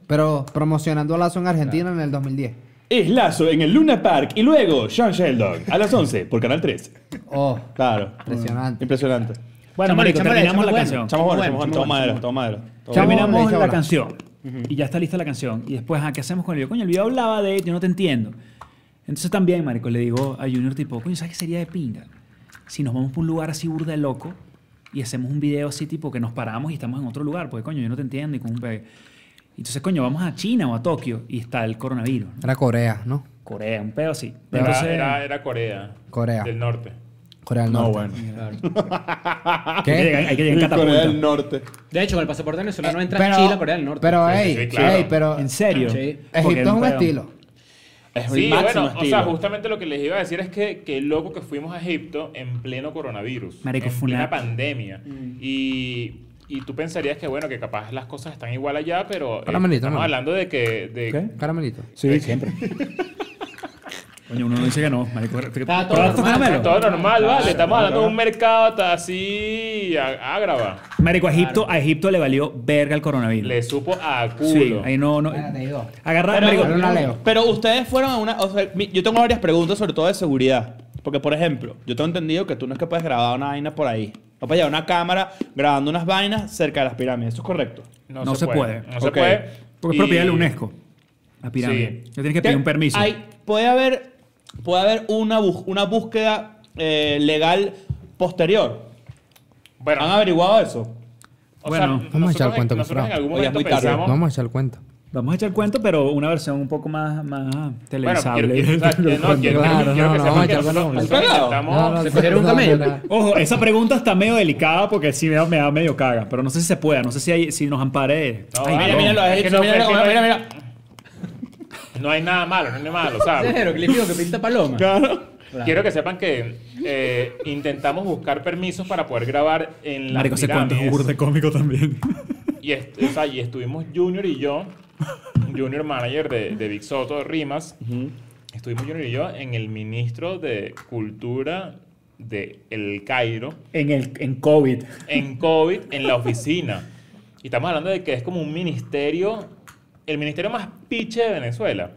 [SPEAKER 3] Pero promocionando a Lazo en Argentina en el 2010.
[SPEAKER 2] Es Lazo en el Luna Park. Y luego, Sean Sheldon. A las 11, por Canal 13.
[SPEAKER 3] Oh,
[SPEAKER 2] Claro.
[SPEAKER 3] Impresionante.
[SPEAKER 2] Impresionante.
[SPEAKER 5] Bueno,
[SPEAKER 1] Chamale,
[SPEAKER 5] marico,
[SPEAKER 1] chamale,
[SPEAKER 5] terminamos la
[SPEAKER 1] chamale,
[SPEAKER 5] canción.
[SPEAKER 2] Chamo bueno,
[SPEAKER 1] Bueno,
[SPEAKER 2] chamo bueno,
[SPEAKER 1] chamo
[SPEAKER 2] chamo
[SPEAKER 1] bueno,
[SPEAKER 2] madera,
[SPEAKER 1] chamo
[SPEAKER 2] chamo madera. Chamo
[SPEAKER 3] Chamo-
[SPEAKER 2] madera.
[SPEAKER 5] Terminamos
[SPEAKER 3] Chamo-
[SPEAKER 5] la
[SPEAKER 3] Chamo-
[SPEAKER 5] canción. Y ya está lista la canción. Y después, ¿a qué hacemos con el video? Coño, el video hablaba de yo no te entiendo. Entonces también, marico, le digo a Junior tipo, coño, ¿sabes qué sería de pinga? Si nos vamos para un lugar así burda de loco y hacemos un video así tipo que nos paramos y estamos en otro lugar, porque coño, yo no te entiendo y con un bebé. Entonces, coño, vamos a China o a Tokio y está el coronavirus. ¿no?
[SPEAKER 3] Era Corea, ¿no?
[SPEAKER 5] Corea, un pedo así.
[SPEAKER 4] Era,
[SPEAKER 5] Entonces, ah,
[SPEAKER 4] era- era Corea.
[SPEAKER 3] Corea.
[SPEAKER 4] Del norte.
[SPEAKER 3] Corea del
[SPEAKER 2] No,
[SPEAKER 3] Norte.
[SPEAKER 2] bueno.
[SPEAKER 5] hay que llegar,
[SPEAKER 3] ¿Qué?
[SPEAKER 5] hay que llegar en
[SPEAKER 2] Corea del
[SPEAKER 5] catapulta.
[SPEAKER 2] Norte.
[SPEAKER 1] De hecho, con el pasaporte venezolano entras
[SPEAKER 3] Pero-
[SPEAKER 1] Chile, Corea del Norte.
[SPEAKER 3] Pero,
[SPEAKER 4] Sí,
[SPEAKER 3] ey,
[SPEAKER 4] sí, claro.
[SPEAKER 3] ey, pero...
[SPEAKER 5] ¿En serio?
[SPEAKER 1] Sí.
[SPEAKER 5] Porque
[SPEAKER 3] Egipto es un
[SPEAKER 5] pedo.
[SPEAKER 3] estilo.
[SPEAKER 2] Es
[SPEAKER 4] Sí,
[SPEAKER 2] el máximo
[SPEAKER 4] bueno, o
[SPEAKER 2] estilo.
[SPEAKER 4] sea, justamente lo que les iba a decir es que, que loco que fuimos a Egipto en pleno coronavirus,
[SPEAKER 5] Marico,
[SPEAKER 4] en
[SPEAKER 5] fue
[SPEAKER 4] plena
[SPEAKER 5] una-
[SPEAKER 4] pandemia.
[SPEAKER 2] Mm.
[SPEAKER 4] Y, y tú pensarías que, bueno, que capaz las cosas están igual allá, pero eh,
[SPEAKER 3] Caramelito,
[SPEAKER 4] estamos
[SPEAKER 3] hermano.
[SPEAKER 4] hablando de que... de-
[SPEAKER 5] ¿Qué?
[SPEAKER 3] Caramelito.
[SPEAKER 2] Sí, siempre.
[SPEAKER 5] Coño, uno dice que no, marico.
[SPEAKER 1] Está todo
[SPEAKER 5] Probar tu
[SPEAKER 1] normal.
[SPEAKER 5] caramelo.
[SPEAKER 4] Todo normal,
[SPEAKER 2] Claro,
[SPEAKER 4] vale. Estamos hablando de
[SPEAKER 2] claro.
[SPEAKER 4] un mercado ta- así á- ágrava.
[SPEAKER 5] Marico, a Egipto, a Egipto le valió verga el coronavirus.
[SPEAKER 4] Le supo a culo.
[SPEAKER 5] sí, ahí no, no.
[SPEAKER 3] Espérate, hay dos.
[SPEAKER 5] Agarrar, marico,
[SPEAKER 3] Pero una leo.
[SPEAKER 2] Pero ustedes fueron a una. o sea, mi- yo tengo varias preguntas, sobre todo de seguridad. Porque, por ejemplo, yo tengo entendido que tú no es que puedes grabar una vaina por ahí. O para llevar una cámara grabando unas vainas cerca de las pirámides. Eso es correcto.
[SPEAKER 5] No se puede.
[SPEAKER 4] No se
[SPEAKER 2] Ok.
[SPEAKER 4] puede.
[SPEAKER 5] porque
[SPEAKER 4] Y-
[SPEAKER 5] es propiedad de la UNESCO. La pirámide.
[SPEAKER 4] Sí.
[SPEAKER 5] Yo tienes que pedir un permiso.
[SPEAKER 2] Hay- puede haber, puede haber una, bus- una búsqueda eh, legal posterior.
[SPEAKER 4] Bueno,
[SPEAKER 2] ¿Han averiguado eso?
[SPEAKER 4] o
[SPEAKER 5] Bueno,
[SPEAKER 4] sea,
[SPEAKER 5] vamos a
[SPEAKER 4] nosotros
[SPEAKER 3] echar el
[SPEAKER 4] en-
[SPEAKER 3] cuento con
[SPEAKER 4] Nosotros en
[SPEAKER 3] Fran.
[SPEAKER 4] algún
[SPEAKER 2] Oye, es
[SPEAKER 4] momento
[SPEAKER 2] muy tarde.
[SPEAKER 4] pensamos...
[SPEAKER 3] Vamos a echar el cuento.
[SPEAKER 5] Vamos a echar el cuento, pero una versión un poco más, más televisable.
[SPEAKER 4] Bueno, quiero, o sea, que no, quiero,
[SPEAKER 3] Claro,
[SPEAKER 4] quiero- quiero que
[SPEAKER 3] no, no,
[SPEAKER 4] sepan
[SPEAKER 3] vamos a
[SPEAKER 4] que
[SPEAKER 3] echar
[SPEAKER 4] nosotros-
[SPEAKER 3] con-
[SPEAKER 4] nosotros
[SPEAKER 2] Cagado.
[SPEAKER 4] intentamos-
[SPEAKER 1] ¿se cogieron un camello?
[SPEAKER 5] Ojo, esa pregunta está medio delicada porque sí me, me da medio caga, pero no sé si se pueda, no sé si, hay, si nos ampare.
[SPEAKER 4] No,
[SPEAKER 5] Ay,
[SPEAKER 4] vale.
[SPEAKER 5] no.
[SPEAKER 2] mira los
[SPEAKER 4] Es que
[SPEAKER 2] egipcios,
[SPEAKER 4] no,
[SPEAKER 2] mira,
[SPEAKER 4] es que
[SPEAKER 2] mira,
[SPEAKER 4] no-
[SPEAKER 2] mira, mira.
[SPEAKER 4] No hay nada malo, no hay nada malo,
[SPEAKER 1] Ese es
[SPEAKER 4] ¿sabes?
[SPEAKER 1] jeroglífico que pinta paloma. Claro.
[SPEAKER 4] Quiero que sepan que eh, intentamos buscar permisos para poder grabar en la
[SPEAKER 5] Marico, ese cuento es un burde cómico también.
[SPEAKER 4] Y, est- o sea, y estuvimos Junior y yo, Junior Manager de, de Big Soto, de Rimas, estuvimos Junior y yo en el ministro de Cultura de El Cairo
[SPEAKER 5] En, el, en COVID.
[SPEAKER 4] en COVID en la oficina. Y estamos hablando de que es como un ministerio, el ministerio más piche de Venezuela.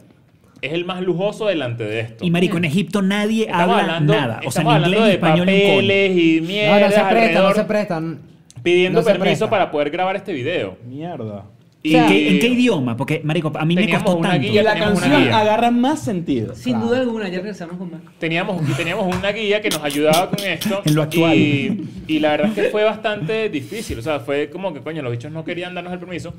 [SPEAKER 4] Es el más lujoso delante de esto.
[SPEAKER 5] Y marico, en Egipto nadie
[SPEAKER 4] Estamos
[SPEAKER 5] habla
[SPEAKER 4] hablando,
[SPEAKER 5] nada. O sea,
[SPEAKER 4] estamos
[SPEAKER 5] en inglés,
[SPEAKER 4] hablando
[SPEAKER 5] ni
[SPEAKER 4] de
[SPEAKER 5] español, ni coño.
[SPEAKER 4] papeles y
[SPEAKER 3] No,
[SPEAKER 4] mierda
[SPEAKER 3] no se presta, no
[SPEAKER 4] alrededor,
[SPEAKER 3] se prestan.
[SPEAKER 4] pidiendo
[SPEAKER 3] no se
[SPEAKER 4] permiso
[SPEAKER 3] presta.
[SPEAKER 4] para poder grabar este video.
[SPEAKER 2] Mierda.
[SPEAKER 4] Y- eh,
[SPEAKER 5] ¿En, qué, en qué idioma? Porque, marico, a mí me
[SPEAKER 4] Teníamos
[SPEAKER 5] costó
[SPEAKER 4] una
[SPEAKER 5] tanto.
[SPEAKER 4] guía.
[SPEAKER 2] Y la
[SPEAKER 4] tenemos una
[SPEAKER 2] canción
[SPEAKER 4] guía.
[SPEAKER 2] agarra más sentido.
[SPEAKER 1] Sin duda alguna, ya regresamos con más.
[SPEAKER 4] Teníamos, y teníamos una guía que nos ayudaba con esto.
[SPEAKER 5] En lo actual.
[SPEAKER 4] Y, y la verdad es que fue bastante difícil. O sea, fue como que, coño, los bichos no querían darnos el permiso.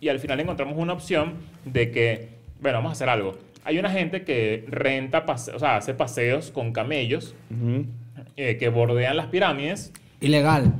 [SPEAKER 4] Y al final encontramos una opción de que, bueno, vamos a hacer algo. Hay una gente que renta, pase- o sea, hace paseos con camellos
[SPEAKER 2] Ujú.
[SPEAKER 4] eh, que bordean las pirámides.
[SPEAKER 3] Ilegal.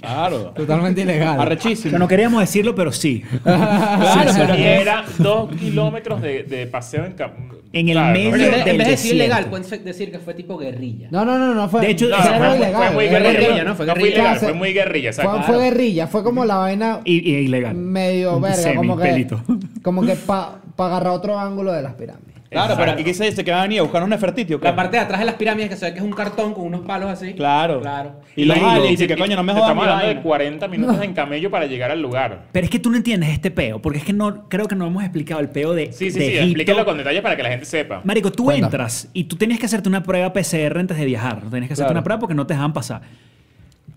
[SPEAKER 2] Claro.
[SPEAKER 3] Totalmente ilegal.
[SPEAKER 5] O sea,
[SPEAKER 2] Arrechísimo.
[SPEAKER 5] no queríamos decirlo, pero sí.
[SPEAKER 4] Ah. Claro,
[SPEAKER 5] sí, sí.
[SPEAKER 4] y era dos kilómetros de, de paseo en cam-
[SPEAKER 5] En el
[SPEAKER 4] Claro,
[SPEAKER 5] medio
[SPEAKER 4] no
[SPEAKER 1] Pero
[SPEAKER 4] era-
[SPEAKER 1] en vez- en vez de decir
[SPEAKER 5] desierto.
[SPEAKER 1] ilegal, puedes decir que fue tipo guerrilla.
[SPEAKER 3] No, no, no, no fue.
[SPEAKER 5] De hecho,
[SPEAKER 4] No,
[SPEAKER 3] eso
[SPEAKER 5] fue-
[SPEAKER 3] era
[SPEAKER 5] fue-
[SPEAKER 3] ilegal.
[SPEAKER 4] muy
[SPEAKER 3] era
[SPEAKER 4] guerrilla,
[SPEAKER 3] guerrilla.
[SPEAKER 1] ¿no? Fue
[SPEAKER 4] No fue
[SPEAKER 1] guerrilla.
[SPEAKER 4] ilegal, fue muy guerrilla.
[SPEAKER 3] Fue,
[SPEAKER 4] exacto.
[SPEAKER 3] fue guerrilla, fue como la vaina
[SPEAKER 5] Y, y ilegal.
[SPEAKER 3] medio
[SPEAKER 5] Un
[SPEAKER 3] verga,
[SPEAKER 5] semi,
[SPEAKER 3] como que
[SPEAKER 5] pelito.
[SPEAKER 3] como que para agarrar otro ángulo de las pirámides.
[SPEAKER 2] Claro, pero
[SPEAKER 4] Exacto.
[SPEAKER 2] aquí que se dice que van a venir a buscar un Nefertiti, ¿o qué?
[SPEAKER 1] La parte de atrás de las pirámides que se ve que es un cartón con unos palos así.
[SPEAKER 2] Claro.
[SPEAKER 1] Claro.
[SPEAKER 2] Y los
[SPEAKER 4] Marico,
[SPEAKER 2] aliens,
[SPEAKER 4] y-
[SPEAKER 2] y que
[SPEAKER 4] y-
[SPEAKER 2] coño, no me
[SPEAKER 4] te
[SPEAKER 2] jodan
[SPEAKER 4] Estamos
[SPEAKER 2] mi
[SPEAKER 4] hablando de
[SPEAKER 2] vaina.
[SPEAKER 4] 40 minutos en camello para llegar al lugar.
[SPEAKER 5] Pero es que tú no entiendes este peo, porque es que no creo que no hemos explicado el peo de,
[SPEAKER 4] Sí, sí,
[SPEAKER 5] de
[SPEAKER 4] sí,
[SPEAKER 5] Egipto.
[SPEAKER 4] explíquelo con detalles para que la gente sepa.
[SPEAKER 5] Marico, tú
[SPEAKER 3] Cuéntame.
[SPEAKER 5] entras y tú tenías que hacerte una prueba PCR antes de viajar. Tenías que hacerte
[SPEAKER 2] Claro.
[SPEAKER 5] una prueba porque no te dejaban pasar.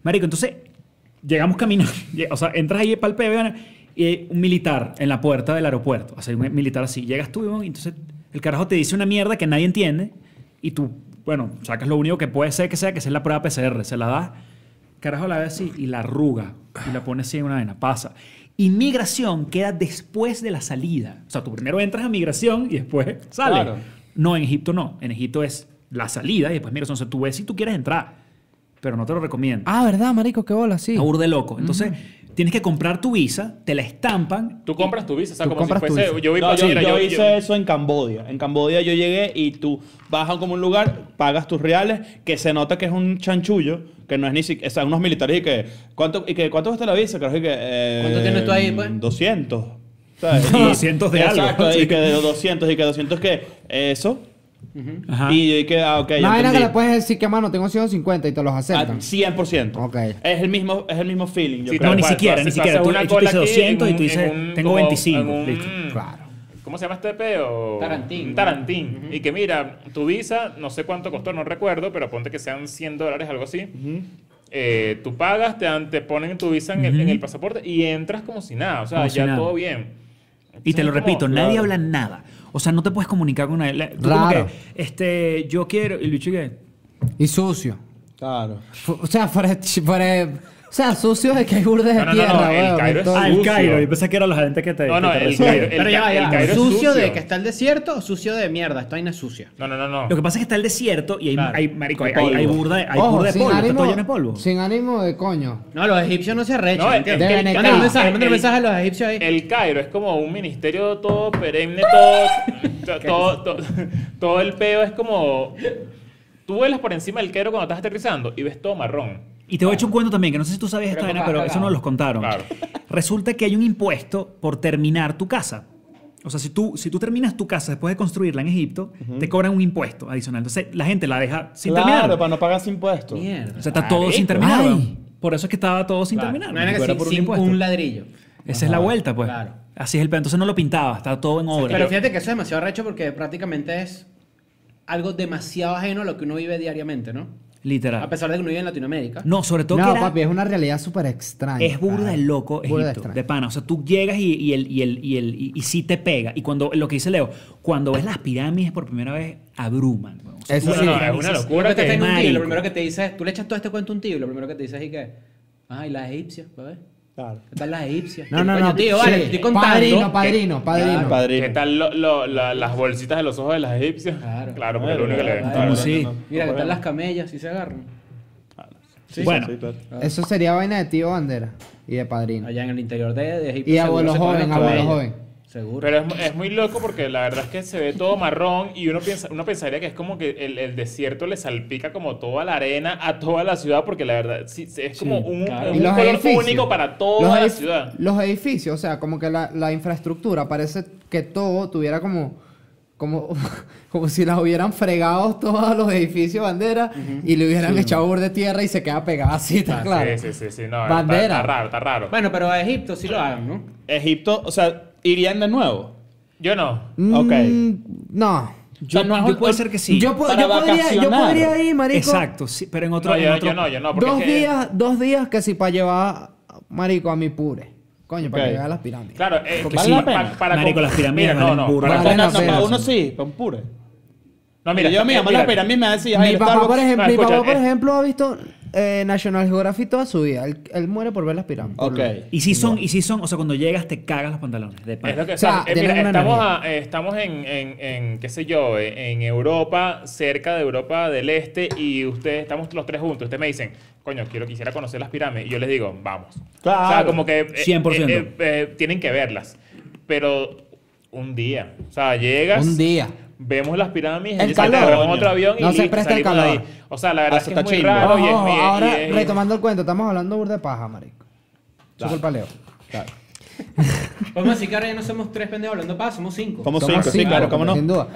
[SPEAKER 5] Marico, entonces llegamos caminando. lle- O sea, entras ahí para el peo weón, y hay un militar en la puerta del aeropuerto. O sea, un militar así. Llegas tú weón, y entonces el carajo te dice una mierda que nadie entiende y tú, bueno, sacas lo único que puede ser que sea que sea la prueba PCR. Se la das. Carajo la ve así y la arruga y la pone así en una vena. Pasa. Inmigración queda después de la salida. O sea, tú primero entras a migración y después sales.
[SPEAKER 2] Claro.
[SPEAKER 5] No, en Egipto no. En Egipto es la salida y después migración. O sea, tú ves si tú quieres entrar, pero no te lo recomiendo.
[SPEAKER 3] Ah, ¿verdad, marico? Qué bola, sí.
[SPEAKER 5] Está burde loco. Entonces, tienes que comprar tu visa, te la estampan.
[SPEAKER 4] Tú compras tu visa, o sea,
[SPEAKER 3] Tú
[SPEAKER 4] como si
[SPEAKER 3] compras tu
[SPEAKER 4] fuese.
[SPEAKER 3] visa.
[SPEAKER 4] Yo vi
[SPEAKER 2] No, yo,
[SPEAKER 4] mira,
[SPEAKER 2] yo
[SPEAKER 4] yo-
[SPEAKER 2] hice
[SPEAKER 4] yo-
[SPEAKER 2] eso en Cambodia. En Cambodia yo llegué y tú vas a como un lugar, pagas tus reales, que se nota que es un chanchullo, que no es ni siquiera... O sea, unos militares y que... ¿Cuánto, y que, ¿cuánto cuesta la visa? Creo que... eh,
[SPEAKER 1] ¿Cuánto tienes tú ahí, pues?
[SPEAKER 2] 200. ¿sabes? Y-
[SPEAKER 5] 200 de algo.
[SPEAKER 2] Exacto,
[SPEAKER 5] Sí.
[SPEAKER 2] y que de 200, y que 200 que... Eso.
[SPEAKER 5] Ajá.
[SPEAKER 2] Y yo dije, ah, ok, ya
[SPEAKER 3] Una vaina que
[SPEAKER 2] entendí.
[SPEAKER 3] le puedes decir que, mano, tengo 150 y te los
[SPEAKER 2] Ah,
[SPEAKER 3] aceptan.
[SPEAKER 2] 100%.
[SPEAKER 3] Ok.
[SPEAKER 2] Es el mismo, es el mismo feeling, yo
[SPEAKER 4] Sí,
[SPEAKER 2] creo.
[SPEAKER 5] no,
[SPEAKER 4] tal
[SPEAKER 5] ni
[SPEAKER 4] cual,
[SPEAKER 5] siquiera,
[SPEAKER 4] tú
[SPEAKER 5] ni
[SPEAKER 4] haces-
[SPEAKER 5] siquiera.
[SPEAKER 4] haces
[SPEAKER 5] Tú-
[SPEAKER 4] una
[SPEAKER 5] tú dices
[SPEAKER 4] cola aquí
[SPEAKER 5] 200 y tú
[SPEAKER 4] en
[SPEAKER 5] dices,
[SPEAKER 4] en
[SPEAKER 5] tengo 25, listo.
[SPEAKER 3] Claro.
[SPEAKER 4] ¿Cómo se llama este peo?
[SPEAKER 1] Tarantín.
[SPEAKER 4] Un Tarantín. Y que mira, tu visa, no sé cuánto costó, no recuerdo, pero ponte que sean 100 dólares, algo así. Eh, tú pagas, te, dan- te ponen tu visa en, el, en el pasaporte y entras como si nada. O sea,
[SPEAKER 5] Como si
[SPEAKER 4] ya
[SPEAKER 5] nada.
[SPEAKER 4] todo bien.
[SPEAKER 5] Y te
[SPEAKER 4] Entonces,
[SPEAKER 5] lo
[SPEAKER 4] como-
[SPEAKER 5] repito, nadie
[SPEAKER 4] Claro.
[SPEAKER 5] habla nada. O sea, no te puedes comunicar con nadie. La- tú como
[SPEAKER 3] Raro.
[SPEAKER 5] que, este, yo quiero. Y el bicho que.
[SPEAKER 3] Y sucio.
[SPEAKER 2] Claro.
[SPEAKER 3] Fu- O sea, fuera, chi- fuera- o sea, sucio de que hay burdes de
[SPEAKER 4] No, no, no,
[SPEAKER 3] tierra,
[SPEAKER 4] el
[SPEAKER 3] weón,
[SPEAKER 4] Cairo es
[SPEAKER 3] entonces-
[SPEAKER 5] Ah,
[SPEAKER 4] sucio.
[SPEAKER 5] el Cairo. Yo pensé que eran los agentes que te.
[SPEAKER 4] No, no,
[SPEAKER 5] que te
[SPEAKER 4] el
[SPEAKER 5] reciben.
[SPEAKER 4] Cairo, el,
[SPEAKER 1] Pero ya
[SPEAKER 4] Ca-
[SPEAKER 1] va, ya
[SPEAKER 4] el
[SPEAKER 1] va.
[SPEAKER 4] Cairo es
[SPEAKER 1] sucio,
[SPEAKER 4] sucio.
[SPEAKER 1] de que está el desierto o sucio de mierda. Esta vaina es sucia.
[SPEAKER 4] No, no, no, no.
[SPEAKER 5] Lo que pasa es que está el desierto y hay, hay, marico, hay,
[SPEAKER 2] Polvo.
[SPEAKER 5] hay- hay burda, hay
[SPEAKER 3] Ojo,
[SPEAKER 5] burda de
[SPEAKER 3] sin
[SPEAKER 5] polvo. Está
[SPEAKER 3] ánimo-
[SPEAKER 5] todo lleno de polvo.
[SPEAKER 3] Sin ánimo de coño.
[SPEAKER 1] No, los egipcios no se arrechan.
[SPEAKER 4] No, es-
[SPEAKER 1] ¿entiendes?
[SPEAKER 3] es que el-
[SPEAKER 1] Mándale un
[SPEAKER 3] el-
[SPEAKER 1] mensaje, mándale un
[SPEAKER 4] el-
[SPEAKER 1] mensaje a los egipcios ahí.
[SPEAKER 4] El Cairo es como un ministerio todo perenne, todo, to- todo, to- todo el peo es como... Tú vuelas por encima del Cairo cuando estás aterrizando y ves todo marrón.
[SPEAKER 5] Y te voy a echar un cuento también, que no sé si tú sabías esta
[SPEAKER 1] Pero
[SPEAKER 5] vaina,
[SPEAKER 1] papá,
[SPEAKER 5] pero eso no
[SPEAKER 1] cagado.
[SPEAKER 5] los contaron.
[SPEAKER 4] Claro.
[SPEAKER 5] Resulta que hay un impuesto por terminar tu casa. O sea, si tú, si tú terminas tu casa después de construirla en Egipto, te cobran un impuesto adicional. Entonces, la gente la deja sin
[SPEAKER 2] claro,
[SPEAKER 5] terminar.
[SPEAKER 2] para no pagar impuestos.
[SPEAKER 1] Mierda.
[SPEAKER 5] O sea, está todo sin terminar. weón. Por eso es que estaba todo sin
[SPEAKER 1] Claro.
[SPEAKER 5] terminar.
[SPEAKER 1] No era
[SPEAKER 5] porque
[SPEAKER 1] que
[SPEAKER 5] era
[SPEAKER 1] sin-
[SPEAKER 5] por un
[SPEAKER 1] sin
[SPEAKER 5] impuesto.
[SPEAKER 1] un ladrillo.
[SPEAKER 5] Esa es la vuelta, pues.
[SPEAKER 1] Claro.
[SPEAKER 5] Así es el pedo. Entonces no lo pintaba, estaba todo en obra.
[SPEAKER 1] Pero fíjate que eso es demasiado arrecho porque prácticamente es algo demasiado ajeno a lo que uno vive diariamente, ¿no?
[SPEAKER 5] Literal.
[SPEAKER 1] A pesar de que uno vive en Latinoamérica.
[SPEAKER 5] No, sobre todo que
[SPEAKER 3] No,
[SPEAKER 5] era-
[SPEAKER 3] papi, es una realidad súper extraña.
[SPEAKER 5] Es burda
[SPEAKER 3] de
[SPEAKER 5] de loco
[SPEAKER 3] Burda de
[SPEAKER 5] Egipto,
[SPEAKER 3] extraño.
[SPEAKER 5] de pana. O sea, tú llegas y, y, el, y, el, y, el, y, y sí te pega. Y cuando, lo que dice Leo, cuando ves las pirámides por primera vez, abruman. weón. O sea,
[SPEAKER 3] Eso
[SPEAKER 5] tú ves
[SPEAKER 3] sí.
[SPEAKER 5] las
[SPEAKER 4] No, no, es una
[SPEAKER 5] pirámides,
[SPEAKER 4] locura
[SPEAKER 1] Tú te
[SPEAKER 4] que-
[SPEAKER 1] en un tío y
[SPEAKER 5] Marico.
[SPEAKER 1] lo primero que te dices, tú le echas todo este cuento a un tío y lo primero que te dices es que, ay, las egipcias, ¿sabes?
[SPEAKER 2] Claro.
[SPEAKER 1] Están las egipcias.
[SPEAKER 3] No, no,
[SPEAKER 1] Coño,
[SPEAKER 3] no.
[SPEAKER 1] Tío, vale,
[SPEAKER 3] sí.
[SPEAKER 1] te estoy contando.
[SPEAKER 3] Padrino,
[SPEAKER 1] que-
[SPEAKER 3] padrino, padrino.
[SPEAKER 4] ¿Qué
[SPEAKER 2] Padrino.
[SPEAKER 4] tal lo- lo- la- las bolsitas de los ojos de las egipcias?
[SPEAKER 1] Claro.
[SPEAKER 4] porque es lo único que le ven.
[SPEAKER 1] Claro,
[SPEAKER 4] Claro.
[SPEAKER 5] Como si-
[SPEAKER 1] Mira, que están las camellas y se agarran.
[SPEAKER 5] Bueno.
[SPEAKER 3] Eso sería vaina de tío bandera y de padrino.
[SPEAKER 1] Allá en el interior de, de Egipto.
[SPEAKER 3] Y
[SPEAKER 1] seguro
[SPEAKER 3] abuelo
[SPEAKER 1] se comen
[SPEAKER 3] joven,
[SPEAKER 1] las
[SPEAKER 3] abuelo
[SPEAKER 1] camellas.
[SPEAKER 3] joven.
[SPEAKER 1] Seguro.
[SPEAKER 4] Pero es, mu- es muy loco porque la verdad es que se ve todo marrón y uno, piensa, uno pensaría que es como que el, el desierto le salpica como toda la arena a toda la ciudad porque la verdad sí, sí, es como un,
[SPEAKER 1] claro.
[SPEAKER 4] un
[SPEAKER 3] Y los
[SPEAKER 4] color
[SPEAKER 3] edificios.
[SPEAKER 4] único para toda
[SPEAKER 3] Los,
[SPEAKER 4] la
[SPEAKER 3] edif-
[SPEAKER 4] ciudad.
[SPEAKER 3] los edificios, o sea, como que la, la infraestructura parece que todo tuviera como, como, como si las hubieran fregado todos los edificios bandera y le hubieran echado burda de tierra y se queda pegada así, está
[SPEAKER 4] Ah,
[SPEAKER 3] claro.
[SPEAKER 4] Sí, sí, sí, sí, no,
[SPEAKER 3] Bandera.
[SPEAKER 4] Está, está raro, está raro.
[SPEAKER 1] Bueno, pero a Egipto sí lo hagan, ¿no?
[SPEAKER 2] Egipto, o sea, irían de nuevo.
[SPEAKER 4] Yo no.
[SPEAKER 2] Ok.
[SPEAKER 3] Mm, No.
[SPEAKER 5] Yo,
[SPEAKER 2] O sea, no es
[SPEAKER 5] yo-
[SPEAKER 2] un-
[SPEAKER 5] puede ser que sí.
[SPEAKER 3] Yo, po-
[SPEAKER 2] Para
[SPEAKER 3] yo podría, yo
[SPEAKER 2] vacacionar.
[SPEAKER 3] podría ir, marico.
[SPEAKER 5] Exacto, sí, pero en otro.
[SPEAKER 4] No,
[SPEAKER 5] en
[SPEAKER 4] yo,
[SPEAKER 5] otro-
[SPEAKER 4] yo no, yo no. Porque
[SPEAKER 3] Dos
[SPEAKER 4] es que-
[SPEAKER 3] días, dos días que si para llevar, marico, a mi pure. Coño, para
[SPEAKER 2] Ok.
[SPEAKER 3] llegar a las pirámides.
[SPEAKER 4] Claro, eh,
[SPEAKER 2] Porque
[SPEAKER 4] pa-
[SPEAKER 2] sí,
[SPEAKER 4] pa- para
[SPEAKER 5] marico,
[SPEAKER 4] com-
[SPEAKER 5] las pirámides
[SPEAKER 4] Mira, no,
[SPEAKER 5] valen
[SPEAKER 4] no.
[SPEAKER 5] burro.
[SPEAKER 4] para
[SPEAKER 3] Vale
[SPEAKER 4] com-
[SPEAKER 3] la
[SPEAKER 2] no, no,
[SPEAKER 3] pena,
[SPEAKER 2] para
[SPEAKER 3] sí.
[SPEAKER 2] uno sí, para un pure.
[SPEAKER 4] No, mira.
[SPEAKER 2] yo a mi
[SPEAKER 4] eh,
[SPEAKER 2] mamá
[SPEAKER 4] mira,
[SPEAKER 2] la pirámide me decía,
[SPEAKER 3] Mi papá, por ejemplo,
[SPEAKER 4] No,
[SPEAKER 2] Ah,
[SPEAKER 3] mi papá,
[SPEAKER 4] escucha,
[SPEAKER 3] por
[SPEAKER 4] eh.
[SPEAKER 3] ejemplo, ha visto eh, National Geographic toda su vida. Él, él muere por ver las pirámides.
[SPEAKER 2] Ok.
[SPEAKER 5] Y si son, y si son, o sea, cuando llegas te cagas los pantalones. De pan.
[SPEAKER 4] Es lo que,
[SPEAKER 3] O sea,
[SPEAKER 4] o sea, eh,
[SPEAKER 3] tienen
[SPEAKER 4] mira,
[SPEAKER 3] una
[SPEAKER 4] estamos, a- eh, estamos en, en- en, qué sé yo, eh, en Europa, cerca de Europa del Este, y ustedes, estamos los tres juntos. Ustedes me dicen, coño, quiero, quisiera conocer las pirámides. Y yo les digo, vamos. O sea,
[SPEAKER 2] Claro.
[SPEAKER 4] como que... eh,
[SPEAKER 5] 100%.
[SPEAKER 4] eh, eh, eh, tienen que verlas. Pero un día. O sea, llegas...
[SPEAKER 3] Un día.
[SPEAKER 4] Vemos las pirámides,
[SPEAKER 3] El
[SPEAKER 4] y se te
[SPEAKER 3] calor.
[SPEAKER 4] agarran otro avión y
[SPEAKER 3] No se
[SPEAKER 4] listo,
[SPEAKER 3] presta el
[SPEAKER 4] salimos de ahí.
[SPEAKER 3] calor.
[SPEAKER 4] O sea, la verdad
[SPEAKER 2] Ah, Eso
[SPEAKER 4] es que es
[SPEAKER 2] está
[SPEAKER 4] muy
[SPEAKER 2] chimbo.
[SPEAKER 4] raro. y es,
[SPEAKER 3] Ojo,
[SPEAKER 4] y es-
[SPEAKER 3] ahora,
[SPEAKER 4] y es-
[SPEAKER 3] retomando el cuento, estamos hablando burda de paja, marico. Eso es culpa de Leo.
[SPEAKER 1] Vamos a decir que ahora ya no somos tres pendejos hablando paja, somos cinco.
[SPEAKER 2] Somos
[SPEAKER 3] Somos
[SPEAKER 2] cinco, sí,
[SPEAKER 3] cinco,
[SPEAKER 2] claro, cómo no.
[SPEAKER 3] Sin duda.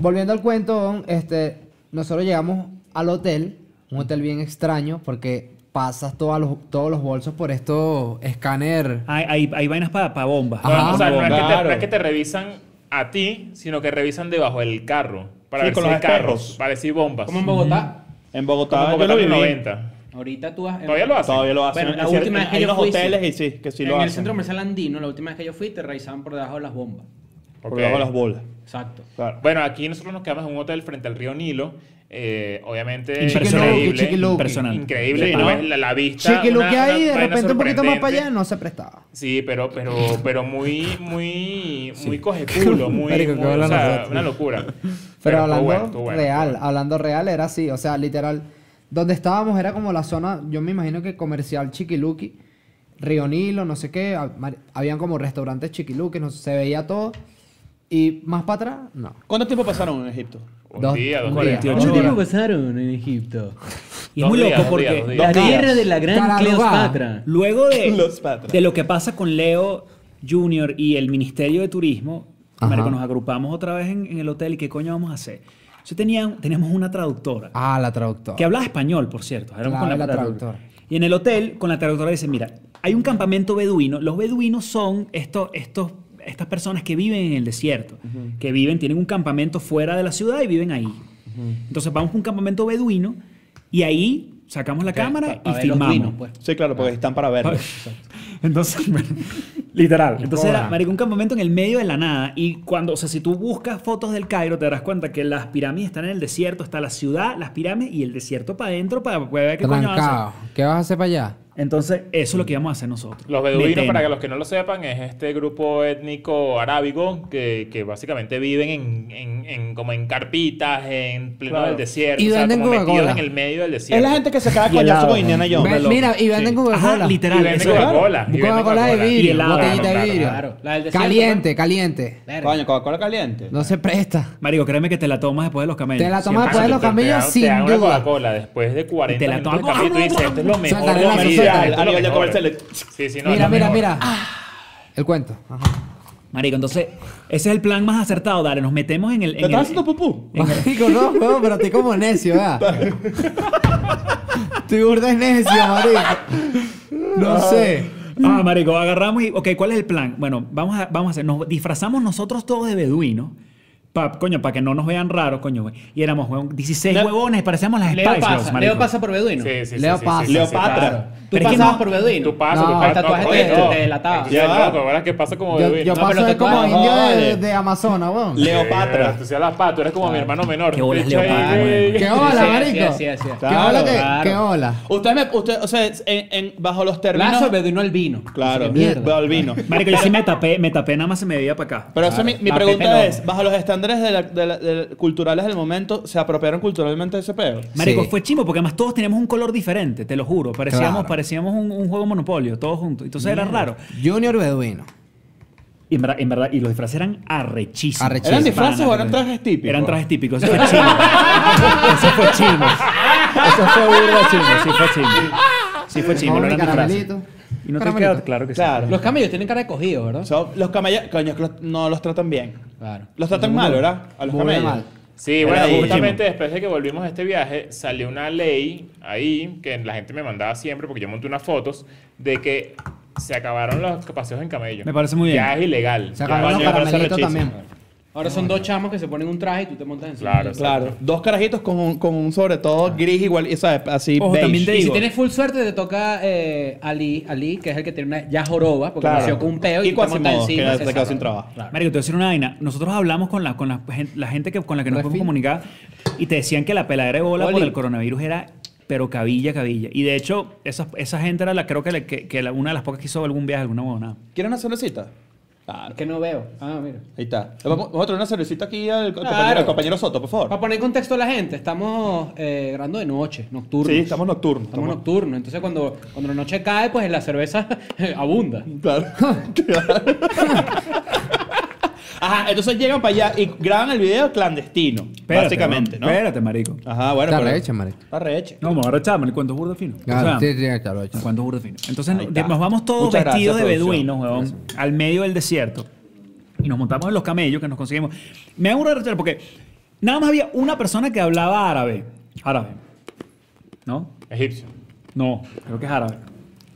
[SPEAKER 3] Volviendo al cuento, Don, este, nosotros llegamos al hotel, un hotel bien extraño, porque pasas todos los, todos los bolsos por estos escáner.
[SPEAKER 5] Hay, hay, hay vainas para bombas.
[SPEAKER 4] No,
[SPEAKER 3] Ajá.
[SPEAKER 4] o sea, no es, que te,
[SPEAKER 2] Claro.
[SPEAKER 4] no es que te revisan a ti, sino que revisan debajo del carro. Para
[SPEAKER 2] Sí,
[SPEAKER 4] ver
[SPEAKER 2] con
[SPEAKER 4] si
[SPEAKER 2] los
[SPEAKER 4] hay carros,
[SPEAKER 2] espejos.
[SPEAKER 4] para decir bombas.
[SPEAKER 1] Como en Bogotá.
[SPEAKER 2] En
[SPEAKER 4] Como
[SPEAKER 2] Bogotá, yo
[SPEAKER 4] Bogotá
[SPEAKER 2] lo
[SPEAKER 4] en los
[SPEAKER 2] viví.
[SPEAKER 4] 90.
[SPEAKER 1] Ahorita tú vas.
[SPEAKER 4] Todavía lo hacen.
[SPEAKER 2] Todavía lo hacen.
[SPEAKER 1] Bueno, la
[SPEAKER 2] Es decir,
[SPEAKER 1] última vez que
[SPEAKER 2] hay
[SPEAKER 1] yo
[SPEAKER 2] unos
[SPEAKER 1] fui, sí.
[SPEAKER 2] hoteles y sí, que sí
[SPEAKER 1] en
[SPEAKER 2] lo
[SPEAKER 1] el
[SPEAKER 2] hacen.
[SPEAKER 1] centro comercial andino, la última vez que yo fui, te revisaban por debajo de las bombas.
[SPEAKER 2] Por
[SPEAKER 4] Ok.
[SPEAKER 2] debajo de las bolas.
[SPEAKER 1] Exacto.
[SPEAKER 2] Claro.
[SPEAKER 4] Bueno, aquí nosotros nos quedamos en un hotel frente al río Nilo. Eh, obviamente,
[SPEAKER 5] Impresionante.
[SPEAKER 3] Chiquiluqui.
[SPEAKER 5] Impresionante.
[SPEAKER 4] Increíble.
[SPEAKER 2] Sí,
[SPEAKER 4] tú
[SPEAKER 2] ¿no?
[SPEAKER 4] ves la, la vista.
[SPEAKER 3] Chiqui, lo
[SPEAKER 4] una-
[SPEAKER 3] que hay,
[SPEAKER 4] una
[SPEAKER 3] de
[SPEAKER 4] vaina
[SPEAKER 3] repente un poquito más para
[SPEAKER 4] sorprendente.
[SPEAKER 3] allá, no se prestaba.
[SPEAKER 4] Sí, pero, pero, pero muy, muy, muy cojeculo, muy,
[SPEAKER 3] Marico,
[SPEAKER 4] muy-
[SPEAKER 3] qué bola
[SPEAKER 4] o sea,
[SPEAKER 3] nosotros.
[SPEAKER 4] una locura.
[SPEAKER 3] Pero
[SPEAKER 4] estuvo
[SPEAKER 3] hablando
[SPEAKER 4] bueno, estuvo bueno,
[SPEAKER 3] real,
[SPEAKER 4] estuvo bueno.
[SPEAKER 3] hablando real era así, o sea, literal, donde estábamos era como la zona, yo me imagino que comercial Chiquiluqui, Río Nilo, no sé qué, ha- mar- habían como restaurantes Chiquiluqui, no sé, se veía todo. Y más para atrás, no.
[SPEAKER 2] ¿Cuánto tiempo pasaron en Egipto?
[SPEAKER 4] Un
[SPEAKER 3] Dos-
[SPEAKER 4] día, dos
[SPEAKER 3] un
[SPEAKER 4] días,
[SPEAKER 3] día.
[SPEAKER 4] ¿no?
[SPEAKER 3] Ocho horas.
[SPEAKER 1] pasaron en Egipto?
[SPEAKER 5] Y es
[SPEAKER 4] Dos
[SPEAKER 5] muy
[SPEAKER 4] días,
[SPEAKER 5] loco
[SPEAKER 4] dos días, dos
[SPEAKER 5] porque
[SPEAKER 4] días.
[SPEAKER 2] Dos días.
[SPEAKER 1] la
[SPEAKER 3] Tararugá.
[SPEAKER 5] luego
[SPEAKER 2] Los
[SPEAKER 5] de,
[SPEAKER 2] patas.
[SPEAKER 5] de lo que pasa con Leo Junior y el Ministerio de Turismo,
[SPEAKER 3] Ajá.
[SPEAKER 5] marico, nos agrupamos otra vez en, en el hotel y qué coño vamos a hacer. Yo tenía, teníamos una traductora.
[SPEAKER 3] Ah, la traductora.
[SPEAKER 5] Que hablaba español, por cierto. Hablamos
[SPEAKER 3] Claro,
[SPEAKER 5] con la,
[SPEAKER 3] la
[SPEAKER 5] traductora.
[SPEAKER 3] traductora.
[SPEAKER 5] Y en el hotel, con la traductora dice, mira, hay un campamento beduino. Los beduinos son estos, estos, estas personas que viven en el desierto. Que viven, tienen un campamento fuera de la ciudad y viven ahí. Entonces vamos a un campamento beduino y ahí sacamos la cámara y filmamos.
[SPEAKER 1] pues.
[SPEAKER 2] Sí, claro, porque están para verlo.
[SPEAKER 5] Entonces, bueno, literal.
[SPEAKER 3] Y
[SPEAKER 5] Entonces
[SPEAKER 3] joda.
[SPEAKER 5] era, marico, un campamento en el medio de la nada. Y cuando, o sea, si tú buscas fotos del Cairo, te darás cuenta que las pirámides están en el desierto, está la ciudad, las pirámides y el desierto para adentro para poder ver qué coño vas a
[SPEAKER 3] Trancado.
[SPEAKER 5] hacer.
[SPEAKER 3] ¿Qué vas a hacer para allá?
[SPEAKER 5] Entonces, eso es lo que íbamos a hacer nosotros.
[SPEAKER 4] Los beduinos,
[SPEAKER 5] Metemos.
[SPEAKER 4] para que los que no lo sepan, es este grupo étnico arábigo que, que básicamente viven en, en- en- como en carpitas, en pleno
[SPEAKER 2] Claro.
[SPEAKER 4] del desierto,
[SPEAKER 3] Y
[SPEAKER 4] o sea,
[SPEAKER 3] venden
[SPEAKER 4] como metidos
[SPEAKER 3] Coca-Cola.
[SPEAKER 4] en el medio del
[SPEAKER 2] Es
[SPEAKER 4] desierto.
[SPEAKER 2] la gente que se caga
[SPEAKER 5] Y helado.
[SPEAKER 2] coñazo con Indiana
[SPEAKER 3] Ve-
[SPEAKER 2] Jones.
[SPEAKER 3] mira, y venden Coca-Cola.
[SPEAKER 5] Ajá,
[SPEAKER 4] y
[SPEAKER 5] literal.
[SPEAKER 4] venden
[SPEAKER 5] eso es.
[SPEAKER 4] Coca-Cola. y venden
[SPEAKER 3] Coca-Cola de
[SPEAKER 4] Coca-Cola.
[SPEAKER 3] vidrio,
[SPEAKER 5] helado.
[SPEAKER 3] botellita de
[SPEAKER 4] Claro,
[SPEAKER 3] vidrio.
[SPEAKER 1] claro, claro. La del desierto,
[SPEAKER 3] caliente, caliente.
[SPEAKER 2] Coño, Coca-Cola caliente.
[SPEAKER 3] No se presta.
[SPEAKER 5] Marico, créeme que te la tomas después de los camellos.
[SPEAKER 3] Te la tomas
[SPEAKER 5] Siempre.
[SPEAKER 4] Mano,
[SPEAKER 3] después
[SPEAKER 4] te-
[SPEAKER 3] de pues, los
[SPEAKER 4] te- te
[SPEAKER 3] camellos
[SPEAKER 4] dan-
[SPEAKER 3] sin
[SPEAKER 4] Te dan una
[SPEAKER 3] duda.
[SPEAKER 4] Coca-Cola después de 40
[SPEAKER 5] Y te la
[SPEAKER 4] minutos de
[SPEAKER 5] tomas.
[SPEAKER 4] café y tú dices, esto es lo mejor
[SPEAKER 3] Suéltale,
[SPEAKER 4] de mi
[SPEAKER 3] Lazo,
[SPEAKER 4] vida, esto es
[SPEAKER 3] suéltale.
[SPEAKER 4] lo
[SPEAKER 2] Adiós, ya
[SPEAKER 4] mejor".
[SPEAKER 2] comérsele.
[SPEAKER 4] Sí, sí, no, Ah.
[SPEAKER 3] Mira,
[SPEAKER 4] es lo
[SPEAKER 3] mira,
[SPEAKER 4] mejor.
[SPEAKER 3] mira. El cuento. Ajá.
[SPEAKER 5] Marico, entonces, ese es el plan más acertado. Dale, nos metemos en el. en
[SPEAKER 2] ¿Te estás
[SPEAKER 5] el-
[SPEAKER 2] haciendo pupú?
[SPEAKER 3] Marico, no, huevón, pero estoy como necio, ¿verdad? Estoy burda de necio, marico. No sé.
[SPEAKER 5] Ah, marico, agarramos y... Ok, ¿cuál es el plan? Bueno, vamos a, vamos a hacer... Nos disfrazamos nosotros todos de beduinos. Pa, coño, para que no nos vean raros, coño, güey. Y éramos huevón, 16
[SPEAKER 2] Leo-
[SPEAKER 5] huevones, parecíamos las
[SPEAKER 1] Leo
[SPEAKER 5] Spice Girls,
[SPEAKER 1] pasa,
[SPEAKER 5] marico.
[SPEAKER 1] Leo pasa por beduino.
[SPEAKER 4] Sí, sí, sí,
[SPEAKER 3] Leo
[SPEAKER 4] sí, sí,
[SPEAKER 3] pasa.
[SPEAKER 4] sí, sí,
[SPEAKER 2] Leopatra.
[SPEAKER 4] claro.
[SPEAKER 1] Tú
[SPEAKER 5] Pero es que
[SPEAKER 1] pasabas
[SPEAKER 5] no-
[SPEAKER 1] por beduino.
[SPEAKER 4] Tú pasas,
[SPEAKER 3] No,
[SPEAKER 4] tú
[SPEAKER 3] el
[SPEAKER 4] pasas.
[SPEAKER 1] tatuaje
[SPEAKER 4] oye,
[SPEAKER 1] te-
[SPEAKER 4] no.
[SPEAKER 1] te delataba.
[SPEAKER 4] Sí,
[SPEAKER 2] Ya va.
[SPEAKER 4] loco, ahora que pasa como
[SPEAKER 3] Yo,
[SPEAKER 4] beduino.
[SPEAKER 3] yo
[SPEAKER 1] No, pero
[SPEAKER 3] paso de
[SPEAKER 1] te
[SPEAKER 3] como
[SPEAKER 1] cuadra,
[SPEAKER 3] indio de,
[SPEAKER 2] vale.
[SPEAKER 3] de Amazonas, weón.
[SPEAKER 2] Leopatra.
[SPEAKER 4] Eh, Tú seas la pata, tú eres como mi hermano menor.
[SPEAKER 5] Qué bolas,
[SPEAKER 4] Te echa ahí,
[SPEAKER 5] Leopatra,
[SPEAKER 4] güey.
[SPEAKER 3] ¿Qué
[SPEAKER 1] Sí,
[SPEAKER 3] hola,
[SPEAKER 1] sí,
[SPEAKER 3] marico?
[SPEAKER 1] sí, sí, sí.
[SPEAKER 3] ¿Qué hola? qué-
[SPEAKER 1] Claro.
[SPEAKER 3] ¿Qué hola?
[SPEAKER 2] Usted me, usted, o sea, es- en, en- bajo los términos.
[SPEAKER 1] Lazo beduino albino.
[SPEAKER 2] Claro,
[SPEAKER 3] mierda.
[SPEAKER 2] bajo el vino.
[SPEAKER 5] Marico, yo sí me tapé, me tapé nada más se me veía para acá.
[SPEAKER 2] Pero eso es mi, mi
[SPEAKER 1] Ah,
[SPEAKER 2] pregunta
[SPEAKER 1] Pepe no.
[SPEAKER 2] es, bajo los estándares de la- de la- de la- culturales del momento, ¿se apropiaron culturalmente de ese pedo?
[SPEAKER 5] Marico,
[SPEAKER 3] Sí.
[SPEAKER 5] fue chimbo porque además todos teníamos un color diferente, te lo juro. Parecíamos,
[SPEAKER 3] Claro.
[SPEAKER 5] parecíamos un, un juego monopolio, todos juntos. Entonces era raro.
[SPEAKER 3] Junior Beduino.
[SPEAKER 5] Y en verdad, en verdad, y los disfraces eran arrechísimos.
[SPEAKER 3] Arrechísimos.
[SPEAKER 2] ¿Eran
[SPEAKER 5] Sí,
[SPEAKER 2] disfraces
[SPEAKER 5] pana,
[SPEAKER 2] o eran
[SPEAKER 5] pana.
[SPEAKER 2] trajes típicos?
[SPEAKER 5] Eran trajes típicos, eso fue chimbo. eso fue chimbo. Eso fue burda chimbo, sí fue chimbo. Sí fue chimbo, no
[SPEAKER 3] Vamos, mi
[SPEAKER 5] eran disfraces.
[SPEAKER 3] caramelito.
[SPEAKER 5] Y no te
[SPEAKER 3] Caramelito.
[SPEAKER 5] queda claro que sí.
[SPEAKER 2] Claro.
[SPEAKER 1] Los camellos tienen cara de cogidos, ¿verdad?
[SPEAKER 2] Son- los camellos, coño, que los- no los tratan bien.
[SPEAKER 1] Claro.
[SPEAKER 2] Los tratan mal, ¿verdad? A los
[SPEAKER 3] Muy
[SPEAKER 2] camellos.
[SPEAKER 3] mal.
[SPEAKER 4] Sí,
[SPEAKER 2] Era
[SPEAKER 4] bueno,
[SPEAKER 2] ahí.
[SPEAKER 4] justamente después de que volvimos de este viaje, salió una ley ahí que la gente me mandaba siempre porque yo monté unas fotos de que se acabaron los paseos en camello.
[SPEAKER 5] Me parece muy bien.
[SPEAKER 4] Ya es ilegal.
[SPEAKER 3] Se
[SPEAKER 4] Ya-
[SPEAKER 3] acabaron los
[SPEAKER 2] coño, me parece
[SPEAKER 3] caramelitos
[SPEAKER 2] rechísimo.
[SPEAKER 3] también.
[SPEAKER 1] Ahora son dos chamos que se ponen un traje y tú te montas encima.
[SPEAKER 4] Claro,
[SPEAKER 1] Y
[SPEAKER 2] Claro. Dos carajitos con un, con un sobre todo gris igual, y ¿sabes? Así
[SPEAKER 5] Ojo,
[SPEAKER 2] beige.
[SPEAKER 5] también te
[SPEAKER 1] si
[SPEAKER 5] digo.
[SPEAKER 1] tienes full suerte, te toca eh, Ali, Ali, que es el que tiene una ya joroba, porque
[SPEAKER 2] Claro.
[SPEAKER 1] nació con un peo y,
[SPEAKER 2] Y
[SPEAKER 1] tú te montas
[SPEAKER 2] Quasimodo,
[SPEAKER 1] encima.
[SPEAKER 2] que se quedó sin
[SPEAKER 1] exacto.
[SPEAKER 2] trabajo.
[SPEAKER 1] Claro.
[SPEAKER 5] Marico, te voy a decir una vaina. Nosotros hablamos con la, con la, gen- la gente que, con la que nos podemos comunicar y te decían que la peladera de bola por
[SPEAKER 1] Oli.
[SPEAKER 5] el coronavirus era pero cabilla, cabilla. Y de hecho, esa, esa gente era la, creo que, la- que, que la- una de las pocas que hizo algún viaje, alguna huevonada.
[SPEAKER 2] ¿Quieren una cervecita? Claro.
[SPEAKER 1] Que no veo. Ah, mira.
[SPEAKER 2] Ahí está. Vamos, vamos a traer una cervecita aquí al, al
[SPEAKER 1] Claro.
[SPEAKER 2] compañero, al compañero Soto, por
[SPEAKER 1] Para
[SPEAKER 2] favor.
[SPEAKER 1] poner en contexto a la gente, estamos eh, grabando de noche, nocturno.
[SPEAKER 2] Sí, estamos nocturnos.
[SPEAKER 1] Estamos nocturnos. Entonces, cuando, cuando la noche cae, pues la cerveza abunda.
[SPEAKER 2] Claro. Ajá, entonces llegan para allá y graban el video clandestino,
[SPEAKER 5] Espérate,
[SPEAKER 2] básicamente,
[SPEAKER 5] ¿no?
[SPEAKER 2] ¿no?
[SPEAKER 5] Espérate, marico.
[SPEAKER 2] Ajá, bueno,
[SPEAKER 3] Está
[SPEAKER 2] pero...
[SPEAKER 3] recha, marico.
[SPEAKER 2] Está reche.
[SPEAKER 5] No, me ahora chama, el cuento burda fino.
[SPEAKER 3] Claro,
[SPEAKER 5] O sea,
[SPEAKER 3] sí, sí, está recha.
[SPEAKER 5] el cuento burda fino. Entonces
[SPEAKER 2] Ahí está.
[SPEAKER 5] de- nos vamos todos
[SPEAKER 2] Muchas
[SPEAKER 5] vestidos
[SPEAKER 2] gracias,
[SPEAKER 5] de
[SPEAKER 2] producción.
[SPEAKER 5] beduinos, huevón, al medio del desierto. Y nos montamos en los camellos que nos conseguimos. Me da una rechera porque nada más había una persona que hablaba árabe. Árabe. ¿No?
[SPEAKER 4] Egipcio.
[SPEAKER 5] No, creo que es árabe.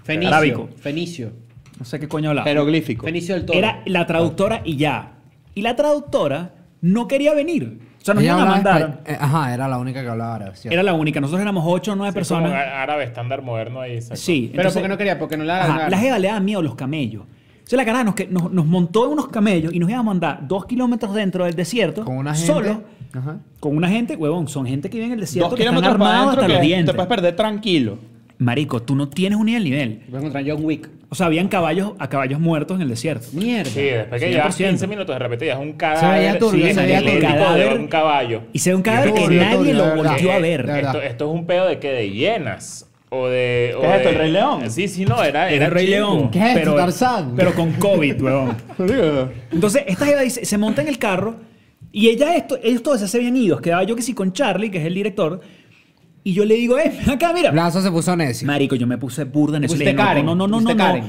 [SPEAKER 1] Fenicio.
[SPEAKER 5] Arábico.
[SPEAKER 1] Fenicio.
[SPEAKER 5] No sé qué coño hablaba.
[SPEAKER 2] Jeroglífico.
[SPEAKER 1] Fenicio del Toro.
[SPEAKER 5] Era la traductora y ya. Y la traductora no quería venir. O sea, nos
[SPEAKER 3] Ella
[SPEAKER 5] iban a
[SPEAKER 3] hablaba
[SPEAKER 5] mandar.
[SPEAKER 3] espa- eh, Ajá, era la única que hablaba árabe. ¿cierto?
[SPEAKER 5] Era la única. Nosotros éramos ocho o nueve
[SPEAKER 4] Es como
[SPEAKER 5] personas.
[SPEAKER 4] á- árabe estándar moderno ahí. exacto.
[SPEAKER 5] Sí.
[SPEAKER 1] Pero porque no quería, porque no la
[SPEAKER 5] Ajá,
[SPEAKER 1] agarraron.
[SPEAKER 5] la jeva le da miedo a los camellos. Entonces la cara nos, que- nos, nos montó en unos camellos y nos iba a mandar dos kilómetros dentro del desierto.
[SPEAKER 3] Con una gente.
[SPEAKER 5] Solo.
[SPEAKER 3] Ajá.
[SPEAKER 5] Con una gente, huevón. Son gente que vive en el desierto.
[SPEAKER 2] Dos
[SPEAKER 5] que están
[SPEAKER 2] kilómetros para
[SPEAKER 5] armados
[SPEAKER 2] adentro
[SPEAKER 5] hasta los
[SPEAKER 2] que te
[SPEAKER 5] dientes.
[SPEAKER 2] puedes perder tranquilo.
[SPEAKER 5] Marico, tú no tienes un el nivel.
[SPEAKER 1] Voy a encontrar John Wick.
[SPEAKER 5] O sea, habían caballos, a caballos muertos en el desierto.
[SPEAKER 1] Mierda.
[SPEAKER 4] Sí, después que
[SPEAKER 5] 100%.
[SPEAKER 4] llevas 15 minutos, de repente ya es un cadáver.
[SPEAKER 3] veía turbio,
[SPEAKER 4] sí,
[SPEAKER 5] se veía
[SPEAKER 4] atlético
[SPEAKER 5] turbio.
[SPEAKER 4] de
[SPEAKER 5] Cadáver.
[SPEAKER 4] un caballo.
[SPEAKER 5] Y se ve un cadáver que
[SPEAKER 3] Turbio,
[SPEAKER 5] nadie
[SPEAKER 3] turbio, de
[SPEAKER 5] lo
[SPEAKER 3] verdad.
[SPEAKER 5] volvió a
[SPEAKER 3] De
[SPEAKER 5] ver.
[SPEAKER 3] verdad.
[SPEAKER 4] Esto, esto es un pedo de que de hienas. O de. o
[SPEAKER 2] ¿Qué es esto,
[SPEAKER 4] de-
[SPEAKER 2] el Rey León?
[SPEAKER 4] Sí, sí, no, era.
[SPEAKER 5] Era el Rey
[SPEAKER 4] chingo.
[SPEAKER 5] León.
[SPEAKER 3] ¿Qué es esto, Tarzán?
[SPEAKER 5] Pero con COVID, huevón.
[SPEAKER 2] eh.
[SPEAKER 5] Entonces, esta jeva dice, se monta en el carro y ella esto, ellos todos ya se habían ido. Quedaba yo que sí con Charlie, que es el director, y yo le digo, eh, ven acá, mira.
[SPEAKER 3] Lazo se puso necio.
[SPEAKER 5] Marico, yo me puse burda en eso. Le
[SPEAKER 1] Pusiste
[SPEAKER 5] dije, no,
[SPEAKER 1] Karen,
[SPEAKER 5] no, no, no, no,
[SPEAKER 1] pusiste
[SPEAKER 5] no.
[SPEAKER 1] Karen.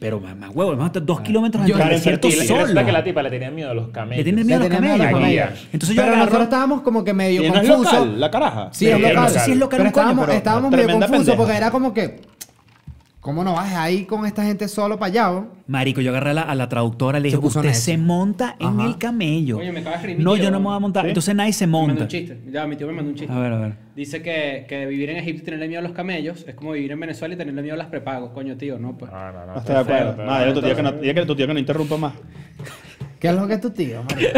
[SPEAKER 5] Pero mamá, huevo, vamos a estar dos kilómetros
[SPEAKER 3] Yo-
[SPEAKER 5] dentro del
[SPEAKER 3] Karen
[SPEAKER 5] desierto
[SPEAKER 4] Y la-
[SPEAKER 5] solo.
[SPEAKER 4] resulta que la tipa le tenía miedo a los camellos.
[SPEAKER 5] Le tiene miedo a los
[SPEAKER 3] Le tenía miedo a
[SPEAKER 5] camellos.
[SPEAKER 3] los
[SPEAKER 4] camellos.
[SPEAKER 5] huevón. Entonces yo
[SPEAKER 3] pero nosotros
[SPEAKER 5] agarro...
[SPEAKER 3] estábamos como que medio
[SPEAKER 2] Y no es
[SPEAKER 3] confusos.
[SPEAKER 2] local, la caraja.
[SPEAKER 3] Sí,
[SPEAKER 4] Sí,
[SPEAKER 3] es
[SPEAKER 4] es
[SPEAKER 3] local.
[SPEAKER 4] local. Sí, es
[SPEAKER 5] local
[SPEAKER 3] Pero
[SPEAKER 5] un coño,
[SPEAKER 3] estábamos,
[SPEAKER 5] pero
[SPEAKER 3] estábamos medio
[SPEAKER 2] tremenda
[SPEAKER 3] confusos
[SPEAKER 2] pendeja.
[SPEAKER 3] porque era como que. ¿Cómo no vas ahí con esta gente solo para allá? o?
[SPEAKER 5] Marico, yo agarré a la, a la traductora, le
[SPEAKER 3] Se
[SPEAKER 5] dije,
[SPEAKER 3] puso
[SPEAKER 5] usted
[SPEAKER 3] necio.
[SPEAKER 5] se monta en
[SPEAKER 3] Ajá.
[SPEAKER 5] el camello.
[SPEAKER 1] Coño, me acabas de escribir,
[SPEAKER 5] no, yo
[SPEAKER 1] tío.
[SPEAKER 5] no me voy a montar.
[SPEAKER 2] ¿Sí?
[SPEAKER 5] Entonces nadie se
[SPEAKER 1] Me mandó
[SPEAKER 5] monta.
[SPEAKER 1] un chiste. Ya, mi tío me mandó un chiste.
[SPEAKER 5] A ver, a ver.
[SPEAKER 1] Dice que, que vivir en Egipto y tenerle miedo a los camellos es como vivir en Venezuela y tenerle miedo a las prepagos. Coño, tío, no, pues.
[SPEAKER 4] No, no, no.
[SPEAKER 2] No estoy de acuerdo.
[SPEAKER 4] Pero-
[SPEAKER 2] Nada, dile a tu tía que no, dile que tu tía que no interrumpa más.
[SPEAKER 3] ¿Qué es lo que es tu tío, marico?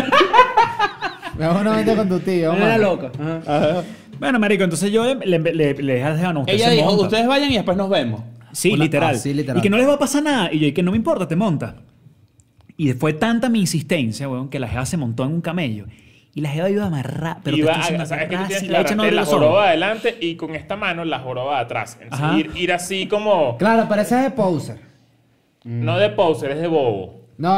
[SPEAKER 3] Mejor no vete con tu tío.
[SPEAKER 1] No era
[SPEAKER 3] marico.
[SPEAKER 1] loco. Ajá.
[SPEAKER 2] Ajá.
[SPEAKER 5] Bueno, marico, entonces yo le, le, le, le dije a Esteban, no, usted
[SPEAKER 2] Ella
[SPEAKER 5] se
[SPEAKER 2] dijo,
[SPEAKER 5] monta.
[SPEAKER 2] ustedes vayan y después nos vemos.
[SPEAKER 5] Sí,
[SPEAKER 3] Una-
[SPEAKER 5] literal.
[SPEAKER 3] ah, sí, literal.
[SPEAKER 5] Y que no les va a pasar nada. Y yo, y que no me importa, te monta. Y fue tanta mi insistencia, weón, que la jeva se montó en un camello. Y la jeva iba a amarrar, pero
[SPEAKER 4] Iba
[SPEAKER 5] te estoy
[SPEAKER 4] a-
[SPEAKER 5] diciendo,
[SPEAKER 4] o sea, es que tú
[SPEAKER 5] amarrada,
[SPEAKER 4] tienes
[SPEAKER 5] si
[SPEAKER 4] que
[SPEAKER 5] la hecha no
[SPEAKER 4] agarrarte
[SPEAKER 5] abrió
[SPEAKER 4] la
[SPEAKER 5] los ojos.
[SPEAKER 4] joroba adelante y con esta mano la joroba atrás. Entonces,
[SPEAKER 5] Ajá.
[SPEAKER 4] ir, ir así como.
[SPEAKER 3] Claro, pero ese es de poser.
[SPEAKER 4] No de poser, es de bobo.
[SPEAKER 3] No,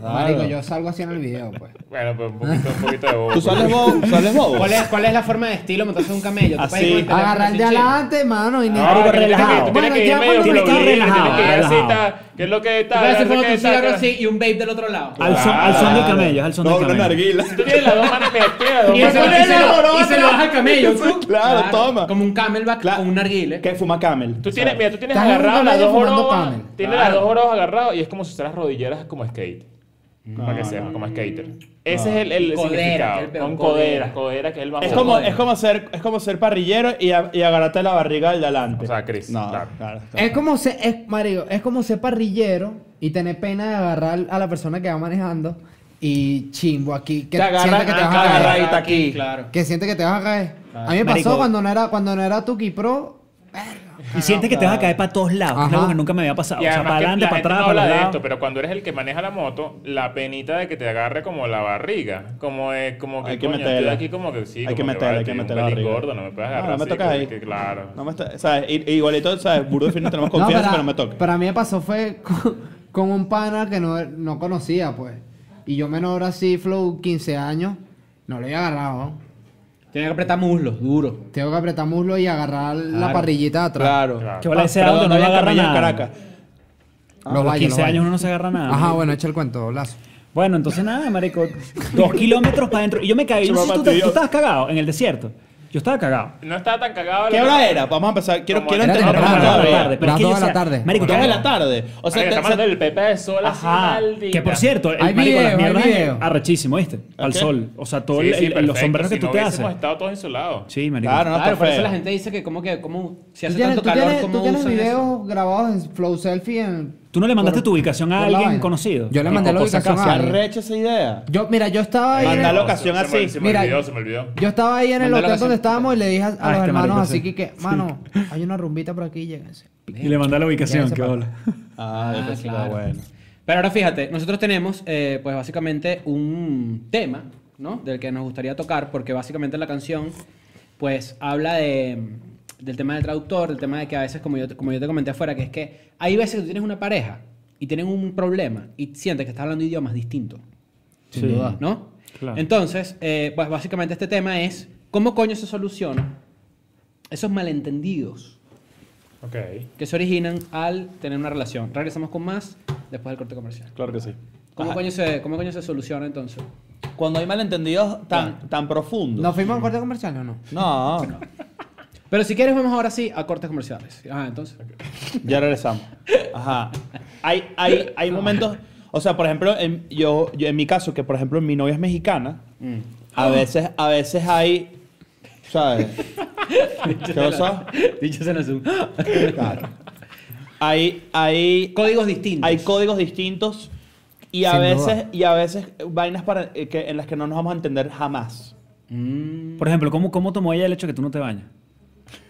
[SPEAKER 3] marico, yo salgo así en el video, pues.
[SPEAKER 4] Bueno, pues un poquito, un poquito de bobo.
[SPEAKER 2] Tú sales bobo, sales bobo.
[SPEAKER 1] ¿Cuál es, ¿Cuál es la forma de estilo? Montarse en un camello.
[SPEAKER 2] Así.
[SPEAKER 3] Agarrar de adelante, mano, y ni-
[SPEAKER 4] No, que tú tienes que- tú tienes
[SPEAKER 3] Bueno,
[SPEAKER 4] que ir
[SPEAKER 3] ya
[SPEAKER 4] medio
[SPEAKER 3] cuando me
[SPEAKER 4] flojo,
[SPEAKER 5] estaba
[SPEAKER 4] tienes que ir
[SPEAKER 5] relajado,
[SPEAKER 4] así,
[SPEAKER 5] relajado.
[SPEAKER 4] tal, ¿Qué es lo que está?
[SPEAKER 1] Parece
[SPEAKER 4] ¿Qué es lo
[SPEAKER 1] como
[SPEAKER 4] que
[SPEAKER 1] tu
[SPEAKER 4] está?
[SPEAKER 1] cigarro así y un vape del otro lado.
[SPEAKER 5] Al son, al son del
[SPEAKER 2] Claro.
[SPEAKER 5] camello, al son
[SPEAKER 2] No,
[SPEAKER 5] del
[SPEAKER 2] una
[SPEAKER 5] camello.
[SPEAKER 2] narguila.
[SPEAKER 4] Tú tienes las dos manos que izquierda, dos
[SPEAKER 1] Y, se,
[SPEAKER 4] manos-
[SPEAKER 1] lo- y, se lo, y se lo
[SPEAKER 2] Claro,
[SPEAKER 1] baja al camello. ¿tú?
[SPEAKER 2] claro, toma.
[SPEAKER 1] Como un camelback
[SPEAKER 2] Claro.
[SPEAKER 1] con un narguile.
[SPEAKER 2] Que fuma camel.
[SPEAKER 4] Tú tienes, mira, tú tienes
[SPEAKER 3] Estás en un
[SPEAKER 4] agarrado las
[SPEAKER 3] camello
[SPEAKER 4] dos
[SPEAKER 3] fumando
[SPEAKER 4] jorobas.
[SPEAKER 3] camel.
[SPEAKER 4] Tienes las dos jorobas agarradas y es como si usaras rodilleras como skate. para que
[SPEAKER 2] Ah.
[SPEAKER 4] sepas, como skater. Ese es el, el
[SPEAKER 1] Codera, que
[SPEAKER 4] significado.
[SPEAKER 1] es el peor,
[SPEAKER 4] Son
[SPEAKER 1] codera.
[SPEAKER 4] coderas, coderas que es el más
[SPEAKER 2] Es
[SPEAKER 4] bobo.
[SPEAKER 2] como, es, como ser, es como ser parrillero y, a- y agarrarte la barriga del de adelante.
[SPEAKER 4] O sea, Chris,
[SPEAKER 2] No,
[SPEAKER 4] claro.
[SPEAKER 2] claro.
[SPEAKER 3] Es como ser, es, marico, es como ser parrillero y tener pena de agarrar a la persona que va manejando y chimbo aquí. Que
[SPEAKER 2] Te agarran
[SPEAKER 3] siente que te vas
[SPEAKER 2] acá,
[SPEAKER 3] a caer.
[SPEAKER 2] agarra ahí. está aquí.
[SPEAKER 1] Claro.
[SPEAKER 3] Que siente que te vas a caer. A mí me
[SPEAKER 5] Marico.
[SPEAKER 3] pasó cuando no era, cuando no era Tuki Pro.
[SPEAKER 5] Y sientes que te vas a caer para todos lados. que Es
[SPEAKER 3] Ajá.
[SPEAKER 5] algo que nunca me había pasado. O
[SPEAKER 4] Y
[SPEAKER 5] sea,
[SPEAKER 4] además
[SPEAKER 5] para
[SPEAKER 4] que la
[SPEAKER 5] adelante, para
[SPEAKER 4] gente
[SPEAKER 5] atrás,
[SPEAKER 4] no
[SPEAKER 5] para
[SPEAKER 4] habla
[SPEAKER 5] los
[SPEAKER 4] de
[SPEAKER 5] lados.
[SPEAKER 4] esto, pero cuando eres el que maneja la moto, la penita de que te agarre como la barriga, como es como que,
[SPEAKER 2] Hay que
[SPEAKER 4] coño, estoy
[SPEAKER 2] meterla.
[SPEAKER 4] aquí como que sí,
[SPEAKER 2] Hay
[SPEAKER 4] como
[SPEAKER 2] que meterla,
[SPEAKER 4] vale,
[SPEAKER 2] hay que
[SPEAKER 4] estoy un
[SPEAKER 2] meterla
[SPEAKER 4] pelín
[SPEAKER 2] arriba.
[SPEAKER 4] gordo, no me puedes
[SPEAKER 2] No,
[SPEAKER 4] agarrar
[SPEAKER 2] no me
[SPEAKER 4] así,
[SPEAKER 2] toques
[SPEAKER 4] como
[SPEAKER 2] ahí.
[SPEAKER 4] que, claro.
[SPEAKER 2] No me está, ¿sabes? I- Igualito, ¿sabes? Burdo de fin no tenemos confianza, pero no me toques.
[SPEAKER 3] Para mí me pasó fue con, con un pana que no, no conocía, pues. Y yo menor así, flow, 15 años. No lo había agarrado.
[SPEAKER 1] Tiene que apretar muslos, duro.
[SPEAKER 3] Tengo que apretar muslo y agarrar la
[SPEAKER 1] Claro.
[SPEAKER 3] parrillita de atrás.
[SPEAKER 2] Claro.
[SPEAKER 4] Claro.
[SPEAKER 5] Que vale ese
[SPEAKER 2] Pero
[SPEAKER 5] auto, no
[SPEAKER 2] había
[SPEAKER 5] lo agarra
[SPEAKER 2] camello en
[SPEAKER 5] nada.
[SPEAKER 2] Caracas.
[SPEAKER 3] Los
[SPEAKER 5] Ah, a los
[SPEAKER 3] valles,
[SPEAKER 5] 15 años
[SPEAKER 3] los valles.
[SPEAKER 5] uno no se agarra nada.
[SPEAKER 3] Ajá,
[SPEAKER 5] marico.
[SPEAKER 3] bueno, echa el cuento, Lazo.
[SPEAKER 5] Bueno, entonces nada, marico. Dos kilómetros para adentro. Y yo me caí. Yo no sé si tú, te- tú estabas cagado en el desierto. Yo estaba cagado.
[SPEAKER 4] No estaba tan cagado.
[SPEAKER 2] ¿Qué
[SPEAKER 4] la-
[SPEAKER 2] hora era? Vamos a empezar. Quiero,
[SPEAKER 4] Como
[SPEAKER 2] quiero
[SPEAKER 3] era
[SPEAKER 2] entender
[SPEAKER 3] temprano,
[SPEAKER 2] mejor
[SPEAKER 3] era
[SPEAKER 2] todavía.
[SPEAKER 3] tarde.
[SPEAKER 5] pero es
[SPEAKER 3] Las
[SPEAKER 5] que
[SPEAKER 3] dos
[SPEAKER 5] yo
[SPEAKER 3] de la
[SPEAKER 5] sea-
[SPEAKER 3] tarde.
[SPEAKER 5] Marico,
[SPEAKER 2] Dos de
[SPEAKER 5] yo-
[SPEAKER 2] la tarde. O sea,
[SPEAKER 4] Marico,
[SPEAKER 2] te-
[SPEAKER 4] estamos hablando
[SPEAKER 2] se-
[SPEAKER 4] del Pepe de Sol así
[SPEAKER 5] Ajá.
[SPEAKER 4] maldita.
[SPEAKER 5] Que por cierto, el
[SPEAKER 3] Hay
[SPEAKER 5] marico, las
[SPEAKER 3] video, hay
[SPEAKER 5] mierdas
[SPEAKER 3] video.
[SPEAKER 5] arrechísimo, ¿viste? Al
[SPEAKER 2] Ok.
[SPEAKER 5] sol. O sea, todo
[SPEAKER 4] Sí,
[SPEAKER 5] el-
[SPEAKER 4] sí,
[SPEAKER 5] el-
[SPEAKER 4] perfecto.
[SPEAKER 5] los sombreros
[SPEAKER 4] Si
[SPEAKER 5] que tú
[SPEAKER 4] no
[SPEAKER 5] te
[SPEAKER 4] hubiésemos
[SPEAKER 5] haces.
[SPEAKER 4] estado todos insolados.
[SPEAKER 5] Sí, marico.
[SPEAKER 2] Claro, no,
[SPEAKER 1] Claro,
[SPEAKER 2] está
[SPEAKER 1] por eso
[SPEAKER 2] feo.
[SPEAKER 1] la gente dice que como que, como, si
[SPEAKER 3] Tú
[SPEAKER 1] hace
[SPEAKER 3] tienes,
[SPEAKER 1] tanto
[SPEAKER 3] tú
[SPEAKER 1] calor,
[SPEAKER 3] tienes,
[SPEAKER 1] ¿cómo
[SPEAKER 3] tú tienes
[SPEAKER 1] usan eso?
[SPEAKER 3] videos grabados en Flow Selfie en...
[SPEAKER 5] ¿Tú no le mandaste
[SPEAKER 3] por-
[SPEAKER 5] tu ubicación a
[SPEAKER 3] por la
[SPEAKER 5] alguien
[SPEAKER 3] vaina.
[SPEAKER 5] conocido?
[SPEAKER 3] Yo le
[SPEAKER 5] Tipo
[SPEAKER 3] mandé la
[SPEAKER 5] Cosa
[SPEAKER 3] ubicación
[SPEAKER 2] se
[SPEAKER 3] a alguien.
[SPEAKER 2] arrecha esa idea.
[SPEAKER 3] Yo, mira, yo estaba ahí... en
[SPEAKER 2] Manda
[SPEAKER 3] el-
[SPEAKER 2] la locación
[SPEAKER 4] Se- se me-
[SPEAKER 2] así.
[SPEAKER 4] Se me
[SPEAKER 3] Mira,
[SPEAKER 4] olvidó, se me olvidó.
[SPEAKER 3] Yo estaba ahí en el
[SPEAKER 1] Mándalo a
[SPEAKER 3] hotel
[SPEAKER 1] la
[SPEAKER 3] donde
[SPEAKER 1] casa.
[SPEAKER 3] estábamos y le dije a, a los
[SPEAKER 5] este
[SPEAKER 3] hermanos
[SPEAKER 5] marico,
[SPEAKER 3] así
[SPEAKER 5] sí.
[SPEAKER 3] que, que, mano, hay una rumbita por aquí, lléguense.
[SPEAKER 5] Y le mandé la ubicación,
[SPEAKER 3] Ya,
[SPEAKER 5] qué
[SPEAKER 3] ese
[SPEAKER 5] bola.
[SPEAKER 2] Ah, yo pensé que era
[SPEAKER 1] claro.
[SPEAKER 2] bueno.
[SPEAKER 1] Pero ahora fíjate, nosotros tenemos, eh, pues básicamente, un tema, ¿no? Del que nos gustaría tocar, porque básicamente la canción, pues habla de, del tema del traductor, del tema de que a veces, como yo, te- como yo te comenté afuera, que es que hay veces que tú tienes una pareja y tienen un problema y sientes que estás hablando idiomas distintos,
[SPEAKER 3] Sin
[SPEAKER 5] Sí.
[SPEAKER 3] duda.
[SPEAKER 1] ¿no?
[SPEAKER 5] Claro.
[SPEAKER 1] Entonces, eh, pues básicamente este tema es, ¿cómo coño se soluciona esos malentendidos
[SPEAKER 4] Ok.
[SPEAKER 1] que se originan al tener una relación? Regresamos con más después del corte comercial.
[SPEAKER 2] Claro que sí.
[SPEAKER 1] ¿Cómo
[SPEAKER 2] Ajá.
[SPEAKER 1] coño, se, ¿Cómo coño se soluciona entonces?
[SPEAKER 2] Cuando hay malentendidos tan, tan profundos.
[SPEAKER 3] ¿Nos fuimos a un corte comercial o no?
[SPEAKER 2] No, no.
[SPEAKER 1] Pero si quieres, vamos ahora sí a cortes comerciales. Ajá, entonces.
[SPEAKER 2] Ya regresamos. Ajá. Hay, hay, hay momentos. O sea, por ejemplo, en, yo, yo- en mi caso, que por ejemplo mi novia es mexicana, a veces, a veces hay. ¿Sabes? ¿Qué pasó?
[SPEAKER 1] Dicho se nos
[SPEAKER 2] Claro. Hay, hay,
[SPEAKER 1] Códigos distintos.
[SPEAKER 2] hay códigos distintos y a
[SPEAKER 3] Sin
[SPEAKER 2] veces,
[SPEAKER 3] duda.
[SPEAKER 2] y a veces vainas para, eh, que, en las que no nos vamos a entender jamás.
[SPEAKER 1] Mm.
[SPEAKER 5] Por ejemplo, ¿cómo, ¿cómo tomó ella el hecho de que tú no te bañas?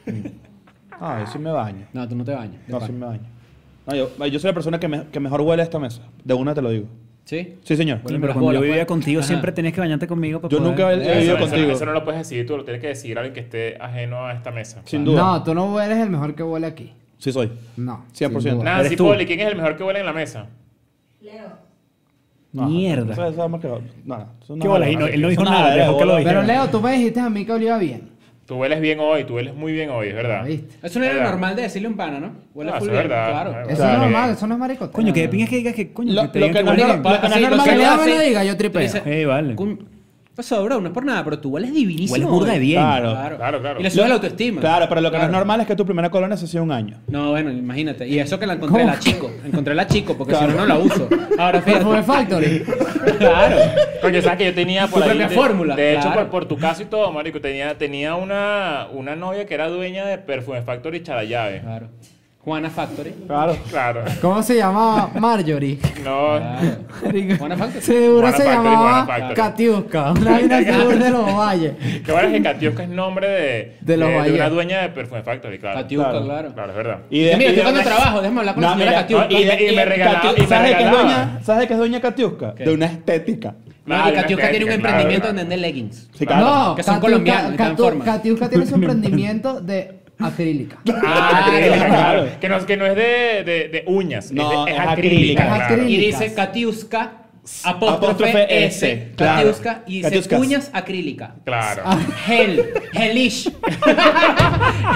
[SPEAKER 2] No, yo sí Ah, me baño.
[SPEAKER 1] No, tú no te bañas. de
[SPEAKER 2] No,
[SPEAKER 1] pana.
[SPEAKER 2] sí me baño. No, yo, yo soy la persona que, me- que mejor huele a esta mesa. De una te lo digo.
[SPEAKER 1] ¿Sí?
[SPEAKER 2] Sí, señor.
[SPEAKER 1] Huele
[SPEAKER 5] Bueno,
[SPEAKER 1] las
[SPEAKER 5] pero cuando
[SPEAKER 1] bolas,
[SPEAKER 5] yo
[SPEAKER 1] pues.
[SPEAKER 5] vivía contigo
[SPEAKER 1] Ajá.
[SPEAKER 5] siempre tenías que bañarte conmigo para
[SPEAKER 2] Yo
[SPEAKER 5] poder-
[SPEAKER 2] nunca he- he
[SPEAKER 4] Eso-
[SPEAKER 2] vivido
[SPEAKER 4] eso-
[SPEAKER 2] contigo.
[SPEAKER 4] Eso no lo puedes decidir tú, lo tienes que decidir alguien que esté ajeno a esta mesa.
[SPEAKER 2] Sin duda.
[SPEAKER 3] No, tú no eres el mejor que huele aquí.
[SPEAKER 2] Sí soy.
[SPEAKER 3] No.
[SPEAKER 2] 100%.
[SPEAKER 3] sin duda.
[SPEAKER 4] Nancy
[SPEAKER 5] Eres tú.
[SPEAKER 4] Poli, ¿quién es el mejor que huele en la mesa?
[SPEAKER 2] No,
[SPEAKER 5] Mierda.
[SPEAKER 2] Eso, eso es más que... No, no, eso es
[SPEAKER 5] Qué
[SPEAKER 2] una
[SPEAKER 5] bola, y
[SPEAKER 2] jalada.
[SPEAKER 5] no- él no
[SPEAKER 2] Eso
[SPEAKER 5] dijo
[SPEAKER 2] es una
[SPEAKER 5] nada,
[SPEAKER 2] jalada,
[SPEAKER 5] dejó que lo
[SPEAKER 2] bola.
[SPEAKER 3] Pero Leo, tú me dijiste a mí que olía bien.
[SPEAKER 4] Tú hueles bien hoy, tú hueles muy bien hoy, es verdad.
[SPEAKER 3] ¿Viste?
[SPEAKER 1] Eso no era
[SPEAKER 4] Verdad.
[SPEAKER 1] normal de decirle a un pana, ¿no? Huele
[SPEAKER 4] No,
[SPEAKER 1] full
[SPEAKER 4] eso es
[SPEAKER 1] bien,
[SPEAKER 4] verdad.
[SPEAKER 1] Claro.
[SPEAKER 4] Claro.
[SPEAKER 3] Eso
[SPEAKER 4] Claro.
[SPEAKER 3] no es normal, eso no es maricoteo.
[SPEAKER 5] Coño, que de pingas que digas que coño,
[SPEAKER 2] Lo-
[SPEAKER 5] que te
[SPEAKER 2] lo
[SPEAKER 5] digan
[SPEAKER 2] que
[SPEAKER 5] que
[SPEAKER 2] no
[SPEAKER 5] huele
[SPEAKER 2] es
[SPEAKER 5] bien.
[SPEAKER 2] normal- Para que no
[SPEAKER 1] Sí,
[SPEAKER 2] es normal
[SPEAKER 1] lo
[SPEAKER 3] que
[SPEAKER 1] que
[SPEAKER 3] Leo
[SPEAKER 1] hace-
[SPEAKER 3] me lo diga, yo tripeo.
[SPEAKER 1] Dice,
[SPEAKER 5] Ey, vale.
[SPEAKER 1] "Cum- Pasó, bro, no es por nada, pero tú hueles divinísimo.
[SPEAKER 5] Hueles burda de
[SPEAKER 1] hoy".
[SPEAKER 5] bien.
[SPEAKER 2] Claro.
[SPEAKER 1] Claro.
[SPEAKER 4] Claro, claro.
[SPEAKER 1] Y le sube la autoestima.
[SPEAKER 2] Claro, pero lo que no
[SPEAKER 1] Claro.
[SPEAKER 2] es normal es que tu primera colonia se hacía un año.
[SPEAKER 1] No, bueno, imagínate. Y eso que la encontré
[SPEAKER 5] ¿Cómo?
[SPEAKER 1] la chico. Encontré la chico, porque
[SPEAKER 2] Claro.
[SPEAKER 1] si no, no la uso. Ahora
[SPEAKER 3] Perfume
[SPEAKER 1] fíjate.
[SPEAKER 3] Factory.
[SPEAKER 1] claro.
[SPEAKER 4] Coño, sabes que yo tenía por
[SPEAKER 1] Tu
[SPEAKER 4] ahí
[SPEAKER 1] propia
[SPEAKER 4] de-
[SPEAKER 1] fórmula,
[SPEAKER 4] De hecho,
[SPEAKER 1] claro.
[SPEAKER 4] por, por tu caso y todo, marico, tenía, tenía una, una novia que era dueña de Perfume Factory Chalayabe.
[SPEAKER 5] Ah.
[SPEAKER 1] Claro. Juana Factory.
[SPEAKER 2] Claro.
[SPEAKER 4] Claro.
[SPEAKER 3] ¿Cómo se llamaba? Marjorie.
[SPEAKER 4] No.
[SPEAKER 5] Ah.
[SPEAKER 1] Juana Factory.
[SPEAKER 3] Seguro
[SPEAKER 4] Buena
[SPEAKER 3] se
[SPEAKER 4] Factory, Buena
[SPEAKER 3] llamaba
[SPEAKER 4] Factory.
[SPEAKER 3] Katiuska. Una vaina seguro de los valles.
[SPEAKER 4] Qué bueno es que Katiuska es nombre de,
[SPEAKER 3] De los
[SPEAKER 4] una
[SPEAKER 3] valles.
[SPEAKER 4] dueña de Perfume Factory, claro.
[SPEAKER 1] Katiuska,
[SPEAKER 2] Claro.
[SPEAKER 1] claro.
[SPEAKER 4] Claro, es verdad.
[SPEAKER 2] Y
[SPEAKER 1] Mira, estoy buscando
[SPEAKER 2] una-
[SPEAKER 1] trabajo, déjame hablar con la
[SPEAKER 2] No,
[SPEAKER 1] señora
[SPEAKER 2] mira,
[SPEAKER 1] Katiuska.
[SPEAKER 2] no, y
[SPEAKER 4] Y me-
[SPEAKER 2] de-
[SPEAKER 4] y
[SPEAKER 2] y
[SPEAKER 4] me
[SPEAKER 2] de-
[SPEAKER 4] regalaba-
[SPEAKER 2] Katiuska-
[SPEAKER 4] y me
[SPEAKER 2] ¿Sabes de qué es
[SPEAKER 4] regalaba.
[SPEAKER 2] dueña? ¿Sabes de qué es dueña Katiuska? De una estética.
[SPEAKER 1] No,
[SPEAKER 4] Claro,
[SPEAKER 1] y Katiuska
[SPEAKER 4] una
[SPEAKER 1] tiene un
[SPEAKER 4] estética,
[SPEAKER 1] emprendimiento
[SPEAKER 4] claro.
[SPEAKER 1] donde vende leggings.
[SPEAKER 2] Sí, claro.
[SPEAKER 3] No,
[SPEAKER 1] Que son
[SPEAKER 3] Katiuska-
[SPEAKER 1] colombianos, están en
[SPEAKER 3] Katu-
[SPEAKER 1] forma.
[SPEAKER 3] Katiuska tiene su emprendimiento de acrílica.
[SPEAKER 4] Ah,
[SPEAKER 1] Claro.
[SPEAKER 4] acrílica, claro. Que no, que no es de, de, de uñas,
[SPEAKER 2] No,
[SPEAKER 4] es, de- es
[SPEAKER 2] es
[SPEAKER 4] acrílica.
[SPEAKER 2] acrílica.
[SPEAKER 4] claro.
[SPEAKER 3] Es acrílica.
[SPEAKER 1] Y
[SPEAKER 3] Acrílicas.
[SPEAKER 1] dice Katiuska, apóstrofe
[SPEAKER 2] Apóstrofe
[SPEAKER 1] S.
[SPEAKER 2] S, claro.
[SPEAKER 1] Katiuska, y dice
[SPEAKER 2] Katiuskas.
[SPEAKER 1] uñas acrílica.
[SPEAKER 4] Claro.
[SPEAKER 1] Ah. Hell, hellish.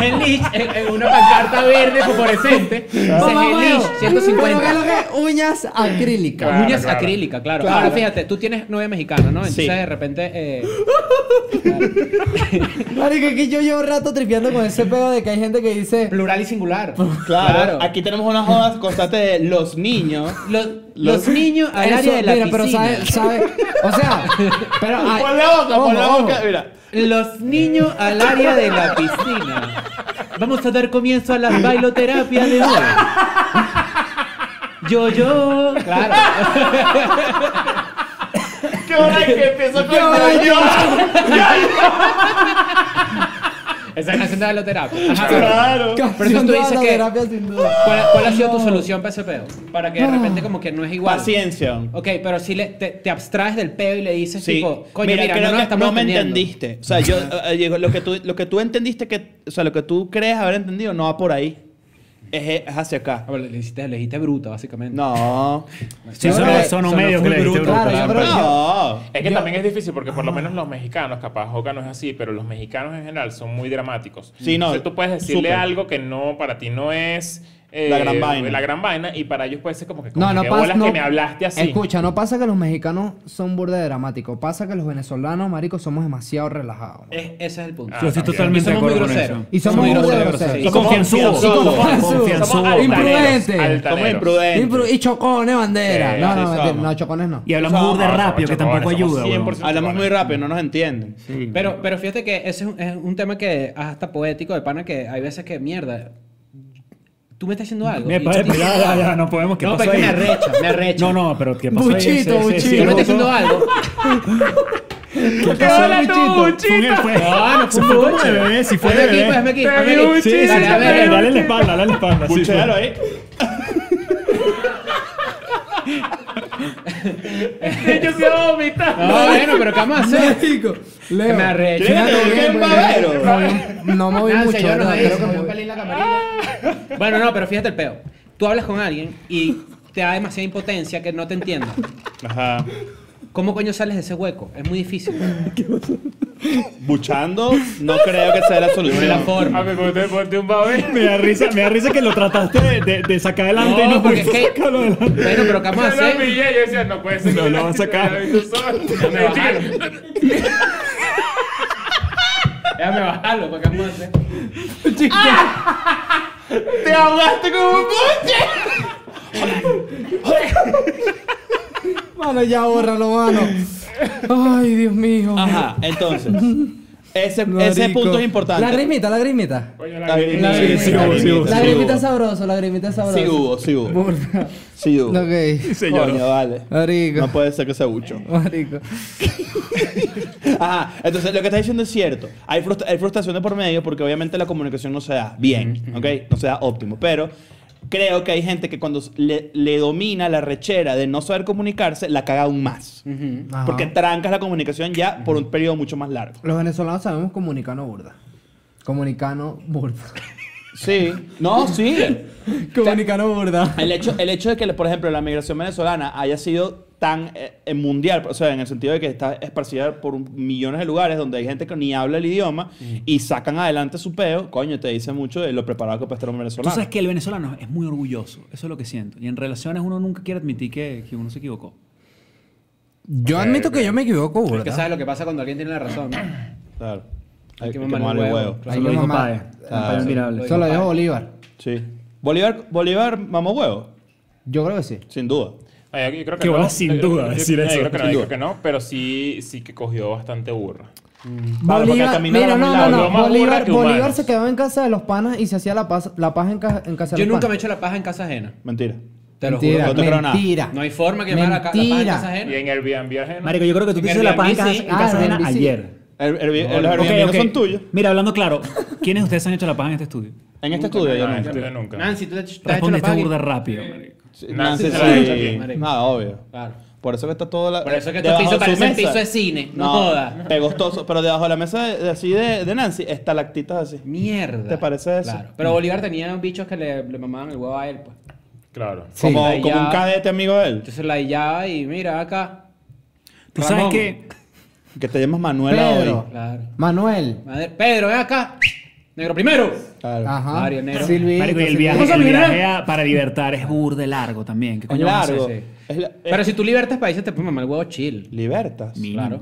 [SPEAKER 1] hellish, en, en una pancarta verde fluorescente. Dice
[SPEAKER 3] Ah, Mamá, huevo.
[SPEAKER 1] hellish,
[SPEAKER 3] Pero ¿qué es
[SPEAKER 1] 150.
[SPEAKER 3] lo que es? uñas acrílicas.
[SPEAKER 4] Claro,
[SPEAKER 1] uñas
[SPEAKER 4] claro.
[SPEAKER 1] acrílica, claro.
[SPEAKER 2] Claro.
[SPEAKER 1] Ahora fíjate, tú tienes novia mexicana, ¿no? Entonces
[SPEAKER 2] Sí.
[SPEAKER 1] de repente. eh,
[SPEAKER 3] Marico, que yo llevo rato tripeando con ese pedo de que hay gente que dice.
[SPEAKER 1] plural y singular.
[SPEAKER 2] Claro. Aquí tenemos unas jodas constante de los niños.
[SPEAKER 1] Los, los niños al área de la
[SPEAKER 3] mira, pero
[SPEAKER 1] piscina.
[SPEAKER 3] sabe, sabe. O sea, pero. ay,
[SPEAKER 2] Pon la boca, pon la
[SPEAKER 3] ojo,
[SPEAKER 2] boca.
[SPEAKER 3] ojo.
[SPEAKER 2] Mira.
[SPEAKER 1] Los niños al área de la piscina. Vamos a dar comienzo a las bailoterapias de hoy. Yo, yo. Claro.
[SPEAKER 4] ¿Qué hora es que empiezo con
[SPEAKER 3] Yo, yo.
[SPEAKER 1] Esa canción de bailoterapia. Ajá.
[SPEAKER 2] Claro.
[SPEAKER 1] Pero tú dices que-
[SPEAKER 3] terapia sin duda.
[SPEAKER 1] ¿Cuál, cuál ha sido tu solución para ese peo? Para
[SPEAKER 3] Ah.
[SPEAKER 1] que de repente, como que no es igual.
[SPEAKER 2] Paciencia.
[SPEAKER 1] Ok, pero si le- te, te abstraes del peo y le dices,
[SPEAKER 2] Sí.
[SPEAKER 1] tipo, coño, mira,
[SPEAKER 2] mira, creo
[SPEAKER 1] no, nos
[SPEAKER 2] que
[SPEAKER 1] estamos
[SPEAKER 2] no me
[SPEAKER 1] entendiendo.
[SPEAKER 2] entendiste. O sea, yo eh, digo, lo que tú lo que tú entendiste que, o sea, lo que tú crees haber entendido no va por ahí. Es, es hacia acá.
[SPEAKER 1] Ah, bueno, le hiciste, le dijiste bruta, básicamente.
[SPEAKER 2] No. Ah,
[SPEAKER 5] Sí,
[SPEAKER 3] Yo
[SPEAKER 5] son,
[SPEAKER 3] creo que-
[SPEAKER 5] son los
[SPEAKER 1] sonó
[SPEAKER 5] medios que
[SPEAKER 1] full
[SPEAKER 5] le diste,
[SPEAKER 1] bruto,
[SPEAKER 5] bro.
[SPEAKER 3] claro, yo creo-
[SPEAKER 2] no.
[SPEAKER 4] Es que también es difícil porque por lo menos los mexicanos, capaz Joca no es así, pero los mexicanos en general son muy dramáticos.
[SPEAKER 2] Sí, no,
[SPEAKER 4] Entonces tú puedes decirle
[SPEAKER 2] súper.
[SPEAKER 4] algo que no para ti no es eh,
[SPEAKER 2] La gran vaina.
[SPEAKER 4] La gran vaina. Y para ellos puede ser como que. como
[SPEAKER 3] No, no
[SPEAKER 4] que
[SPEAKER 3] pasa.
[SPEAKER 4] bolas
[SPEAKER 3] no-
[SPEAKER 4] que me hablaste así.
[SPEAKER 3] Escucha, no pasa que los mexicanos son burda de dramáticos. Pasa que los venezolanos, maricos, somos demasiado relajados. man.
[SPEAKER 1] Es- ese es el punto.
[SPEAKER 4] Ah,
[SPEAKER 5] Yo estoy
[SPEAKER 4] también.
[SPEAKER 5] totalmente
[SPEAKER 1] Y
[SPEAKER 5] de
[SPEAKER 1] somos muy
[SPEAKER 5] acuerdo con
[SPEAKER 1] groseros.
[SPEAKER 5] eso.
[SPEAKER 3] Y somos muy groseros.
[SPEAKER 1] Sí.
[SPEAKER 3] Y
[SPEAKER 5] Somos confianzudos.
[SPEAKER 4] confianzudos.
[SPEAKER 5] Confianzudos.
[SPEAKER 4] Somos
[SPEAKER 3] Imprudentes.
[SPEAKER 4] altaneros,
[SPEAKER 2] Somos
[SPEAKER 4] altaneros.
[SPEAKER 2] imprudentes.
[SPEAKER 3] Impro- Y chocones, bandera.
[SPEAKER 4] Sí,
[SPEAKER 3] no,
[SPEAKER 2] así
[SPEAKER 3] no, mentira,
[SPEAKER 2] somos.
[SPEAKER 3] no, chocones no.
[SPEAKER 5] Y hablamos
[SPEAKER 2] Somos-
[SPEAKER 5] burda
[SPEAKER 4] no,
[SPEAKER 5] rápido, que
[SPEAKER 4] somos
[SPEAKER 5] tampoco
[SPEAKER 4] chabones, somos
[SPEAKER 5] ayuda. weón.
[SPEAKER 4] 100%
[SPEAKER 2] Hablamos muy
[SPEAKER 4] chabones.
[SPEAKER 2] rápido, no nos entienden.
[SPEAKER 1] Pero, pero fíjate que ese es un, es un tema que hasta poético de pana que hay veces que mierda. Tú me estás haciendo algo.
[SPEAKER 5] Me
[SPEAKER 1] y yo te
[SPEAKER 5] parece-
[SPEAKER 1] estoy
[SPEAKER 5] ya,
[SPEAKER 1] haciendo
[SPEAKER 5] ya,
[SPEAKER 1] algo.
[SPEAKER 5] ya, no podemos. ¿Qué
[SPEAKER 1] No,
[SPEAKER 5] pasó
[SPEAKER 1] pero es que
[SPEAKER 5] ahí?
[SPEAKER 1] me arrecha, me arrecha.
[SPEAKER 5] No, no, pero ¿qué pasó ahí?
[SPEAKER 3] Buchito,
[SPEAKER 5] Sí, sí,
[SPEAKER 3] buchito.
[SPEAKER 1] Tú
[SPEAKER 5] sí,
[SPEAKER 1] me estás
[SPEAKER 5] sí.
[SPEAKER 1] haciendo algo.
[SPEAKER 5] ¿Qué pasó, Buchito? Fue un- fue-
[SPEAKER 1] No, no fue
[SPEAKER 5] se
[SPEAKER 1] un
[SPEAKER 5] fue como
[SPEAKER 1] buche.
[SPEAKER 5] de bebé, si fue
[SPEAKER 1] Hazme
[SPEAKER 5] de
[SPEAKER 1] aquí,
[SPEAKER 5] bebé.
[SPEAKER 1] pues, hazme aquí,
[SPEAKER 5] Te
[SPEAKER 1] hazme
[SPEAKER 5] vi
[SPEAKER 1] aquí.
[SPEAKER 5] un
[SPEAKER 1] Sí,
[SPEAKER 5] chiste,
[SPEAKER 1] dale, a ver,
[SPEAKER 5] dale,
[SPEAKER 1] a ver.
[SPEAKER 5] dale la espalda, dale la espalda. sí,
[SPEAKER 2] Buchealo
[SPEAKER 5] fue.
[SPEAKER 2] ahí.
[SPEAKER 1] No, bueno, pero ¿qué vamos a hacer?
[SPEAKER 3] Marico, Leo.
[SPEAKER 1] Que me arrecho.
[SPEAKER 3] Fíjate
[SPEAKER 2] ¿Quién
[SPEAKER 3] bien,
[SPEAKER 2] va a
[SPEAKER 3] pero-
[SPEAKER 2] ver?
[SPEAKER 3] no, no, no moví
[SPEAKER 1] Ah,
[SPEAKER 3] mucho.
[SPEAKER 1] señor,
[SPEAKER 3] no,
[SPEAKER 1] nos
[SPEAKER 3] creo
[SPEAKER 1] dice,
[SPEAKER 3] que
[SPEAKER 1] movió
[SPEAKER 3] moví-
[SPEAKER 1] un pelín la camarilla. Bueno, no, pero fíjate el peo. Tú hablas con alguien y te da demasiada impotencia que no te entiendo.
[SPEAKER 2] Ajá.
[SPEAKER 1] ¿Cómo coño sales de ese hueco? Es muy difícil.
[SPEAKER 2] Buchando no creo que sea la
[SPEAKER 1] No hay la
[SPEAKER 2] solución.
[SPEAKER 4] Ah,
[SPEAKER 1] forma.
[SPEAKER 4] me ponte, ponte un babé.
[SPEAKER 5] Me da risa, me da risa que lo trataste de, de- de sacar adelante y no
[SPEAKER 1] No, porque es
[SPEAKER 5] pudiste
[SPEAKER 1] que...
[SPEAKER 5] sacarlo adelante.
[SPEAKER 1] Bueno, pero ¿qué vamos a
[SPEAKER 4] Yo lo
[SPEAKER 1] hacer?
[SPEAKER 4] pillé, yo decía, no puede ser.
[SPEAKER 5] No, lo va a sacar.
[SPEAKER 1] Déjame bajarlo. Déjame bajarlo, ¿para pues, qué vamos a hacer?
[SPEAKER 4] ¡Te ahogaste como un
[SPEAKER 3] Mano, ya bórralo, mano. Ay, Dios mío.
[SPEAKER 2] Ajá, entonces. Ese, ese
[SPEAKER 3] Marico.
[SPEAKER 2] punto es importante.
[SPEAKER 3] Lagrimita, lagrimita.
[SPEAKER 2] La-
[SPEAKER 5] Sí, sí, hubo, sí, hubo, sí,
[SPEAKER 3] Lagrimita
[SPEAKER 2] hubo.
[SPEAKER 3] sabroso, lagrimita sabroso.
[SPEAKER 2] Sí hubo, sí hubo.
[SPEAKER 3] Burda.
[SPEAKER 2] Sí hubo.
[SPEAKER 3] Ok.
[SPEAKER 2] Señor. Coño, vale.
[SPEAKER 3] Marico.
[SPEAKER 2] No puede ser que sea bucho.
[SPEAKER 3] Marico.
[SPEAKER 2] Ajá, entonces lo que estás diciendo es cierto. Hay, frustra- hay frustración de por medio porque obviamente la comunicación no se da bien, ¿ok? No se da óptimo. Pero creo que hay gente que cuando le, le domina la rechera de no saber comunicarse, la caga aún más.
[SPEAKER 3] Ajá.
[SPEAKER 2] Porque trancas la comunicación ya por un periodo mucho más largo.
[SPEAKER 3] Los venezolanos sabemos comunicarnos burda. Comunicarnos burda.
[SPEAKER 2] Sí. No, sí.
[SPEAKER 3] comunicarnos burda.
[SPEAKER 2] El hecho, el hecho de que, por ejemplo, la migración venezolana haya sido tan eh, eh, mundial, o sea, en el sentido de que está esparcida por un- millones de lugares donde hay gente que ni habla el idioma y sacan adelante su peo, coño, te dice mucho de lo preparado que puede estar un
[SPEAKER 5] Tú
[SPEAKER 2] venezolano.
[SPEAKER 5] sabes que el venezolano es muy orgulloso, eso es lo que siento. Y en relaciones uno nunca quiere admitir que, que uno se equivocó.
[SPEAKER 3] Yo admito eh, que yo me equivoco,
[SPEAKER 1] Es que
[SPEAKER 3] burda.
[SPEAKER 1] sabes lo que pasa cuando alguien tiene la razón.
[SPEAKER 2] Claro.
[SPEAKER 1] Hay
[SPEAKER 2] Hay que
[SPEAKER 1] que mamar
[SPEAKER 2] mamarle
[SPEAKER 1] un
[SPEAKER 2] huevo.
[SPEAKER 1] huevo.
[SPEAKER 5] Eso
[SPEAKER 3] Ay,
[SPEAKER 5] lo
[SPEAKER 3] mi
[SPEAKER 5] dijo
[SPEAKER 3] mamá.
[SPEAKER 5] Pae.
[SPEAKER 2] Ah,
[SPEAKER 5] Pae
[SPEAKER 2] sí.
[SPEAKER 5] admirable.
[SPEAKER 3] Eso lo dijo Bolívar.
[SPEAKER 2] Sí. Bolívar, Bolívar mamó huevo,
[SPEAKER 3] Yo creo que sí.
[SPEAKER 2] sin duda.
[SPEAKER 4] Ay, yo creo que
[SPEAKER 5] Que
[SPEAKER 4] no.
[SPEAKER 5] va sin
[SPEAKER 4] Yo creo-
[SPEAKER 5] duda
[SPEAKER 4] yo-
[SPEAKER 5] decir
[SPEAKER 4] yo
[SPEAKER 5] eso.
[SPEAKER 4] creo que no,
[SPEAKER 2] Sin
[SPEAKER 4] yo
[SPEAKER 2] duda.
[SPEAKER 4] creo que no, pero sí, sí que cogió bastante burra.
[SPEAKER 2] Claro, porque
[SPEAKER 3] Bolívar,
[SPEAKER 2] caminar
[SPEAKER 3] mira,
[SPEAKER 2] a
[SPEAKER 3] no,
[SPEAKER 2] un
[SPEAKER 3] no,
[SPEAKER 2] lado,
[SPEAKER 3] no.
[SPEAKER 4] lo más burda
[SPEAKER 3] Bolívar,
[SPEAKER 4] que
[SPEAKER 3] Bolívar
[SPEAKER 4] humanos.
[SPEAKER 3] se quedó en casa de los panas y se hacía la paz, la paz en, ca- en casa de
[SPEAKER 1] Yo
[SPEAKER 3] los
[SPEAKER 1] nunca me he
[SPEAKER 3] panas.
[SPEAKER 1] hecho la paja en casa ajena.
[SPEAKER 2] Mentira.
[SPEAKER 1] Te lo
[SPEAKER 3] Mentira,
[SPEAKER 2] no te creo nada.
[SPEAKER 3] mentira.
[SPEAKER 1] juro. No hay forma que me haga la, ca- la paja en
[SPEAKER 3] Mentira.
[SPEAKER 1] casa
[SPEAKER 4] Y
[SPEAKER 1] ajena.
[SPEAKER 4] en Airbnb ajeno.
[SPEAKER 5] Marico, yo creo que tú
[SPEAKER 1] En
[SPEAKER 5] te hiciste la paja en
[SPEAKER 1] Airbnb,
[SPEAKER 5] casa,
[SPEAKER 1] sí.
[SPEAKER 5] en casa
[SPEAKER 3] Ah, en
[SPEAKER 5] ajena
[SPEAKER 3] Airbnb, sí.
[SPEAKER 5] ayer.
[SPEAKER 2] El- el- el- los
[SPEAKER 5] Ok,
[SPEAKER 2] Airbnb no
[SPEAKER 5] ok.
[SPEAKER 2] son tuyos.
[SPEAKER 5] Mira, hablando claro, ¿quiénes de ustedes han hecho la paja en este estudio?
[SPEAKER 2] En este estudio yo
[SPEAKER 4] No,
[SPEAKER 2] nunca.
[SPEAKER 4] yo nunca.
[SPEAKER 1] Nancy, tú te, te has hecho la
[SPEAKER 5] Respondiste
[SPEAKER 1] paja. en-
[SPEAKER 5] burda rápido, marico.
[SPEAKER 2] Sí,
[SPEAKER 4] Nancy se
[SPEAKER 2] Nancy,
[SPEAKER 4] la
[SPEAKER 2] sí.
[SPEAKER 1] hizo, marico.
[SPEAKER 2] Nada, obvio.
[SPEAKER 1] Claro.
[SPEAKER 2] Por eso que está todo la,
[SPEAKER 1] Por eso que este
[SPEAKER 2] debajo
[SPEAKER 1] piso
[SPEAKER 2] de su
[SPEAKER 1] parece
[SPEAKER 2] mesa.
[SPEAKER 1] piso de cine, no joda.
[SPEAKER 2] Pegostoso, pero debajo de la mesa de, de así de, de Nancy, estalactitas así.
[SPEAKER 1] Mierda.
[SPEAKER 2] ¿Te parece eso?
[SPEAKER 1] Claro. Pero Bolívar tenía bichos que le, le mamaban el huevo a él, pues.
[SPEAKER 4] Claro.
[SPEAKER 3] Sí.
[SPEAKER 2] como,
[SPEAKER 1] Ahí
[SPEAKER 2] como
[SPEAKER 1] ya.
[SPEAKER 2] un cadete amigo de él.
[SPEAKER 1] Entonces la hillaba y mira acá.
[SPEAKER 5] Tú sabes
[SPEAKER 1] Ramón.
[SPEAKER 5] que
[SPEAKER 2] Que te llamas Manuela
[SPEAKER 3] Pedro.
[SPEAKER 2] hoy.
[SPEAKER 1] Claro.
[SPEAKER 3] Manuel.
[SPEAKER 1] Madre- Pedro, ven acá. Negro primero.
[SPEAKER 2] Claro.
[SPEAKER 3] Ajá.
[SPEAKER 1] Mario Negro.
[SPEAKER 3] Silvito,
[SPEAKER 5] marico, y el
[SPEAKER 3] Silvito.
[SPEAKER 5] viaje,
[SPEAKER 1] Vamos a
[SPEAKER 5] el
[SPEAKER 1] mirar.
[SPEAKER 5] viaje a- para libertar es burde largo también. ¿Qué
[SPEAKER 2] Es
[SPEAKER 5] coño vamos a hacer?
[SPEAKER 2] largo.
[SPEAKER 1] sí.
[SPEAKER 2] Es la- es-
[SPEAKER 1] Pero si tú libertas países, te puedes mamar el huevo chill.
[SPEAKER 2] Libertas.
[SPEAKER 5] Mi-
[SPEAKER 1] Claro.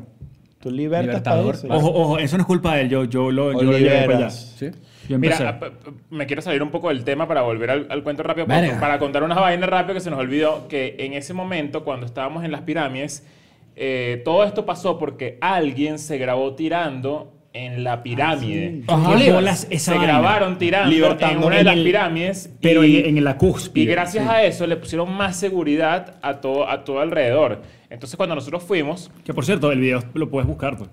[SPEAKER 2] Tú libertas
[SPEAKER 1] Libertador.
[SPEAKER 2] países.
[SPEAKER 5] Ojo, ojo, eso no es culpa de él. Yo, yo lo,
[SPEAKER 2] O
[SPEAKER 5] yo lo llevé para allá.
[SPEAKER 2] liberas.
[SPEAKER 1] ¿Sí?
[SPEAKER 5] Yo
[SPEAKER 4] Mira,
[SPEAKER 5] empecé.
[SPEAKER 4] a- p- p- me quiero salir un poco del tema para volver al, al cuento rápido, para,
[SPEAKER 3] Verga.
[SPEAKER 4] para contar unas vainas rápido que se nos olvidó que en ese momento, cuando estábamos en las pirámides, eh, todo esto pasó porque alguien se grabó tirando en la pirámide.
[SPEAKER 5] Ajá.
[SPEAKER 1] Bolívar.
[SPEAKER 5] Ah, Bolas esa
[SPEAKER 4] se
[SPEAKER 5] vaina.
[SPEAKER 4] grabaron tirando
[SPEAKER 2] Libertando
[SPEAKER 4] en una de
[SPEAKER 2] en
[SPEAKER 4] las
[SPEAKER 5] el-
[SPEAKER 4] pirámides.
[SPEAKER 5] Pero
[SPEAKER 4] y-
[SPEAKER 5] en, en la cúspide.
[SPEAKER 4] y gracias a eso le pusieron más seguridad a todo, a todo alrededor. Entonces cuando nosotros fuimos,
[SPEAKER 5] Que por cierto, el video lo puedes buscar. pues.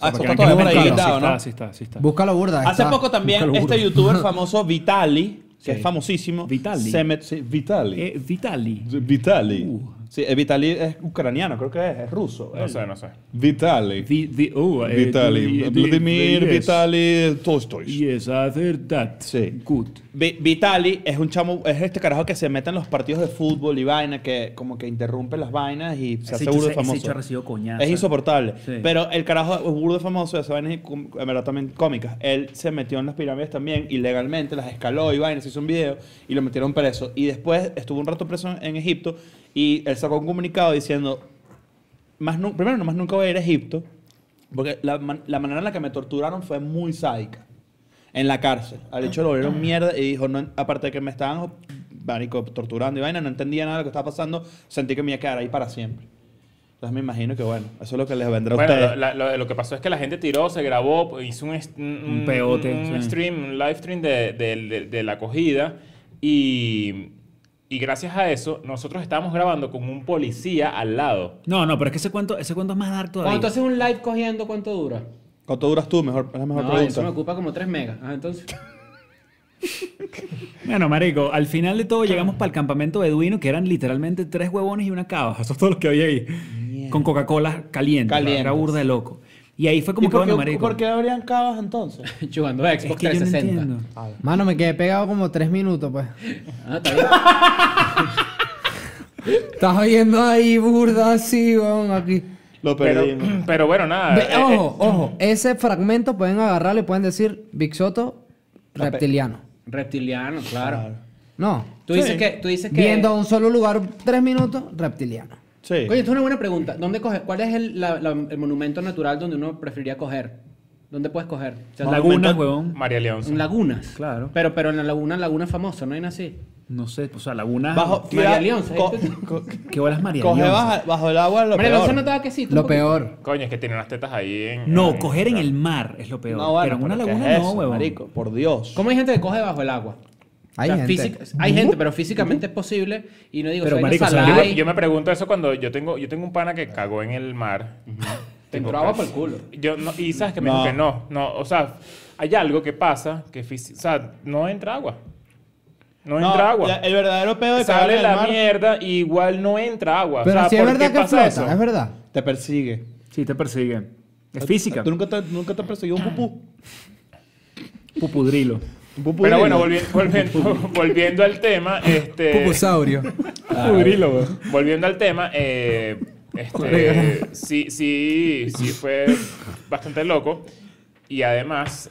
[SPEAKER 2] Ah, eso
[SPEAKER 5] Para que
[SPEAKER 2] está
[SPEAKER 5] vean que
[SPEAKER 2] todavía
[SPEAKER 5] no
[SPEAKER 2] por ahí
[SPEAKER 5] es mentira.
[SPEAKER 2] editado,
[SPEAKER 5] Sí
[SPEAKER 2] ¿no?
[SPEAKER 5] está, sí está, sí está.
[SPEAKER 3] Búscalo burda.
[SPEAKER 2] Hace
[SPEAKER 3] está.
[SPEAKER 2] poco también
[SPEAKER 5] Búscalo,
[SPEAKER 2] este
[SPEAKER 5] burro.
[SPEAKER 2] youtuber famoso Vitali, que
[SPEAKER 1] Sí.
[SPEAKER 2] es famosísimo.
[SPEAKER 5] Vitali.
[SPEAKER 2] Se met- sí, Vitali.
[SPEAKER 5] Eh, Vitali.
[SPEAKER 2] Vitali.
[SPEAKER 5] Uh,
[SPEAKER 2] Sí, eh, Vitali es ucraniano, creo que es, es ruso.
[SPEAKER 4] No
[SPEAKER 2] él.
[SPEAKER 4] sé, no sé.
[SPEAKER 2] Vitali.
[SPEAKER 5] Vi- vi- oh, eh,
[SPEAKER 2] Vitali.
[SPEAKER 5] the- the-
[SPEAKER 2] Vladimir
[SPEAKER 5] the- yes.
[SPEAKER 2] Vitali Tolstoy.
[SPEAKER 5] Yes, I heard that.
[SPEAKER 2] Sí.
[SPEAKER 5] Good.
[SPEAKER 2] Vi- Vitali es un chamo, es este carajo que se mete en los partidos de fútbol y vaina, que como que interrumpe las vainas y se
[SPEAKER 5] Ese
[SPEAKER 2] hace
[SPEAKER 5] bicho
[SPEAKER 2] burdo
[SPEAKER 5] se- ese
[SPEAKER 2] famoso.
[SPEAKER 5] bicho ha recibido coñazos.
[SPEAKER 2] Es insoportable.
[SPEAKER 5] Sí.
[SPEAKER 2] Pero el carajo es burdo famoso, hace vainas y com- en verdad también cómicas. Él se metió en las pirámides también ilegalmente, las escaló y vainas, hizo un video y lo metieron preso. Y después estuvo un rato preso en- en Egipto y él sacó un comunicado diciendo, más nu- primero, no más nunca voy a ir a Egipto, porque la, man- la manera en la que me torturaron fue muy sádica. En la cárcel. Al hecho lo volvieron mierda y dijo, no, aparte de que me estaban marico, torturando y vaina, no entendía nada de lo que estaba pasando, sentí que me iba a quedar ahí para siempre. Entonces me imagino que bueno, eso es lo que les vendrá a
[SPEAKER 4] Bueno,
[SPEAKER 2] ustedes.
[SPEAKER 4] lo, la- lo- lo que pasó es que la gente tiró, se grabó, hizo un, est-
[SPEAKER 5] Un peote,
[SPEAKER 4] un, un
[SPEAKER 5] sí.
[SPEAKER 4] stream, un live stream de, de- de- de la acogida y, y gracias a eso nosotros estábamos grabando con un policía al lado.
[SPEAKER 5] No, no, pero es que ese cuento, ese cuento es más dark todavía.
[SPEAKER 1] Cuando tú haces un live cogiendo, ¿cuánto dura?
[SPEAKER 2] ¿Cuánto duras tú? Mejor, es la mejor
[SPEAKER 1] No,
[SPEAKER 2] pregunta.
[SPEAKER 1] eso me ocupa como 3 megas. Ah, entonces.
[SPEAKER 5] Bueno, marico, al final de todo llegamos para el campamento beduino, que eran literalmente tres huevones y una cava. Eso es todo lo que había ahí. Con Coca-Cola caliente.
[SPEAKER 2] Calientes.
[SPEAKER 5] Era burda de loco. Y ahí fue como
[SPEAKER 2] ¿Y
[SPEAKER 5] que,
[SPEAKER 2] por,
[SPEAKER 5] bueno,
[SPEAKER 2] qué,
[SPEAKER 5] marico.
[SPEAKER 2] por qué habrían cavas entonces?
[SPEAKER 1] Jugando a Xbox
[SPEAKER 5] es que yo no
[SPEAKER 1] 360.
[SPEAKER 5] entiendo.
[SPEAKER 3] Mano, me quedé pegado como tres minutos, pues.
[SPEAKER 1] ah, está bien.
[SPEAKER 3] Estás oyendo ahí, burda, así, weón, aquí.
[SPEAKER 2] Lo
[SPEAKER 4] Pero,
[SPEAKER 2] perdimos.
[SPEAKER 4] pero bueno, nada.
[SPEAKER 3] Ve,
[SPEAKER 4] eh, eh,
[SPEAKER 3] ojo, ojo. Ese fragmento pueden agarrarlo y pueden decir Big Soto reptiliano.
[SPEAKER 1] Reptiliano, claro.
[SPEAKER 3] No.
[SPEAKER 1] Tú, dices que, tú dices que.
[SPEAKER 3] Viendo a un solo lugar tres minutos, reptiliano.
[SPEAKER 2] Sí.
[SPEAKER 1] Coño, esto es una buena pregunta. ¿Dónde coges? ¿Cuál es el, la- la- el monumento natural donde uno preferiría coger? ¿Dónde puedes coger? O sea,
[SPEAKER 5] Las lagunas, huevón.
[SPEAKER 4] eh, María León.
[SPEAKER 1] En lagunas.
[SPEAKER 5] Claro.
[SPEAKER 1] Pero, pero en la laguna, laguna famosa, ¿no hay nada así?
[SPEAKER 5] No sé, pues, o sea, lagunas.
[SPEAKER 2] bajo,
[SPEAKER 1] María
[SPEAKER 2] tira-
[SPEAKER 1] Leonza,
[SPEAKER 2] co-
[SPEAKER 1] ¿viste?
[SPEAKER 2] co-
[SPEAKER 5] ¿Qué bolas María
[SPEAKER 2] coge
[SPEAKER 5] Leonza?
[SPEAKER 2] bajo, bajo el agua es lo
[SPEAKER 1] María
[SPEAKER 2] peor.
[SPEAKER 1] Leonza no estaba que sí. tú un
[SPEAKER 3] Lo
[SPEAKER 1] poquito.
[SPEAKER 3] peor.
[SPEAKER 4] Coño, es que tienen las tetas ahí en...
[SPEAKER 5] No,
[SPEAKER 4] en-
[SPEAKER 5] coger en el mar es lo peor.
[SPEAKER 2] No, bueno,
[SPEAKER 5] pero en una
[SPEAKER 2] ¿qué
[SPEAKER 5] laguna
[SPEAKER 2] es
[SPEAKER 5] no,
[SPEAKER 2] eso,
[SPEAKER 5] huevón.
[SPEAKER 2] Marico, por Dios.
[SPEAKER 1] ¿Cómo hay gente que coge bajo el agua?
[SPEAKER 3] Hay
[SPEAKER 1] O sea,
[SPEAKER 3] gente.
[SPEAKER 1] física- hay gente, pero físicamente es posible. Y no digo,
[SPEAKER 5] Pero,
[SPEAKER 1] soy una
[SPEAKER 5] marico, o sea,
[SPEAKER 4] Yo
[SPEAKER 1] salada
[SPEAKER 4] me,
[SPEAKER 1] y-
[SPEAKER 4] yo me pregunto eso cuando yo tengo, yo tengo un pana que cagó en el mar.
[SPEAKER 1] Te entró agua por el culo.
[SPEAKER 4] Yo no, y sabes que me
[SPEAKER 2] No.
[SPEAKER 4] dijo que no, no, o sea, hay algo que pasa que fisi- o sea, no entra agua. No,
[SPEAKER 2] No,
[SPEAKER 4] entra agua.
[SPEAKER 2] la- el verdadero pedo de cagar
[SPEAKER 4] Sale
[SPEAKER 2] en el
[SPEAKER 4] la
[SPEAKER 2] mar
[SPEAKER 4] mierda y igual no entra agua.
[SPEAKER 3] Pero
[SPEAKER 4] o sea,
[SPEAKER 3] sí es
[SPEAKER 4] ¿por
[SPEAKER 3] verdad
[SPEAKER 4] qué
[SPEAKER 3] que
[SPEAKER 4] pasa
[SPEAKER 3] flota,
[SPEAKER 4] eso?
[SPEAKER 3] es verdad.
[SPEAKER 2] te persigue.
[SPEAKER 5] Sí, te persigue. Es física.
[SPEAKER 2] ¿Tú nunca te, nunca te persiguió un pupú?
[SPEAKER 5] Pupudrilo.
[SPEAKER 2] Un pupú
[SPEAKER 4] Pero
[SPEAKER 2] lindo.
[SPEAKER 4] bueno, volvi- volviendo, volviendo al tema, este,
[SPEAKER 3] Pupusaurio.
[SPEAKER 5] Pupudrilo, huevón.
[SPEAKER 4] Ah, eh, volviendo al tema, eh, este, sí, sí, sí fue bastante loco y además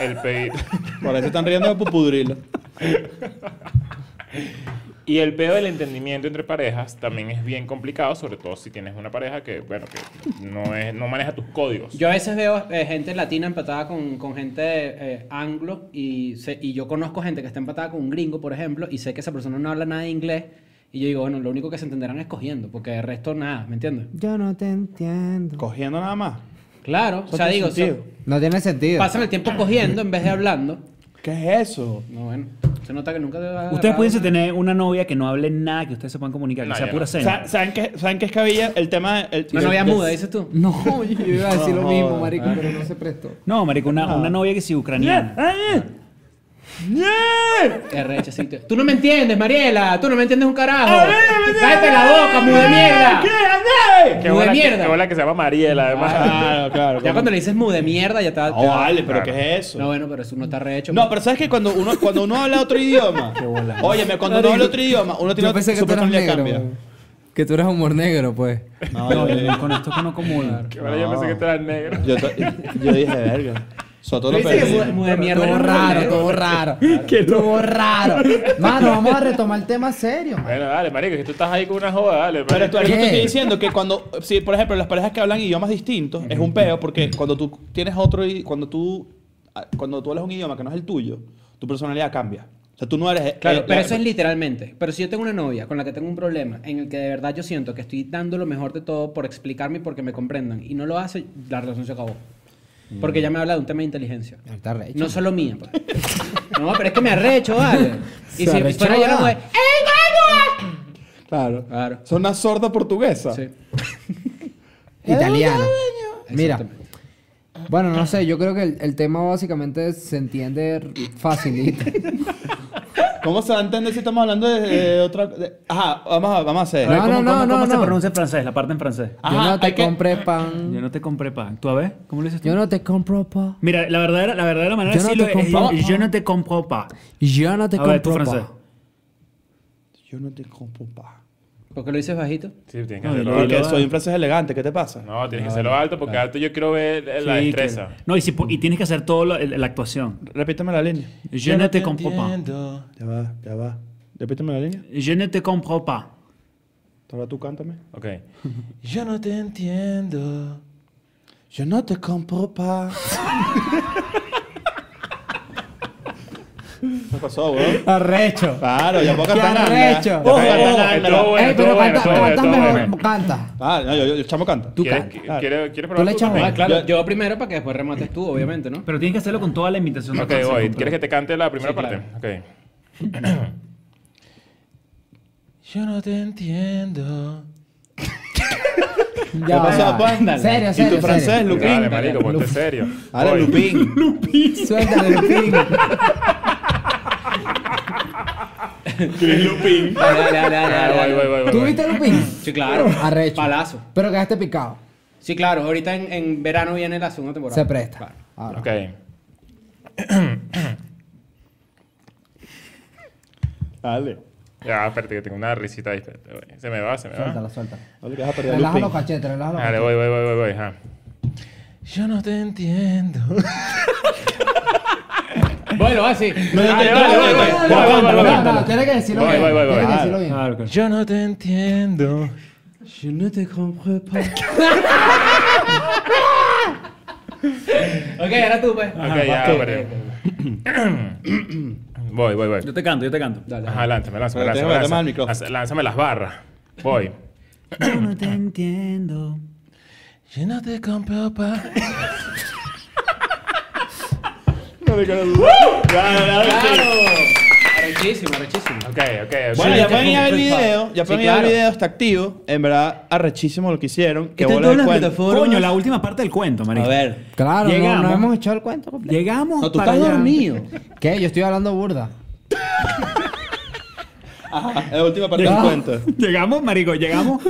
[SPEAKER 4] el pedido...
[SPEAKER 2] Por eso están riendo de pupudrilo.
[SPEAKER 4] Y el pedo del entendimiento entre parejas también es bien complicado, sobre todo si tienes una pareja que, bueno, que no, es, no maneja tus códigos.
[SPEAKER 1] Yo a veces veo eh, gente latina empatada con, con gente eh, anglo y, sé- y yo conozco gente que está empatada con un gringo, por ejemplo, y sé que esa persona no habla nada de inglés. Y yo digo, bueno, lo único que se entenderán es cogiendo, porque de resto nada, ¿me entiendes?
[SPEAKER 3] Yo no te entiendo.
[SPEAKER 2] Cogiendo nada más.
[SPEAKER 1] Claro, o sea,
[SPEAKER 2] tiene
[SPEAKER 1] digo, so-
[SPEAKER 2] sentido.
[SPEAKER 3] No tiene sentido.
[SPEAKER 1] pasan el tiempo cogiendo en vez de hablando.
[SPEAKER 2] ¿Qué es eso?
[SPEAKER 1] No, bueno, se nota que nunca te
[SPEAKER 2] Ah,
[SPEAKER 1] va a
[SPEAKER 5] Ustedes
[SPEAKER 1] agarrar
[SPEAKER 5] pueden
[SPEAKER 1] una-
[SPEAKER 5] tener una novia que no hable nada, que ustedes se puedan comunicar, que
[SPEAKER 4] No,
[SPEAKER 5] sea
[SPEAKER 4] ya
[SPEAKER 5] pura
[SPEAKER 4] no.
[SPEAKER 5] seña.
[SPEAKER 2] Sa- ¿Saben qué, ¿Saben qué es cabilla? El tema. El,
[SPEAKER 1] Una
[SPEAKER 2] del-
[SPEAKER 1] novia
[SPEAKER 2] del-
[SPEAKER 1] muda, dices tú.
[SPEAKER 3] No, yo iba a decir lo
[SPEAKER 2] No,
[SPEAKER 3] mismo,
[SPEAKER 2] joder.
[SPEAKER 3] marico, pero no se prestó.
[SPEAKER 5] No, marico, una,
[SPEAKER 2] No.
[SPEAKER 5] una novia que sí ucraniana.
[SPEAKER 1] Qué recha, sí, te- Tú no me entiendes, Mariela. Tú no me entiendes un carajo. Cállate la boca, mude mierda.
[SPEAKER 4] Qué
[SPEAKER 1] Muy
[SPEAKER 4] bola
[SPEAKER 1] de
[SPEAKER 4] que-
[SPEAKER 1] mierda.
[SPEAKER 4] qué bola que se llama Mariela, además.
[SPEAKER 2] Claro, claro.
[SPEAKER 1] Ya
[SPEAKER 2] como-
[SPEAKER 1] cuando le dices mude mierda, ya está.
[SPEAKER 2] No,
[SPEAKER 1] ya-
[SPEAKER 2] vale, pero
[SPEAKER 4] Claro.
[SPEAKER 2] ¿qué es eso?
[SPEAKER 1] No, bueno, pero eso no está rehecho.
[SPEAKER 2] No, pero sabes que cuando uno, cuando uno habla otro idioma, óyeme, cuando uno habla otro idioma, uno tiene
[SPEAKER 3] Yo pensé que tú eras
[SPEAKER 2] personalidad
[SPEAKER 3] negro. weón. Que tú eras humor negro, pues.
[SPEAKER 2] No,
[SPEAKER 5] No,
[SPEAKER 2] yo,
[SPEAKER 5] yo con esto que no comulgo.
[SPEAKER 4] Que ahora yo pensé que tú eras negro.
[SPEAKER 2] yo, to- yo dije, verga. Soto
[SPEAKER 1] Tú
[SPEAKER 2] lo
[SPEAKER 1] dices que
[SPEAKER 2] perdí.
[SPEAKER 1] mude, mude mierda.
[SPEAKER 3] Todo
[SPEAKER 1] no, no,
[SPEAKER 3] raro,
[SPEAKER 1] no.
[SPEAKER 3] todo raro. Todo raro. Mano, vamos a retomar el tema serio, man.
[SPEAKER 4] Bueno, dale, marico, que tú estás ahí con una joda, dale.
[SPEAKER 2] Pero tú,
[SPEAKER 4] marico.
[SPEAKER 2] yo te
[SPEAKER 3] ¿Qué?
[SPEAKER 2] estoy diciendo que cuando, si por ejemplo las parejas que hablan idiomas distintos es un peo porque cuando tú tienes otro, i- cuando tú, ah, cuando tú hablas un idioma que no es el tuyo, tu personalidad cambia. O sea, tú no eres.
[SPEAKER 1] Claro,
[SPEAKER 2] eh,
[SPEAKER 1] pero
[SPEAKER 2] la-
[SPEAKER 1] eso es literalmente. Pero si yo tengo una novia con la que tengo un problema en el que de verdad yo siento que estoy dando lo mejor de todo por explicarme y porque me comprendan y no lo hace, la relación se acabó. Porque ya me habla de un tema de inteligencia.
[SPEAKER 3] Está recho.
[SPEAKER 1] No solo mía, pues. No, pero es que me arrecho, vale. Y
[SPEAKER 3] Se
[SPEAKER 1] si
[SPEAKER 3] arrechó,
[SPEAKER 1] fuera yo no
[SPEAKER 3] ¿verdad?
[SPEAKER 1] voy. "Eh, guagua".
[SPEAKER 2] Claro.
[SPEAKER 1] Claro.
[SPEAKER 2] Son una sorda portuguesa.
[SPEAKER 1] Sí.
[SPEAKER 3] Italiano. Mira.
[SPEAKER 1] Exactamente.
[SPEAKER 3] Bueno, no sé, yo creo que el, el tema básicamente se entiende facilito.
[SPEAKER 2] ¿Cómo se va a entender si estamos hablando de, de otra de- Ajá, vamos a, vamos a hacer.
[SPEAKER 1] Ah.
[SPEAKER 3] No,
[SPEAKER 5] ¿Cómo,
[SPEAKER 3] no, no,
[SPEAKER 5] cómo-
[SPEAKER 3] no,
[SPEAKER 5] cómo se
[SPEAKER 3] no.
[SPEAKER 5] pronuncia en francés? La parte en francés.
[SPEAKER 2] Ajá,
[SPEAKER 3] yo no
[SPEAKER 2] hay
[SPEAKER 3] te
[SPEAKER 2] que-
[SPEAKER 3] compré pan.
[SPEAKER 5] Yo no te compré pan. ¿Tú a ver? ¿Cómo le dices tú?
[SPEAKER 3] Yo no te compro pan.
[SPEAKER 5] Mira, la verdadera, la verdadera manera
[SPEAKER 3] Yo
[SPEAKER 5] de
[SPEAKER 3] no
[SPEAKER 5] decirlo
[SPEAKER 3] te
[SPEAKER 5] es
[SPEAKER 3] compro
[SPEAKER 5] el
[SPEAKER 3] pan.
[SPEAKER 5] yo no te compro pa.
[SPEAKER 3] Yo no te
[SPEAKER 5] A ver, tú
[SPEAKER 3] compro
[SPEAKER 5] francés.
[SPEAKER 3] pan.
[SPEAKER 2] Yo no te compro pa.
[SPEAKER 1] ¿Por qué lo dices bajito?
[SPEAKER 4] Sí, tienes que
[SPEAKER 5] No,
[SPEAKER 4] hacerlo
[SPEAKER 5] yo lo-
[SPEAKER 4] alto.
[SPEAKER 2] Porque soy un francés elegante, ¿qué te pasa?
[SPEAKER 4] No, tienes que hacerlo alto porque alto yo quiero ver la
[SPEAKER 5] Sí,
[SPEAKER 4] destreza.
[SPEAKER 5] que- no, y, si po- y tienes que hacer toda la actuación.
[SPEAKER 2] Repíteme la línea.
[SPEAKER 5] Je ne te comprends pas.
[SPEAKER 4] entiendo.
[SPEAKER 2] Ya va, ya va. Repíteme la línea.
[SPEAKER 5] Je ne te comprends pas.
[SPEAKER 2] Ahora tú cántame.
[SPEAKER 4] Ok. Yo no te entiendo.
[SPEAKER 2] Yo no te compro pa. ¿Qué pasó, weón?
[SPEAKER 3] Arrecho.
[SPEAKER 2] Claro, ya puedo cantar.
[SPEAKER 3] ¡Qué
[SPEAKER 2] nada.
[SPEAKER 3] arrecho!
[SPEAKER 2] Ya
[SPEAKER 3] Ojo,
[SPEAKER 2] puedo cantar. nada,
[SPEAKER 4] estuvo
[SPEAKER 2] pero-
[SPEAKER 4] Ah, bueno,
[SPEAKER 3] Ey, pero
[SPEAKER 4] estuvo bueno,
[SPEAKER 3] canta,
[SPEAKER 4] estuvo bueno,
[SPEAKER 3] canta
[SPEAKER 4] estuvo
[SPEAKER 3] mejor,
[SPEAKER 4] bueno.
[SPEAKER 3] canta.
[SPEAKER 2] Ah, no, yo, yo, el chamo canta.
[SPEAKER 3] Tú
[SPEAKER 4] ¿Quieres,
[SPEAKER 3] canta.
[SPEAKER 4] qui- ¿quieres, ¿Quieres
[SPEAKER 3] Tú le
[SPEAKER 4] probar tú
[SPEAKER 3] echas
[SPEAKER 4] también?
[SPEAKER 3] bola.
[SPEAKER 1] Ah, claro,
[SPEAKER 2] Yo-
[SPEAKER 1] yo, primero para que después remates tú, obviamente, ¿no?
[SPEAKER 5] Pero tienes que hacerlo con toda la imitación. de
[SPEAKER 4] Ok,
[SPEAKER 5] francés
[SPEAKER 4] voy.
[SPEAKER 5] completa.
[SPEAKER 4] ¿Quieres que te cante la primera
[SPEAKER 1] Ah, Sí,
[SPEAKER 4] parte?
[SPEAKER 1] claro.
[SPEAKER 4] Ok. Yo no te entiendo.
[SPEAKER 3] Ya,
[SPEAKER 2] pasó,
[SPEAKER 3] ya.
[SPEAKER 2] pues?
[SPEAKER 3] Serio, serio,
[SPEAKER 2] ¿Y tu francés,
[SPEAKER 3] serio.
[SPEAKER 2] Lupín?
[SPEAKER 4] Dale, marico, ponte
[SPEAKER 3] Lupín.
[SPEAKER 4] serio.
[SPEAKER 2] Ahora
[SPEAKER 4] Voy.
[SPEAKER 2] pues. Lupín.
[SPEAKER 3] Suéltale, Lupín.
[SPEAKER 1] Dale, dale, dale, dale,
[SPEAKER 4] Ah, voy,
[SPEAKER 1] dale, dale.
[SPEAKER 4] voy, voy, voy,
[SPEAKER 3] ¿Tú
[SPEAKER 4] voy.
[SPEAKER 3] viste Lupín?
[SPEAKER 1] Sí, claro.
[SPEAKER 3] Arrecho.
[SPEAKER 1] Palazo.
[SPEAKER 3] Pero quedaste picado.
[SPEAKER 1] Sí, claro. Ahorita en, en verano viene la segunda temporada.
[SPEAKER 3] Se presta.
[SPEAKER 1] Claro.
[SPEAKER 3] Ahora.
[SPEAKER 4] Ah, Ok.
[SPEAKER 2] Dale.
[SPEAKER 4] Ya, espérate, que tengo una risita ahí. espérate, güey. Se me va, se me va.
[SPEAKER 3] Suéltalo, suéltalo.
[SPEAKER 2] Dale que vas a perder
[SPEAKER 3] Relaja
[SPEAKER 2] Lupín.
[SPEAKER 3] los cachetes, relaja los
[SPEAKER 4] Dale, voy, voy, voy, voy, voy. ajá. Yo no te entiendo.
[SPEAKER 1] Bueno, ah, así.
[SPEAKER 2] No, yo
[SPEAKER 4] Dale, dale,
[SPEAKER 2] te- dale,
[SPEAKER 4] dale, dale, dale,
[SPEAKER 2] dale, dale,
[SPEAKER 4] dale,
[SPEAKER 2] dale, dale.
[SPEAKER 3] No, no, no, tiene que decirlo
[SPEAKER 4] Voy,
[SPEAKER 3] bien.
[SPEAKER 4] voy, voy,
[SPEAKER 3] Tiene que
[SPEAKER 4] voy.
[SPEAKER 3] decirlo bien.
[SPEAKER 5] Claro, claro.
[SPEAKER 4] Yo no te entiendo.
[SPEAKER 2] Je ne te comprends pas.
[SPEAKER 1] Ok, ahora tú, pues.
[SPEAKER 4] Ok, ya, pero- Voy, voy, voy.
[SPEAKER 5] Yo te canto, yo te canto.
[SPEAKER 1] Dale.
[SPEAKER 4] Ajá, lánzame, lánzame,
[SPEAKER 2] Pero
[SPEAKER 4] lánzame.
[SPEAKER 2] déjame meter más
[SPEAKER 4] lánzame.
[SPEAKER 2] el micrófono.
[SPEAKER 4] Lánz- Lánzame las barras. Voy.
[SPEAKER 5] Yo no te entiendo.
[SPEAKER 4] Yo no te compro pa.
[SPEAKER 1] ¡Claro! Arrechísimo, arrechísimo.
[SPEAKER 4] Ok, ok.
[SPEAKER 2] Bueno,
[SPEAKER 4] sí.
[SPEAKER 2] ya pueden ir a ver el
[SPEAKER 1] Sí,
[SPEAKER 2] video. Ya pueden ir a ver
[SPEAKER 1] claro.
[SPEAKER 2] el video, está activo. En verdad, arrechísimo lo que hicieron. Que
[SPEAKER 1] Está en
[SPEAKER 2] bola de
[SPEAKER 1] todas las
[SPEAKER 2] cuento.
[SPEAKER 5] Coño, la última parte del cuento, marico.
[SPEAKER 2] A ver.
[SPEAKER 3] Claro, no,
[SPEAKER 5] Llegamos.
[SPEAKER 3] no hemos echado el cuento completo.
[SPEAKER 5] Llegamos
[SPEAKER 2] No, tú
[SPEAKER 5] para
[SPEAKER 2] estás
[SPEAKER 5] allá.
[SPEAKER 2] dormido.
[SPEAKER 3] ¿Qué? Yo estoy hablando burda.
[SPEAKER 2] Ajá, la última parte del cuento.
[SPEAKER 5] Llegamos, marico, llegamos.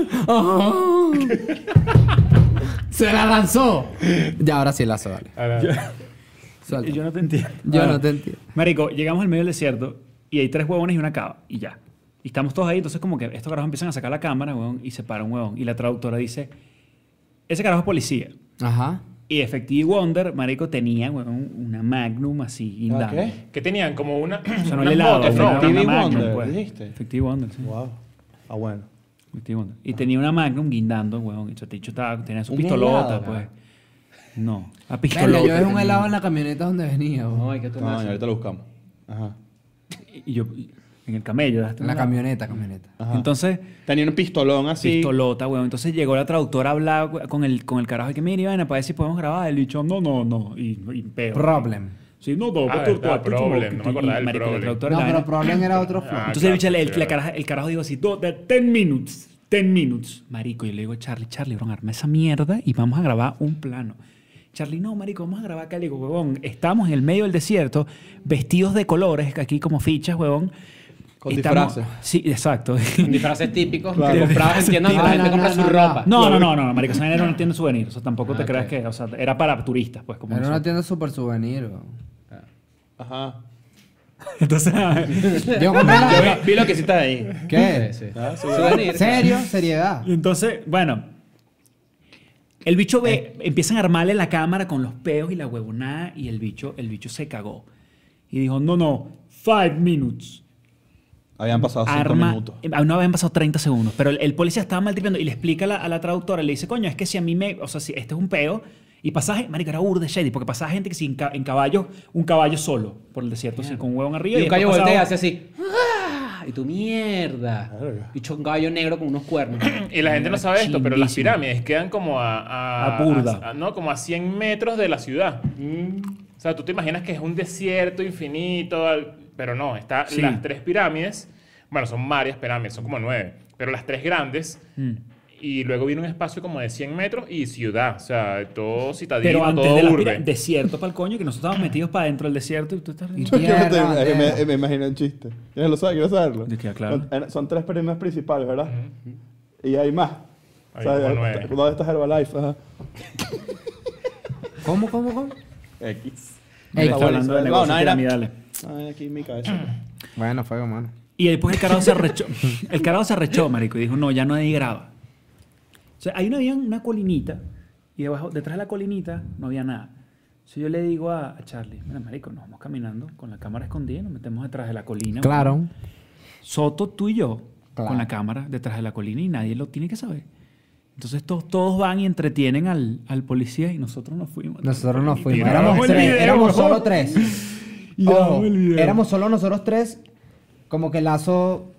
[SPEAKER 3] ¡Se la lanzó! Ya, ahora sí lazo, dale.
[SPEAKER 4] A ver.
[SPEAKER 3] Suelta.
[SPEAKER 5] yo no te entiendo.
[SPEAKER 3] Yo
[SPEAKER 5] Ah.
[SPEAKER 3] no te entiendo.
[SPEAKER 5] Marico, llegamos al medio del desierto y hay tres huevones y una cava y ya. Y estamos todos ahí, entonces como que estos carajos empiezan a sacar la cámara, huevón, y se para un huevón. Y la traductora dice, ese carajo es policía.
[SPEAKER 3] Ajá.
[SPEAKER 5] Y Effective Wonder, marico, tenía, huevón, una Magnum así,
[SPEAKER 2] ¿Ah,
[SPEAKER 5] guindada.
[SPEAKER 2] qué?
[SPEAKER 4] Que tenían como una.
[SPEAKER 5] O sea, no
[SPEAKER 4] unas
[SPEAKER 5] le helado,
[SPEAKER 4] motos,
[SPEAKER 5] sino
[SPEAKER 4] no,
[SPEAKER 5] era una
[SPEAKER 2] Effective
[SPEAKER 5] Magnum,
[SPEAKER 2] Wonder,
[SPEAKER 5] pues.
[SPEAKER 2] dijiste.
[SPEAKER 5] Effective Wonder, sí.
[SPEAKER 2] Wow. Ah, bueno.
[SPEAKER 5] Effective Wonder. Y tenía una Magnum guindando, huevón. Y este dicho estaba, tenía su
[SPEAKER 2] Un
[SPEAKER 5] pistolota,
[SPEAKER 2] helado,
[SPEAKER 5] pues.
[SPEAKER 2] claro.
[SPEAKER 5] No, a
[SPEAKER 3] Verga,
[SPEAKER 5] pistolota.
[SPEAKER 3] yo dejé un
[SPEAKER 5] tenía.
[SPEAKER 3] helado en la camioneta donde venía, bo.
[SPEAKER 1] Ay, que tú me
[SPEAKER 2] No,
[SPEAKER 1] haces.
[SPEAKER 2] ahorita lo buscamos. Ajá.
[SPEAKER 5] Y yo, y- en el camello, dejaste
[SPEAKER 3] En
[SPEAKER 5] un
[SPEAKER 3] la
[SPEAKER 5] helado.
[SPEAKER 3] camioneta, camioneta.
[SPEAKER 2] Ajá.
[SPEAKER 5] Entonces,
[SPEAKER 2] Tenía un pistolón así.
[SPEAKER 5] pistolota, weón. Entonces llegó la traductora a hablar we- con el, con el carajo y que, mira, Ivana, para ver si podemos grabar. El bicho, no, no, no. Y, y peor.
[SPEAKER 3] Problem.
[SPEAKER 5] Sí, no, no,
[SPEAKER 4] Ah,
[SPEAKER 5] tú- tú-
[SPEAKER 4] verdad,
[SPEAKER 5] tú- tú-
[SPEAKER 4] problem,
[SPEAKER 5] tú-
[SPEAKER 4] no me acordaba del
[SPEAKER 5] y, marico, la
[SPEAKER 4] problem.
[SPEAKER 5] traductora,
[SPEAKER 3] No,
[SPEAKER 5] la
[SPEAKER 3] pero
[SPEAKER 5] vaina.
[SPEAKER 3] Problem era otro flow.
[SPEAKER 4] Ah,
[SPEAKER 5] Entonces el bicho,
[SPEAKER 4] claro, sí,
[SPEAKER 5] el, la
[SPEAKER 4] verdad.
[SPEAKER 5] caraja- el carajo dijo así, 10 minutes, 10 minutes. Marico, yo le digo, Charlie, Charlie, bro, arma esa mierda y vamos a grabar un plano. Charlie, no, marico, vamos a grabar acá. Le digo, huevón, estamos en el medio del desierto, vestidos de colores, aquí como fichas, huevón.
[SPEAKER 2] Con disfraces.
[SPEAKER 5] Sí, exacto.
[SPEAKER 1] Disfraces típicos
[SPEAKER 2] Claro.
[SPEAKER 1] que comprabas en tiendas donde la
[SPEAKER 3] No,
[SPEAKER 1] gente
[SPEAKER 3] no,
[SPEAKER 1] compra
[SPEAKER 3] no,
[SPEAKER 1] su
[SPEAKER 3] no, no.
[SPEAKER 1] ropa.
[SPEAKER 5] No, no, no, no, marico, esa vaina era una tienda de souvenirs. O sea, tampoco te creas que, o sea, era para turistas, pues, como
[SPEAKER 3] Era una
[SPEAKER 5] nosotros.
[SPEAKER 3] tienda super souvenir, bo.
[SPEAKER 2] Ajá.
[SPEAKER 5] Entonces,
[SPEAKER 3] Yo compré
[SPEAKER 2] Yo
[SPEAKER 3] la...
[SPEAKER 2] vi, vi lo que hiciste ahí.
[SPEAKER 3] ¿Qué?
[SPEAKER 1] Sí, sí.
[SPEAKER 2] Ah, sí.
[SPEAKER 1] Souvenir.
[SPEAKER 3] ¿Serio? ¿Seriedad?
[SPEAKER 5] y entonces, bueno, el bicho ve, empiezan a armarle la cámara con los peos y la huevonada y el bicho, el bicho se cagó. Y dijo, no, no, five minutes.
[SPEAKER 2] Habían pasado cinco
[SPEAKER 5] Arma,
[SPEAKER 2] minutos.
[SPEAKER 5] eh, no habían pasado 30 segundos, pero el, el policía estaba maltripeando y le explica a la, a la traductora, le dice, coño, es que si a mí me, o sea, si este es un peo, y pasaje, marico, era urde shady, porque pasaba gente que sin ca- en caballo, un caballo solo por el desierto, así, con un huevón arriba.
[SPEAKER 1] Y un
[SPEAKER 5] después
[SPEAKER 1] gallo
[SPEAKER 5] pasaba-
[SPEAKER 1] voltea y hace así. ¡Ah! Y tu mierda. Bicho, un gallo negro con unos cuernos.
[SPEAKER 4] Y la gente no sabe esto, pero las
[SPEAKER 5] Chimbísimo.
[SPEAKER 4] pirámides quedan como a. A,
[SPEAKER 5] A burda. Mm.
[SPEAKER 4] a- a- no, como a 100 metros de la ciudad. O sea, tú te imaginas que es un desierto infinito, al- pero no, está
[SPEAKER 5] Sí.
[SPEAKER 4] las tres pirámides. Bueno, son varias pirámides, son como nueve. Pero las tres grandes
[SPEAKER 5] Mm.
[SPEAKER 4] Y luego viene un espacio como de 100 metros y ciudad. O sea, todo citadino,
[SPEAKER 5] Pero antes
[SPEAKER 4] todo
[SPEAKER 5] de la
[SPEAKER 4] urbe.
[SPEAKER 5] pira- desierto para el coño, que nosotros estábamos metidos para dentro del desierto y tú estás riendo.
[SPEAKER 3] Y-
[SPEAKER 2] Yo
[SPEAKER 3] Tierra,
[SPEAKER 2] no te-
[SPEAKER 3] bandera.
[SPEAKER 2] me, me imagino un chiste. ¿Quieres lo saber? ¿Quieres saberlo?
[SPEAKER 5] De que, claro.
[SPEAKER 2] Son, son tres premios principales, ¿verdad? Y hay más. eh,
[SPEAKER 4] Hay como nueve.
[SPEAKER 2] ¿Dónde estás Herbalife? Ajá.
[SPEAKER 3] ¿Cómo, cómo, cómo?
[SPEAKER 2] X.
[SPEAKER 5] Yo estaba hablando de
[SPEAKER 2] Venezuela.
[SPEAKER 5] negocios
[SPEAKER 2] No, no, era-
[SPEAKER 5] piramidales.
[SPEAKER 2] Ay, aquí en mi cabeza.
[SPEAKER 3] Bueno, fue mano.
[SPEAKER 5] Y después el carajo se arrechó. El carajo se arrechó, marico, y dijo, no, ya no hay grava. O sea, ahí no había una colinita, y debajo, detrás de la colinita no había nada. Entonces yo le digo a, a Charlie, mira, marico, nos vamos caminando con la cámara escondida, y nos metemos detrás de la colina.
[SPEAKER 3] Claro.
[SPEAKER 5] Soto, tú y yo,
[SPEAKER 3] Claro.
[SPEAKER 5] con la cámara detrás de la colina, y nadie lo tiene que saber. Entonces todos, todos van y entretienen al, al policía, y nosotros nos fuimos.
[SPEAKER 3] Nosotros nos fuimos.
[SPEAKER 4] grabamos
[SPEAKER 3] Éramos,
[SPEAKER 4] el
[SPEAKER 3] tres,
[SPEAKER 4] video,
[SPEAKER 3] éramos
[SPEAKER 4] bro.
[SPEAKER 3] solo tres. Ojo,
[SPEAKER 5] grabamos el video.
[SPEAKER 3] Oh, éramos solo nosotros tres. Como que Lazo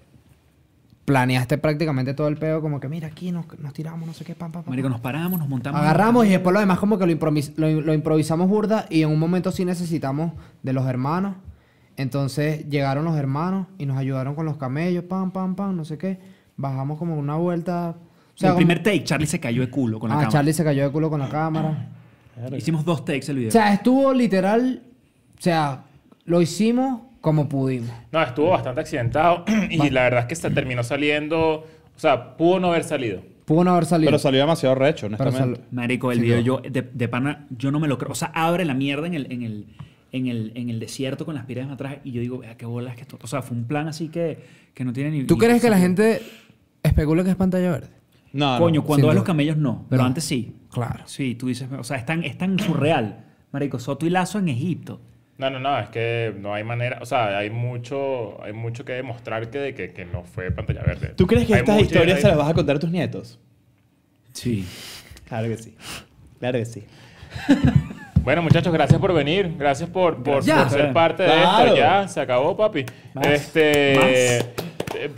[SPEAKER 3] planeaste prácticamente todo el pedo. Como que mira, aquí nos, nos tiramos, no sé qué, pam, pam, pam.
[SPEAKER 5] Marico, nos paramos, nos montamos.
[SPEAKER 3] Agarramos y después lo demás como que lo, improvis- lo, lo improvisamos burda y en un momento sí necesitamos de los hermanos. Entonces llegaron los hermanos y nos ayudaron con los camellos, pam, pam, pam, no sé qué. Bajamos como una vuelta. O sea,
[SPEAKER 5] el
[SPEAKER 3] como-
[SPEAKER 5] primer take, Charlie se cayó de culo con la
[SPEAKER 3] ah,
[SPEAKER 5] cámara.
[SPEAKER 3] Charlie se cayó de culo con la cámara.
[SPEAKER 5] Hicimos dos takes el video.
[SPEAKER 3] O sea, estuvo literal, o sea, lo hicimos como pudimos.
[SPEAKER 4] No, estuvo bastante accidentado y la verdad es que se terminó saliendo. O sea, pudo no haber salido.
[SPEAKER 3] Pudo no haber salido.
[SPEAKER 2] Pero salió demasiado recho,
[SPEAKER 3] Pero sal-
[SPEAKER 2] honestamente.
[SPEAKER 5] Marico, el video yo, de, de pana, yo no me lo creo. O sea, abre la mierda en el, en el, en el, en el desierto con las pirámides atrás y yo digo, vea qué bolas que esto. O sea, fue un plan así que, que no tiene ni.
[SPEAKER 3] ¿Tú
[SPEAKER 5] ni
[SPEAKER 3] crees que la
[SPEAKER 5] sentido.
[SPEAKER 3] gente especula que es pantalla verde?
[SPEAKER 2] No, no.
[SPEAKER 5] Coño, cuando
[SPEAKER 3] sin
[SPEAKER 5] ves los
[SPEAKER 3] duda.
[SPEAKER 5] camellos no, pero
[SPEAKER 3] No.
[SPEAKER 5] antes sí.
[SPEAKER 3] Claro.
[SPEAKER 5] Sí, tú dices, o sea, es tan, es tan surreal. Marico, Soto y Lazo en Egipto.
[SPEAKER 4] No, no, no, es que no hay manera. O sea, hay mucho, hay mucho que demostrar que, de que, que no fue pantalla verde.
[SPEAKER 2] ¿Tú crees que
[SPEAKER 4] Hay
[SPEAKER 2] estas
[SPEAKER 4] mucha-
[SPEAKER 2] historias
[SPEAKER 4] hay-
[SPEAKER 2] se las vas a contar a tus nietos?
[SPEAKER 5] Sí.
[SPEAKER 2] Claro que sí. Claro que sí.
[SPEAKER 4] Bueno, muchachos, gracias por venir. Gracias por, por,
[SPEAKER 5] Ya.
[SPEAKER 4] por ser parte de
[SPEAKER 2] Claro.
[SPEAKER 4] esto. Ya, se acabó, papi.
[SPEAKER 5] Más.
[SPEAKER 4] Este.
[SPEAKER 5] Más.
[SPEAKER 4] eh,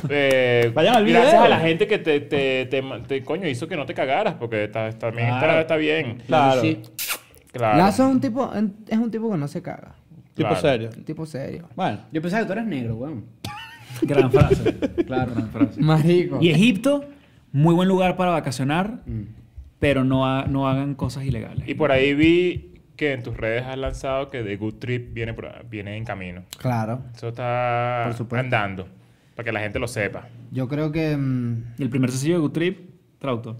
[SPEAKER 4] eh,
[SPEAKER 2] Vayan al video.
[SPEAKER 4] gracias a la gente que te, te, te, te- coño hizo que no te cagaras, porque está, también está-
[SPEAKER 2] Claro.
[SPEAKER 4] está, bien.
[SPEAKER 2] Claro.
[SPEAKER 1] Sí.
[SPEAKER 4] Claro.
[SPEAKER 3] Lazo es un tipo, es un tipo que no se caga.
[SPEAKER 2] Tipo
[SPEAKER 4] Claro.
[SPEAKER 2] serio.
[SPEAKER 3] Un tipo serio.
[SPEAKER 2] Bueno.
[SPEAKER 1] Yo pensaba que tú eras negro, weón.
[SPEAKER 5] Gran frase.
[SPEAKER 1] Claro.
[SPEAKER 3] Marico.
[SPEAKER 5] Y Egipto, muy buen lugar para vacacionar, pero no, ha- no hagan cosas ilegales.
[SPEAKER 4] Y por ahí vi que en tus redes has lanzado que The Good Trip viene, por- viene en camino.
[SPEAKER 3] Claro.
[SPEAKER 4] Eso está
[SPEAKER 3] Por supuesto.
[SPEAKER 4] andando, para que la gente lo sepa.
[SPEAKER 3] Yo creo que... mm,
[SPEAKER 5] Y el primer sencillo de Good Trip, Trauto.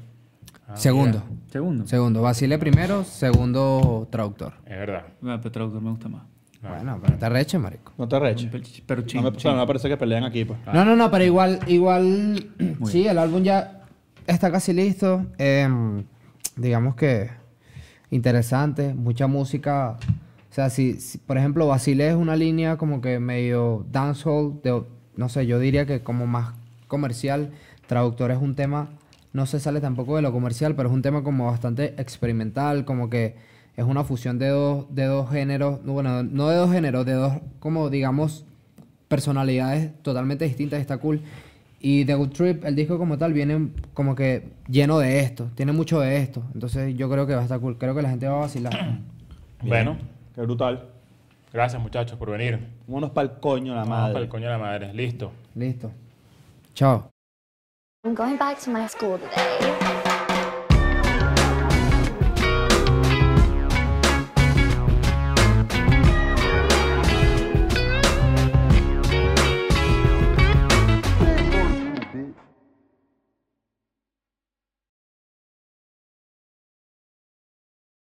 [SPEAKER 3] segundo.
[SPEAKER 5] Segundo.
[SPEAKER 3] Segundo. Basile primero, segundo traductor.
[SPEAKER 4] Es verdad.
[SPEAKER 5] Ah, pero Trauto me gusta más.
[SPEAKER 3] Bueno, pero te arreche, marico.
[SPEAKER 2] No te reches.
[SPEAKER 5] Pero ch- Pero
[SPEAKER 2] No
[SPEAKER 5] ching,
[SPEAKER 2] me,
[SPEAKER 5] ching.
[SPEAKER 2] no me parece que pelean aquí, pues.
[SPEAKER 3] No, no, no, pero igual, igual, sí, el álbum ya está casi listo. Em, digamos que interesante, mucha música. O sea, si, si- por ejemplo, Basile es una línea como que medio dancehall, de, no sé, yo diría que como más comercial. Traductor es un tema, no se sale tampoco de lo comercial, pero es un tema como bastante experimental, como que es una fusión de dos, de dos géneros, bueno, no de dos géneros, de dos, como digamos, personalidades totalmente distintas, está cool. Y The Good Trip, el disco como tal, viene como que lleno de esto, tiene mucho de esto. Entonces yo creo que va a estar cool, creo que la gente va a vacilar.
[SPEAKER 4] Bueno,
[SPEAKER 2] Qué brutal.
[SPEAKER 4] gracias muchachos por venir.
[SPEAKER 2] Vámonos pa'l coño, la
[SPEAKER 4] Vamos para
[SPEAKER 2] madre.
[SPEAKER 4] el coño de la madre. Listo.
[SPEAKER 3] Listo. Chao.
[SPEAKER 6] I'm going back to my school today.